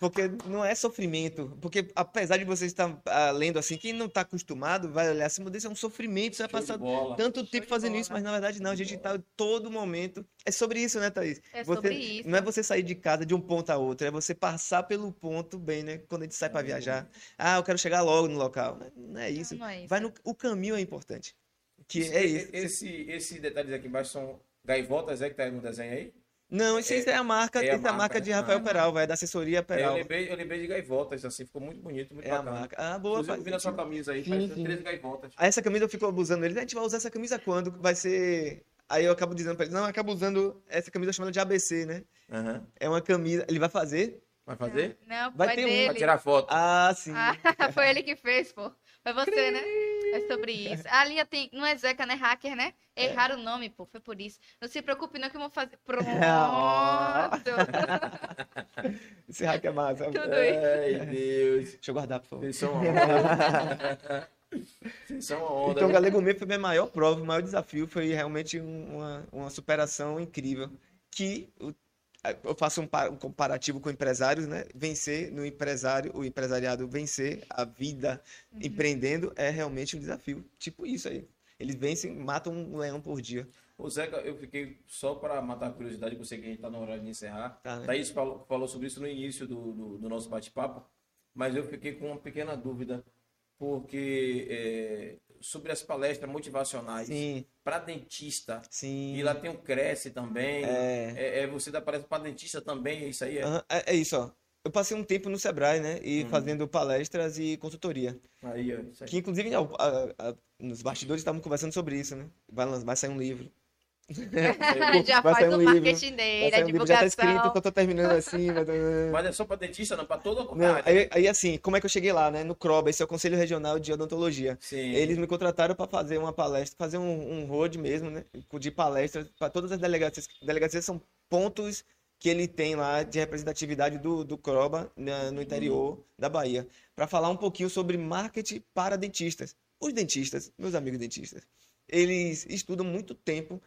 C: Porque não é sofrimento. Porque apesar de você estar ah, lendo assim, quem não está acostumado vai olhar assim, meu Deus, é um sofrimento, você
B: Show
C: vai
B: de
C: passar
B: bola.
C: tanto tempo
A: de
C: fazendo
A: bola.
C: isso, mas na verdade não, a gente tá todo momento. É sobre isso, né, Thaís?
A: É
C: Você-
A: sobre isso.
C: Não é você sair de casa de um ponto a outro, é você passar pelo ponto bem, né? Quando a gente sai para
B: Uhum.
C: viajar. Ah, eu quero chegar logo no local. Não é isso.
A: Não é isso.
C: Vai no o caminho é importante. Que é
B: Esse-
C: isso.
B: Esse, esse detalhes aqui embaixo são gaivotas, é que tá aí no desenho aí?
C: Não, isso é, a marca,
B: é a
C: isso é a marca,
B: marca,
C: de
B: né?
C: Rafael
B: Ah.
C: Peralva, é da assessoria
B: É, eu,
C: Peralva.
B: lembrei, eu lembrei de gaivotas, assim, ficou muito bonito, muito
C: É a
B: bacana.
C: marca. Ah, boa,
B: Inclusive,
C: faz
B: eu vi na sua
C: sentido.
B: camisa aí,
C: Sim,
B: parece
C: sim.
B: 13 gaivotas.
C: Aí essa camisa eu fico abusando ele, "Né, a gente vai usar essa camisa quando? Vai ser. Aí eu acabo dizendo pra ele, não, eu acabo usando essa camisa chamada de ABC, né?
B: Aham.
C: É uma camisa. Ele vai fazer?
B: Vai fazer?
A: Não,
C: Vai
A: vai,
C: ter um-
A: dele.
B: Vai tirar foto.
C: Ah, sim.
A: Ah, [laughs] foi ele que fez, pô. Foi você, né? É sobre isso. A linha tem. Não é Zeca, né? Hacker, né?
C: É.
A: Erraram o nome, pô. Foi por isso. Não se preocupe, não, que eu vou
C: [laughs]
A: fazer. Pronto!
C: Esse hack é massa.
A: Tudo isso.
B: Ai, Deus.
C: Deixa eu guardar, por favor.
B: Vocês são uma onda. Vocês são uma onda.
C: Então, o
B: né?
C: Galego Gourmet foi minha maior prova, o maior desafio. Foi realmente um- uma, uma superação incrível. Que o- eu faço um, pa- um comparativo com empresários, né? Vencer no empresário, o empresariado vencer a vida
B: Uhum.
C: empreendendo é realmente um desafio. Tipo isso aí. Eles vencem, matam um leão por dia.
B: Ô, Zeca, eu fiquei só para matar a curiosidade, você que a gente está na hora de encerrar.
C: Tá, né?
B: Thaís falou, falou sobre isso no início do, do, do nosso bate-papo, mas eu fiquei com uma pequena dúvida, porque é, sobre as palestras motivacionais
C: Sim,
B: para dentista,
C: sim.
B: é e lá tem o Cresce também,
C: É.
B: é, é, você dá palestra para dentista também, é isso aí? É?
C: Aham, É, é isso, ó. Eu passei um tempo no Sebrae, né? E
B: Uhum.
C: fazendo palestras e consultoria.
B: Aí, ó, isso aí.
C: Que inclusive a- a- a- nos bastidores estavam conversando sobre isso, né? Vai, lan- vai sair um livro.
A: Já
C: Vai sair
A: faz
C: um
A: o
C: livro.
A: marketing
C: Vai
A: dele, a
C: sair um livro, já tá escrito,
A: divulgação.
C: eu só tô terminando assim. Mas...
B: Mas é só para dentista, não, para toda a
C: Não,
B: comunidade.
C: aí, aí assim, como é que eu cheguei lá, né? No CROB, esse é o Conselho Regional de Odontologia.
B: Sim.
C: Eles me contrataram para fazer uma palestra, fazer um, um road mesmo, né? De palestras para todas as delegacias. Delegacias são pontos que ele tem lá de representatividade do, do Croba na- no interior
B: Uhum.
C: da Bahia, para falar um pouquinho sobre marketing para dentistas. Os dentistas, meus amigos dentistas, eles estudam muito tempo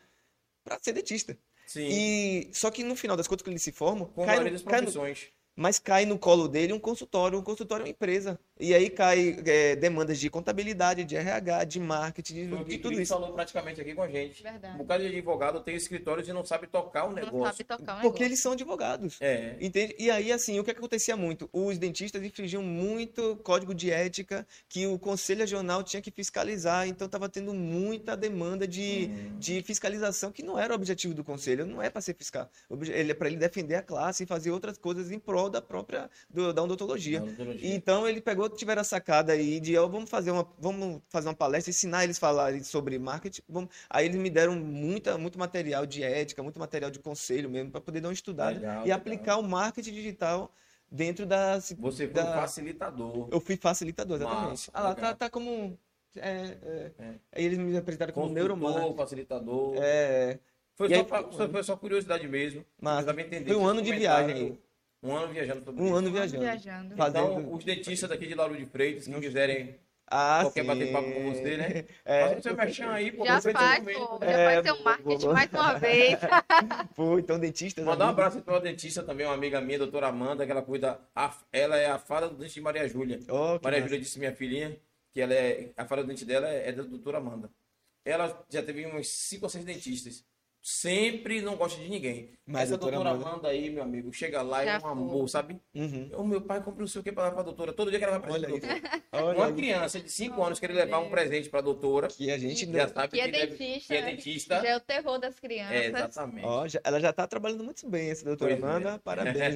C: para ser dentista.
B: Sim,
C: E só que no final das contas, quando eles se formam,
B: com a
C: cai
B: maioria
C: no,
B: das
C: cai no-
B: profissões.
C: mas cai no colo dele um consultório. Um consultório é uma empresa. E aí cai é, demandas de contabilidade, de RH, de marketing,
B: Foi
C: de,
B: o que
C: de
B: o
C: tudo
B: Cris
C: isso.
B: falou praticamente aqui com a gente. Um
A: Verdade.
B: bocado de advogado tem escritórios e não sabe tocar o
A: Não sabe
B: negócio.
A: tocar um
C: Porque
A: negócio.
C: eles são advogados.
B: É.
C: Entende? E aí, assim, o que, é que acontecia muito? Os dentistas infringiam muito código de ética que o Conselho Regional tinha que fiscalizar, então estava tendo muita demanda de, de fiscalização, que não era o objetivo do Conselho, não é para ser fiscal. O obje- Ele é para ele defender a classe e fazer outras coisas em prol da própria do- da odontologia.
B: Odontologia.
C: Então ele pegou, tiveram a sacada aí de ó, vamos fazer uma, vamos fazer uma palestra, ensinar eles a falarem sobre marketing. vamos- Aí eles me deram muita, muito material de ética, muito material de conselho mesmo, para poder dar uma estudada
B: Legal,
C: e
B: legal.
C: aplicar o marketing digital dentro da. se-
B: Você foi um
C: da-
B: facilitador.
C: Eu fui facilitador, exatamente.
B: Massa,
C: ah lá,
B: legal.
C: tá, tá como. um- é, é.
B: É.
C: Aí eles me apresentaram como neuromarketing.
B: Consultor, facilitador.
C: É,
B: Foi,
C: E
B: só
C: aí-
B: pra- só- foi só curiosidade mesmo.
C: Massa.
B: Precisava entender
C: Foi um
B: esse
C: ano de
B: comentário.
C: viagem aí.
B: Um ano viajando sobre
C: um
B: isso.
C: ano
A: Vamos
C: viajando.
A: viajando.
B: Então,
C: Fazendo-
B: os dentistas daqui de Lauro de Freitas, se não quiserem
C: Ah,
B: qualquer bater papo com
C: sim.
B: você, né?
C: [laughs] É.
B: Faça o seu merchan aí, pô.
A: Já
B: aproveita o
A: faz,
B: momento.
A: pô. Já
C: É,
A: faz seu
C: vou-
A: marketing
C: vou-
A: mais
B: [laughs]
A: uma vez.
C: Pô, então dentistas.
B: Mandar um
C: amigos.
B: abraço para uma dentista também, uma amiga minha, doutora Amanda, que ela cuida. a- ela é a fada do dente de Maria Júlia.
C: Ó, que
B: Maria
C: massa.
B: Júlia disse, minha filhinha, que ela é, a fala do dente dela é, é da doutora Amanda. Ela já teve uns cinco ou seis dentistas. Sempre não gosta de ninguém.
C: Mas
B: Essa
C: a doutora
B: doutora,
C: Amanda-
B: Amanda... aí, meu amigo, chega lá e
A: Já
B: é um
A: foi.
B: amor, sabe?
C: Uhum.
B: O meu pai compra não sei o que para a doutora. Todo dia que ela vai pra
C: Olha
B: gente,
C: isso.
B: doutora.
C: Olha
B: Uma
C: aí,
B: criança de cinco anos querer levar um presente para a doutora,
C: que a gente não.
B: já sabe
A: Que é
B: deve-
A: dentista,
B: que é
A: né?
B: dentista.
A: Já é o terror das
B: É,
A: crianças.
B: exatamente.
C: Ó, já- ela já tá trabalhando muito bem, essa doutora
B: Pois é.
C: Amanda. Parabéns,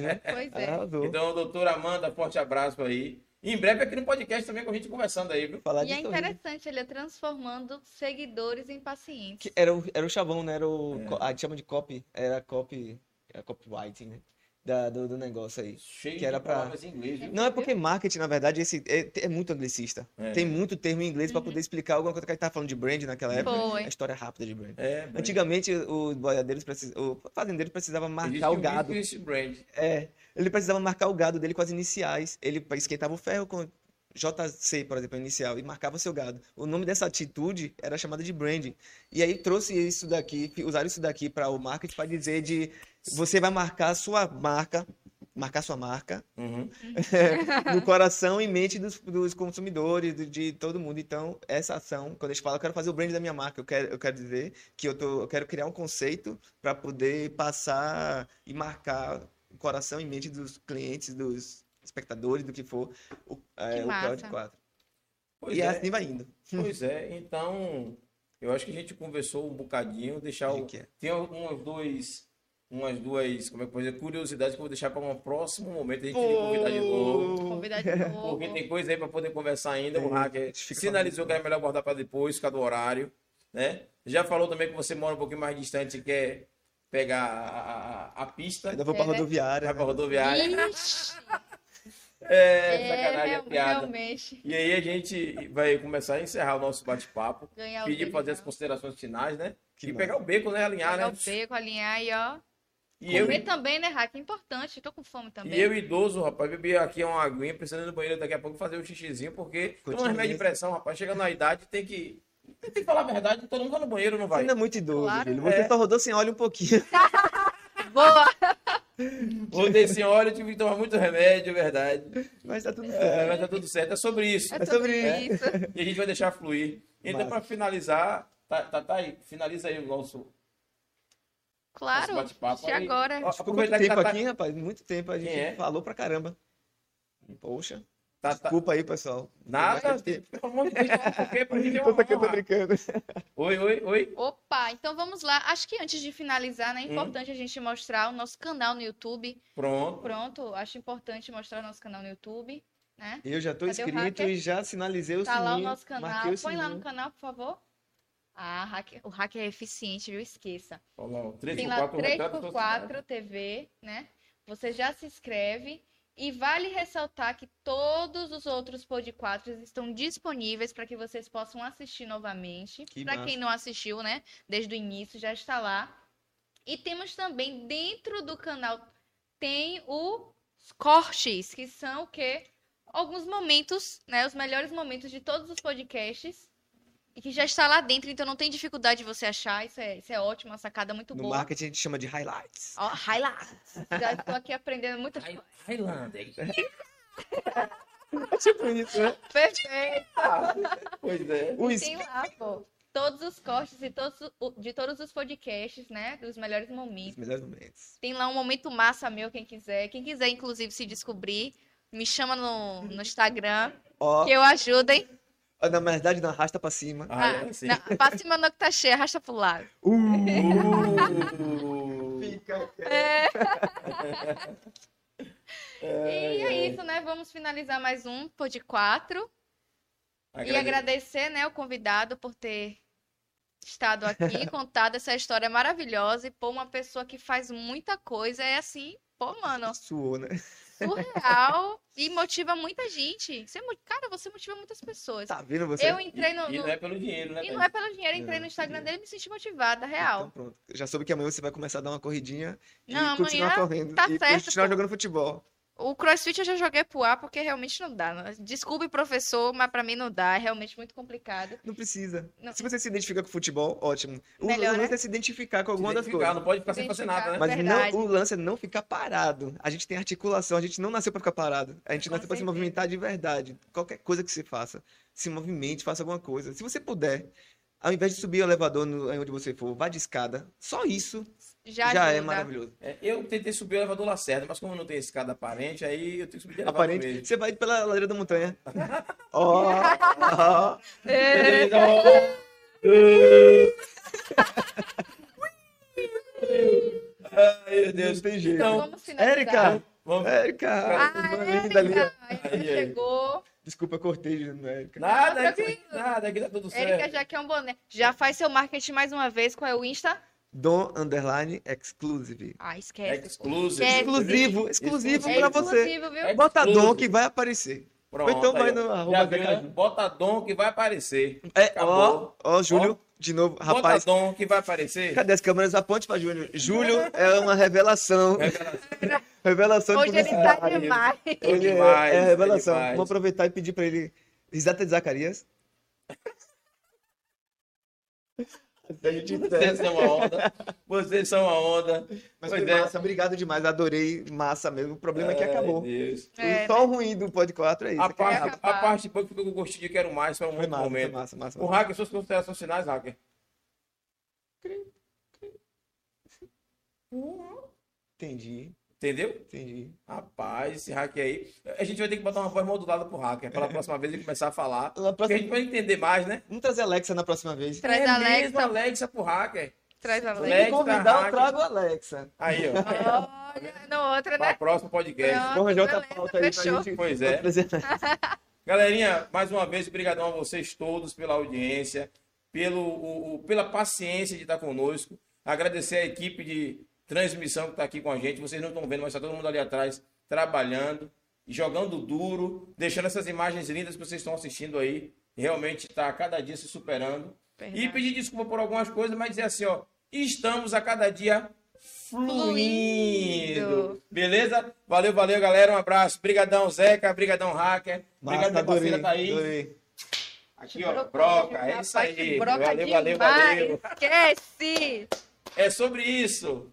B: [laughs]
C: né?
A: Pois é.
C: Arrasou.
B: Então, doutora Amanda, forte abraço aí. E em breve aqui no podcast também com a gente conversando aí, viu?
C: Falar
A: E
C: de né?
A: é
C: sorriso.
A: interessante, ele é transformando seguidores em pacientes.
C: Que era, o, era o chavão, né? Era o.
B: É.
C: co- Ah, chama de copy. Era copy. Era copywriting, né? Da, do, do negócio aí.
B: Cheio
C: Que era
B: de
C: pra-
B: palavras em inglês, viu?
C: Não, é porque marketing, na verdade, esse é, é muito anglicista.
B: É.
C: Tem muito termo em inglês para poder explicar alguma coisa que a gente tava falando de brand naquela época.
A: Uhum. Foi.
C: A história rápida de brand.
B: É, brand.
C: Antigamente, os boiadeiros precis... o fazendeiro precisava
B: Existe
C: marcar
B: um
C: o gado.
B: risco esse brand.
C: É, ele precisava marcar o gado dele com as iniciais. Ele esquentava o ferro com JC, por exemplo, a inicial, e marcava o seu gado. O nome dessa atitude era chamada de branding. E aí trouxe isso daqui, usaram isso daqui para o marketing para dizer de você vai marcar a sua marca marcar sua marca
B: Uhum.
A: [laughs]
C: no coração e mente dos, dos consumidores, de, de todo mundo. Então, essa ação, quando eles falam, eu quero fazer o brand da minha marca, eu quero, eu quero dizer que eu, tô, eu quero criar um conceito para poder passar e marcar o coração e mente dos clientes, dos espectadores, do que for, o, é,
A: Que
C: o Cloud
A: massa.
C: 4.
B: Pois
C: E
B: é.
C: assim [laughs] vai indo.
B: Pois é, então eu acho que a gente conversou um bocadinho, deixar o...
C: Que é.
B: tem algumas dois, umas duas, como é que pode dizer, curiosidades que eu vou deixar para um próximo momento a gente lhe convidar de novo.
A: Convidar de novo.
B: Porque tem coisa aí para poder conversar ainda. O
C: É, a
B: hacker
C: gente fica
B: sinalizou que é melhor guardar para depois, por causa do horário, né? Já falou também que você mora um pouquinho mais distante e quer pegar a, a- a pista,
C: Ainda vou para
A: É, né?
C: rodoviária.
B: vai para
C: né?
B: rodoviária.
A: Ixi,
B: É, sacanagem,
A: é,
B: é piada.
A: realmente.
B: E aí a gente vai começar a encerrar o nosso bate-papo,
A: Ganhar É o
B: pedir
A: dedo,
B: para fazer
A: não.
B: as considerações finais, né?
C: Que
B: e
C: massa.
B: pegar o beco, né? Alinhar,
A: Pegar
B: né?
A: o beco, alinhar e ó.
B: E eu,
A: Comer também, né, Raque? É importante. Tô com fome também.
B: e eu idoso, rapaz, bebi aqui uma aguinha, precisando ir no banheiro daqui a pouco fazer um xixizinho, porque tem um
C: Continua.
B: remédio de pressão, rapaz. Chega na idade, tem que. Tem que falar a verdade, todo mundo vai no banheiro, não
C: Você
B: um vai.
C: ainda é muito idoso,
A: Claro.
C: filho. Você
B: É.
C: só rodou sem óleo um pouquinho. [laughs]
A: Tá Boa!
B: Voltei sem óleo, assim, tive que tomar muito remédio, é verdade.
C: Mas tá tudo
B: É,
C: certo.
B: mas tá tudo certo, é sobre isso.
A: É
C: sobre
A: sobre isso.
B: E a gente vai deixar fluir. Então,
C: Massa.
B: para finalizar, tá, tá, tá aí, finaliza aí o nosso
A: Claro.
B: Nosso bate-papo
A: E
B: aí.
A: agora?
B: Ó,
C: Ficou
B: aproveitar
C: muito
B: que
C: tempo
B: tá- tá-
C: aqui, rapaz. Muito tempo. A gente
B: Quem é?
C: falou pra caramba. Poxa.
B: tá- tá-
C: Desculpa aí, pessoal.
B: Nada,
C: Bastante tempo.
B: pelo amor de Deus, fala por quê? Pra gente
C: [laughs]
B: é uma
C: Tô brincando, tá tô
B: honra.
C: brincando.
B: Oi, oi, oi.
A: Opa, então vamos lá. Acho que antes de finalizar, né, é
B: Hum.
A: importante a gente mostrar o nosso canal no YouTube.
B: Pronto.
A: Pronto, acho importante mostrar o nosso canal no YouTube, né?
C: Eu já tô
A: Cadê o
C: inscrito
A: hacker?
C: e já sinalizei o
A: Tá
C: sininho.
A: lá o nosso canal.
C: marquei o
A: Põe lá no
C: sininho.
A: canal, por favor. Ah, hacker- o hacker é eficiente, viu? Esqueça.
B: Olha lá, o
A: Tem lá
B: 3x4 retrato da sociedade.
A: 3x4 TV, né? Você já se inscreve. E vale ressaltar que todos os outros podquatros estão disponíveis para que vocês possam assistir novamente.
C: Que
A: Para
C: massa.
A: quem não assistiu, né? Desde o início já está lá. E temos também dentro do canal tem os cortes, que são o quê? Alguns momentos, né? Os melhores momentos de todos os podcasts. E que já está lá dentro, então não tem dificuldade de você achar. Isso é, isso é ótimo, uma sacada muito
C: No
A: boa.
C: marketing a gente chama de highlights.
A: Ó, highlights. Já estou aqui aprendendo muitas coisas.
B: Highlander.
C: [laughs] É tipo isso, né?
A: Perfeito.
B: Pois é.
C: O
A: Tem lá, pô. Todos os cortes de todos, o- de todos os podcasts, né? Dos melhores
C: Os
A: momentos.
C: melhores momentos.
A: Tem lá um momento massa meu, quem quiser. Quem quiser, inclusive, se descobrir, me chama no, no Instagram,
C: Ó,
A: que eu ajudo, hein?
C: ó, na verdade, não arrasta pra cima.
B: Ah,
A: Ah,
B: é assim.
A: não, pra cima não que tá cheio, arrasta pro lado.
C: [laughs] Uh,
B: Uh,
C: fica.
B: [laughs]
A: e é isso, né? Vamos finalizar mais um Pô de Quatro. E agradecer, né, o convidado por ter estado
B: [laughs]
A: aqui, contado essa história maravilhosa. E, pô, uma pessoa que faz muita coisa é assim, pô, mano,
C: Suou, né?
A: surreal e motiva muita gente. Você, mo- cara, você motiva muitas pessoas.
C: Tá vendo você?
A: Eu entrei no.
B: E, e
A: no-
B: não é pelo dinheiro, né?
A: E não é pelo dinheiro, entrei
C: Não,
A: no Instagram dele e me senti motivada,
C: Então
A: real.
C: pronto. Eu já soube que amanhã você vai começar a dar uma corridinha
B: Então,
C: e
A: Não,
C: continuar
A: amanhã
C: correndo.
A: tá
C: e
A: certo,
C: continuar
A: pô.
C: jogando futebol.
A: O CrossFit eu já joguei pro ar porque realmente não dá. né? Desculpe, professor, mas pra mim não dá. É realmente muito complicado.
C: Não precisa.
A: Não.
C: Se você se identifica com futebol, ótimo. O,
A: Melhor,
C: o lance
A: né?
C: é se identificar com
B: Se
C: alguma das
B: identificar,
C: coisas.
B: Não pode ficar sem fazer nada, né?
C: Mas
A: Verdade.
C: não, o lance é não ficar parado. A gente tem articulação, a gente não nasceu pra ficar parado. A gente
A: Com
C: nasceu pra se
A: certeza.
C: movimentar de verdade. Qualquer coisa que você faça, se movimente, faça alguma coisa. Se você puder, ao invés de subir o elevador no, onde você for, vá de escada. Só isso
A: Já,
C: já é
A: ajuda.
C: maravilhoso.
B: É, eu tentei subir o elevador Lacerda, mas como não tem escada aparente, aí eu tenho que subir de elevador
C: Aparente,
B: mesmo.
C: você vai pela ladeira
B: [laughs]
C: da montanha. Ó, ó,
A: [laughs] É,
B: [laughs] Ai, meu Deus.
C: não tem jeito.
B: Então,
A: vamos finalizar.
C: Érica!
B: Vamos...
C: Érica!
A: Ah,
C: uma linda ali.
A: Érica! A Érica
B: Aí, aí.
A: chegou.
C: Desculpa, eu cortei, Érica.
B: Nada,
A: Tá
B: aqui,
A: tranquilo.
B: nada, aqui tá tudo
A: Érica
B: certo.
A: já quer um boné. Já faz seu marketing mais uma vez. Qual é o Insta?
C: Dom Underline Exclusive.
A: Ah,
B: É
A: esquece.
B: exclusive.
A: É
C: Exclusivo, exclusivo
A: É
C: pra você.
A: exclusivo, viu?
B: É
C: Bota Dom
B: exclusive.
C: que vai aparecer.
B: Pronto,
C: Ou então vai
B: aí, ó.
C: no arroba
B: Já viu, né?
C: Decaju.
B: Bota Dom que vai aparecer.
C: É,
B: Acabou.
C: ó, ó, Júlio, de novo,
B: Bota
C: rapaz.
B: Dom que vai aparecer.
C: Cadê as câmeras? Aponte pra Júlio. Júlio é uma revelação. revelação de
A: Hoje ele
C: publicidade.
A: tá demais.
B: Tô
C: Ele é,
B: demais,
C: é
B: tô
C: revelação.
B: demais.
C: Vou aproveitar e pedir pra ele. Risada de Zacarias. Se a gente
B: Vocês são a onda. Vocês são a onda.
C: Mas
B: Pois
C: foi
B: é.
C: massa, obrigado demais, adorei, massa mesmo. O problema é que
B: Ai,
C: acabou.
B: Deus.
A: É,
C: E só o ruim do Pod 4 é isso.
B: A parte, a
A: acabar.
B: parte boa que ficou com gostinho de quero mais, foi um
C: Foi
B: outro
C: massa, foi
B: momento.
C: massa, massa.
B: O
C: massa.
B: hacker, suas considerações finais, hacker.
C: Entendi,
B: Entendeu?
C: entendi.
B: Rapaz, esse hacker aí. A gente vai ter que botar uma voz modulada pro hacker, para a próxima vez ele começar a falar.
C: Na
B: Porque a
C: É. próxima-
B: gente vai entender mais, né?
C: Vamos trazer a Alexa na próxima vez.
A: Traz
B: é
A: a
B: mesmo
A: Alexa,
B: Alexa pro hacker.
A: traz a
C: Se
B: Alexa,
C: me
A: Alexa.
C: convidar,
B: hack.
C: eu trago a Alexa.
B: Aí, ó.
A: Olha, no outro,
B: Para
A: né?
B: o próximo podcast.
A: Pronto,
C: Vamos arranjar outra
A: beleza,
C: pauta aí pra
A: fechou.
C: gente.
B: Pois é.
C: pra trazer a Alexa.
B: Galerinha, mais uma vez, brigadão a vocês todos pela audiência, pelo, o- o- pela paciência de estar conosco. Agradecer a equipe de transmissão que está aqui com a gente. Vocês não estão vendo, mas está todo mundo ali atrás trabalhando, jogando duro, deixando essas imagens lindas que vocês estão assistindo aí. Realmente está a cada dia se superando. E
A: Verdade.
B: pedir desculpa por algumas coisas, mas dizer assim, ó, estamos a cada dia fluindo.
A: Fluindo.
B: Beleza? Valeu, valeu, galera. Um abraço. Brigadão, Zeca. Brigadão, Hacker.
C: Massa,
B: Obrigado, minha parceira Thaís.
C: adorei.
B: Aqui, ó, broca. É
A: Rapaz,
B: isso aí.
A: que broca
B: Valeu, valeu,
A: demais.
B: valeu.
A: Esquece!
B: É sobre isso.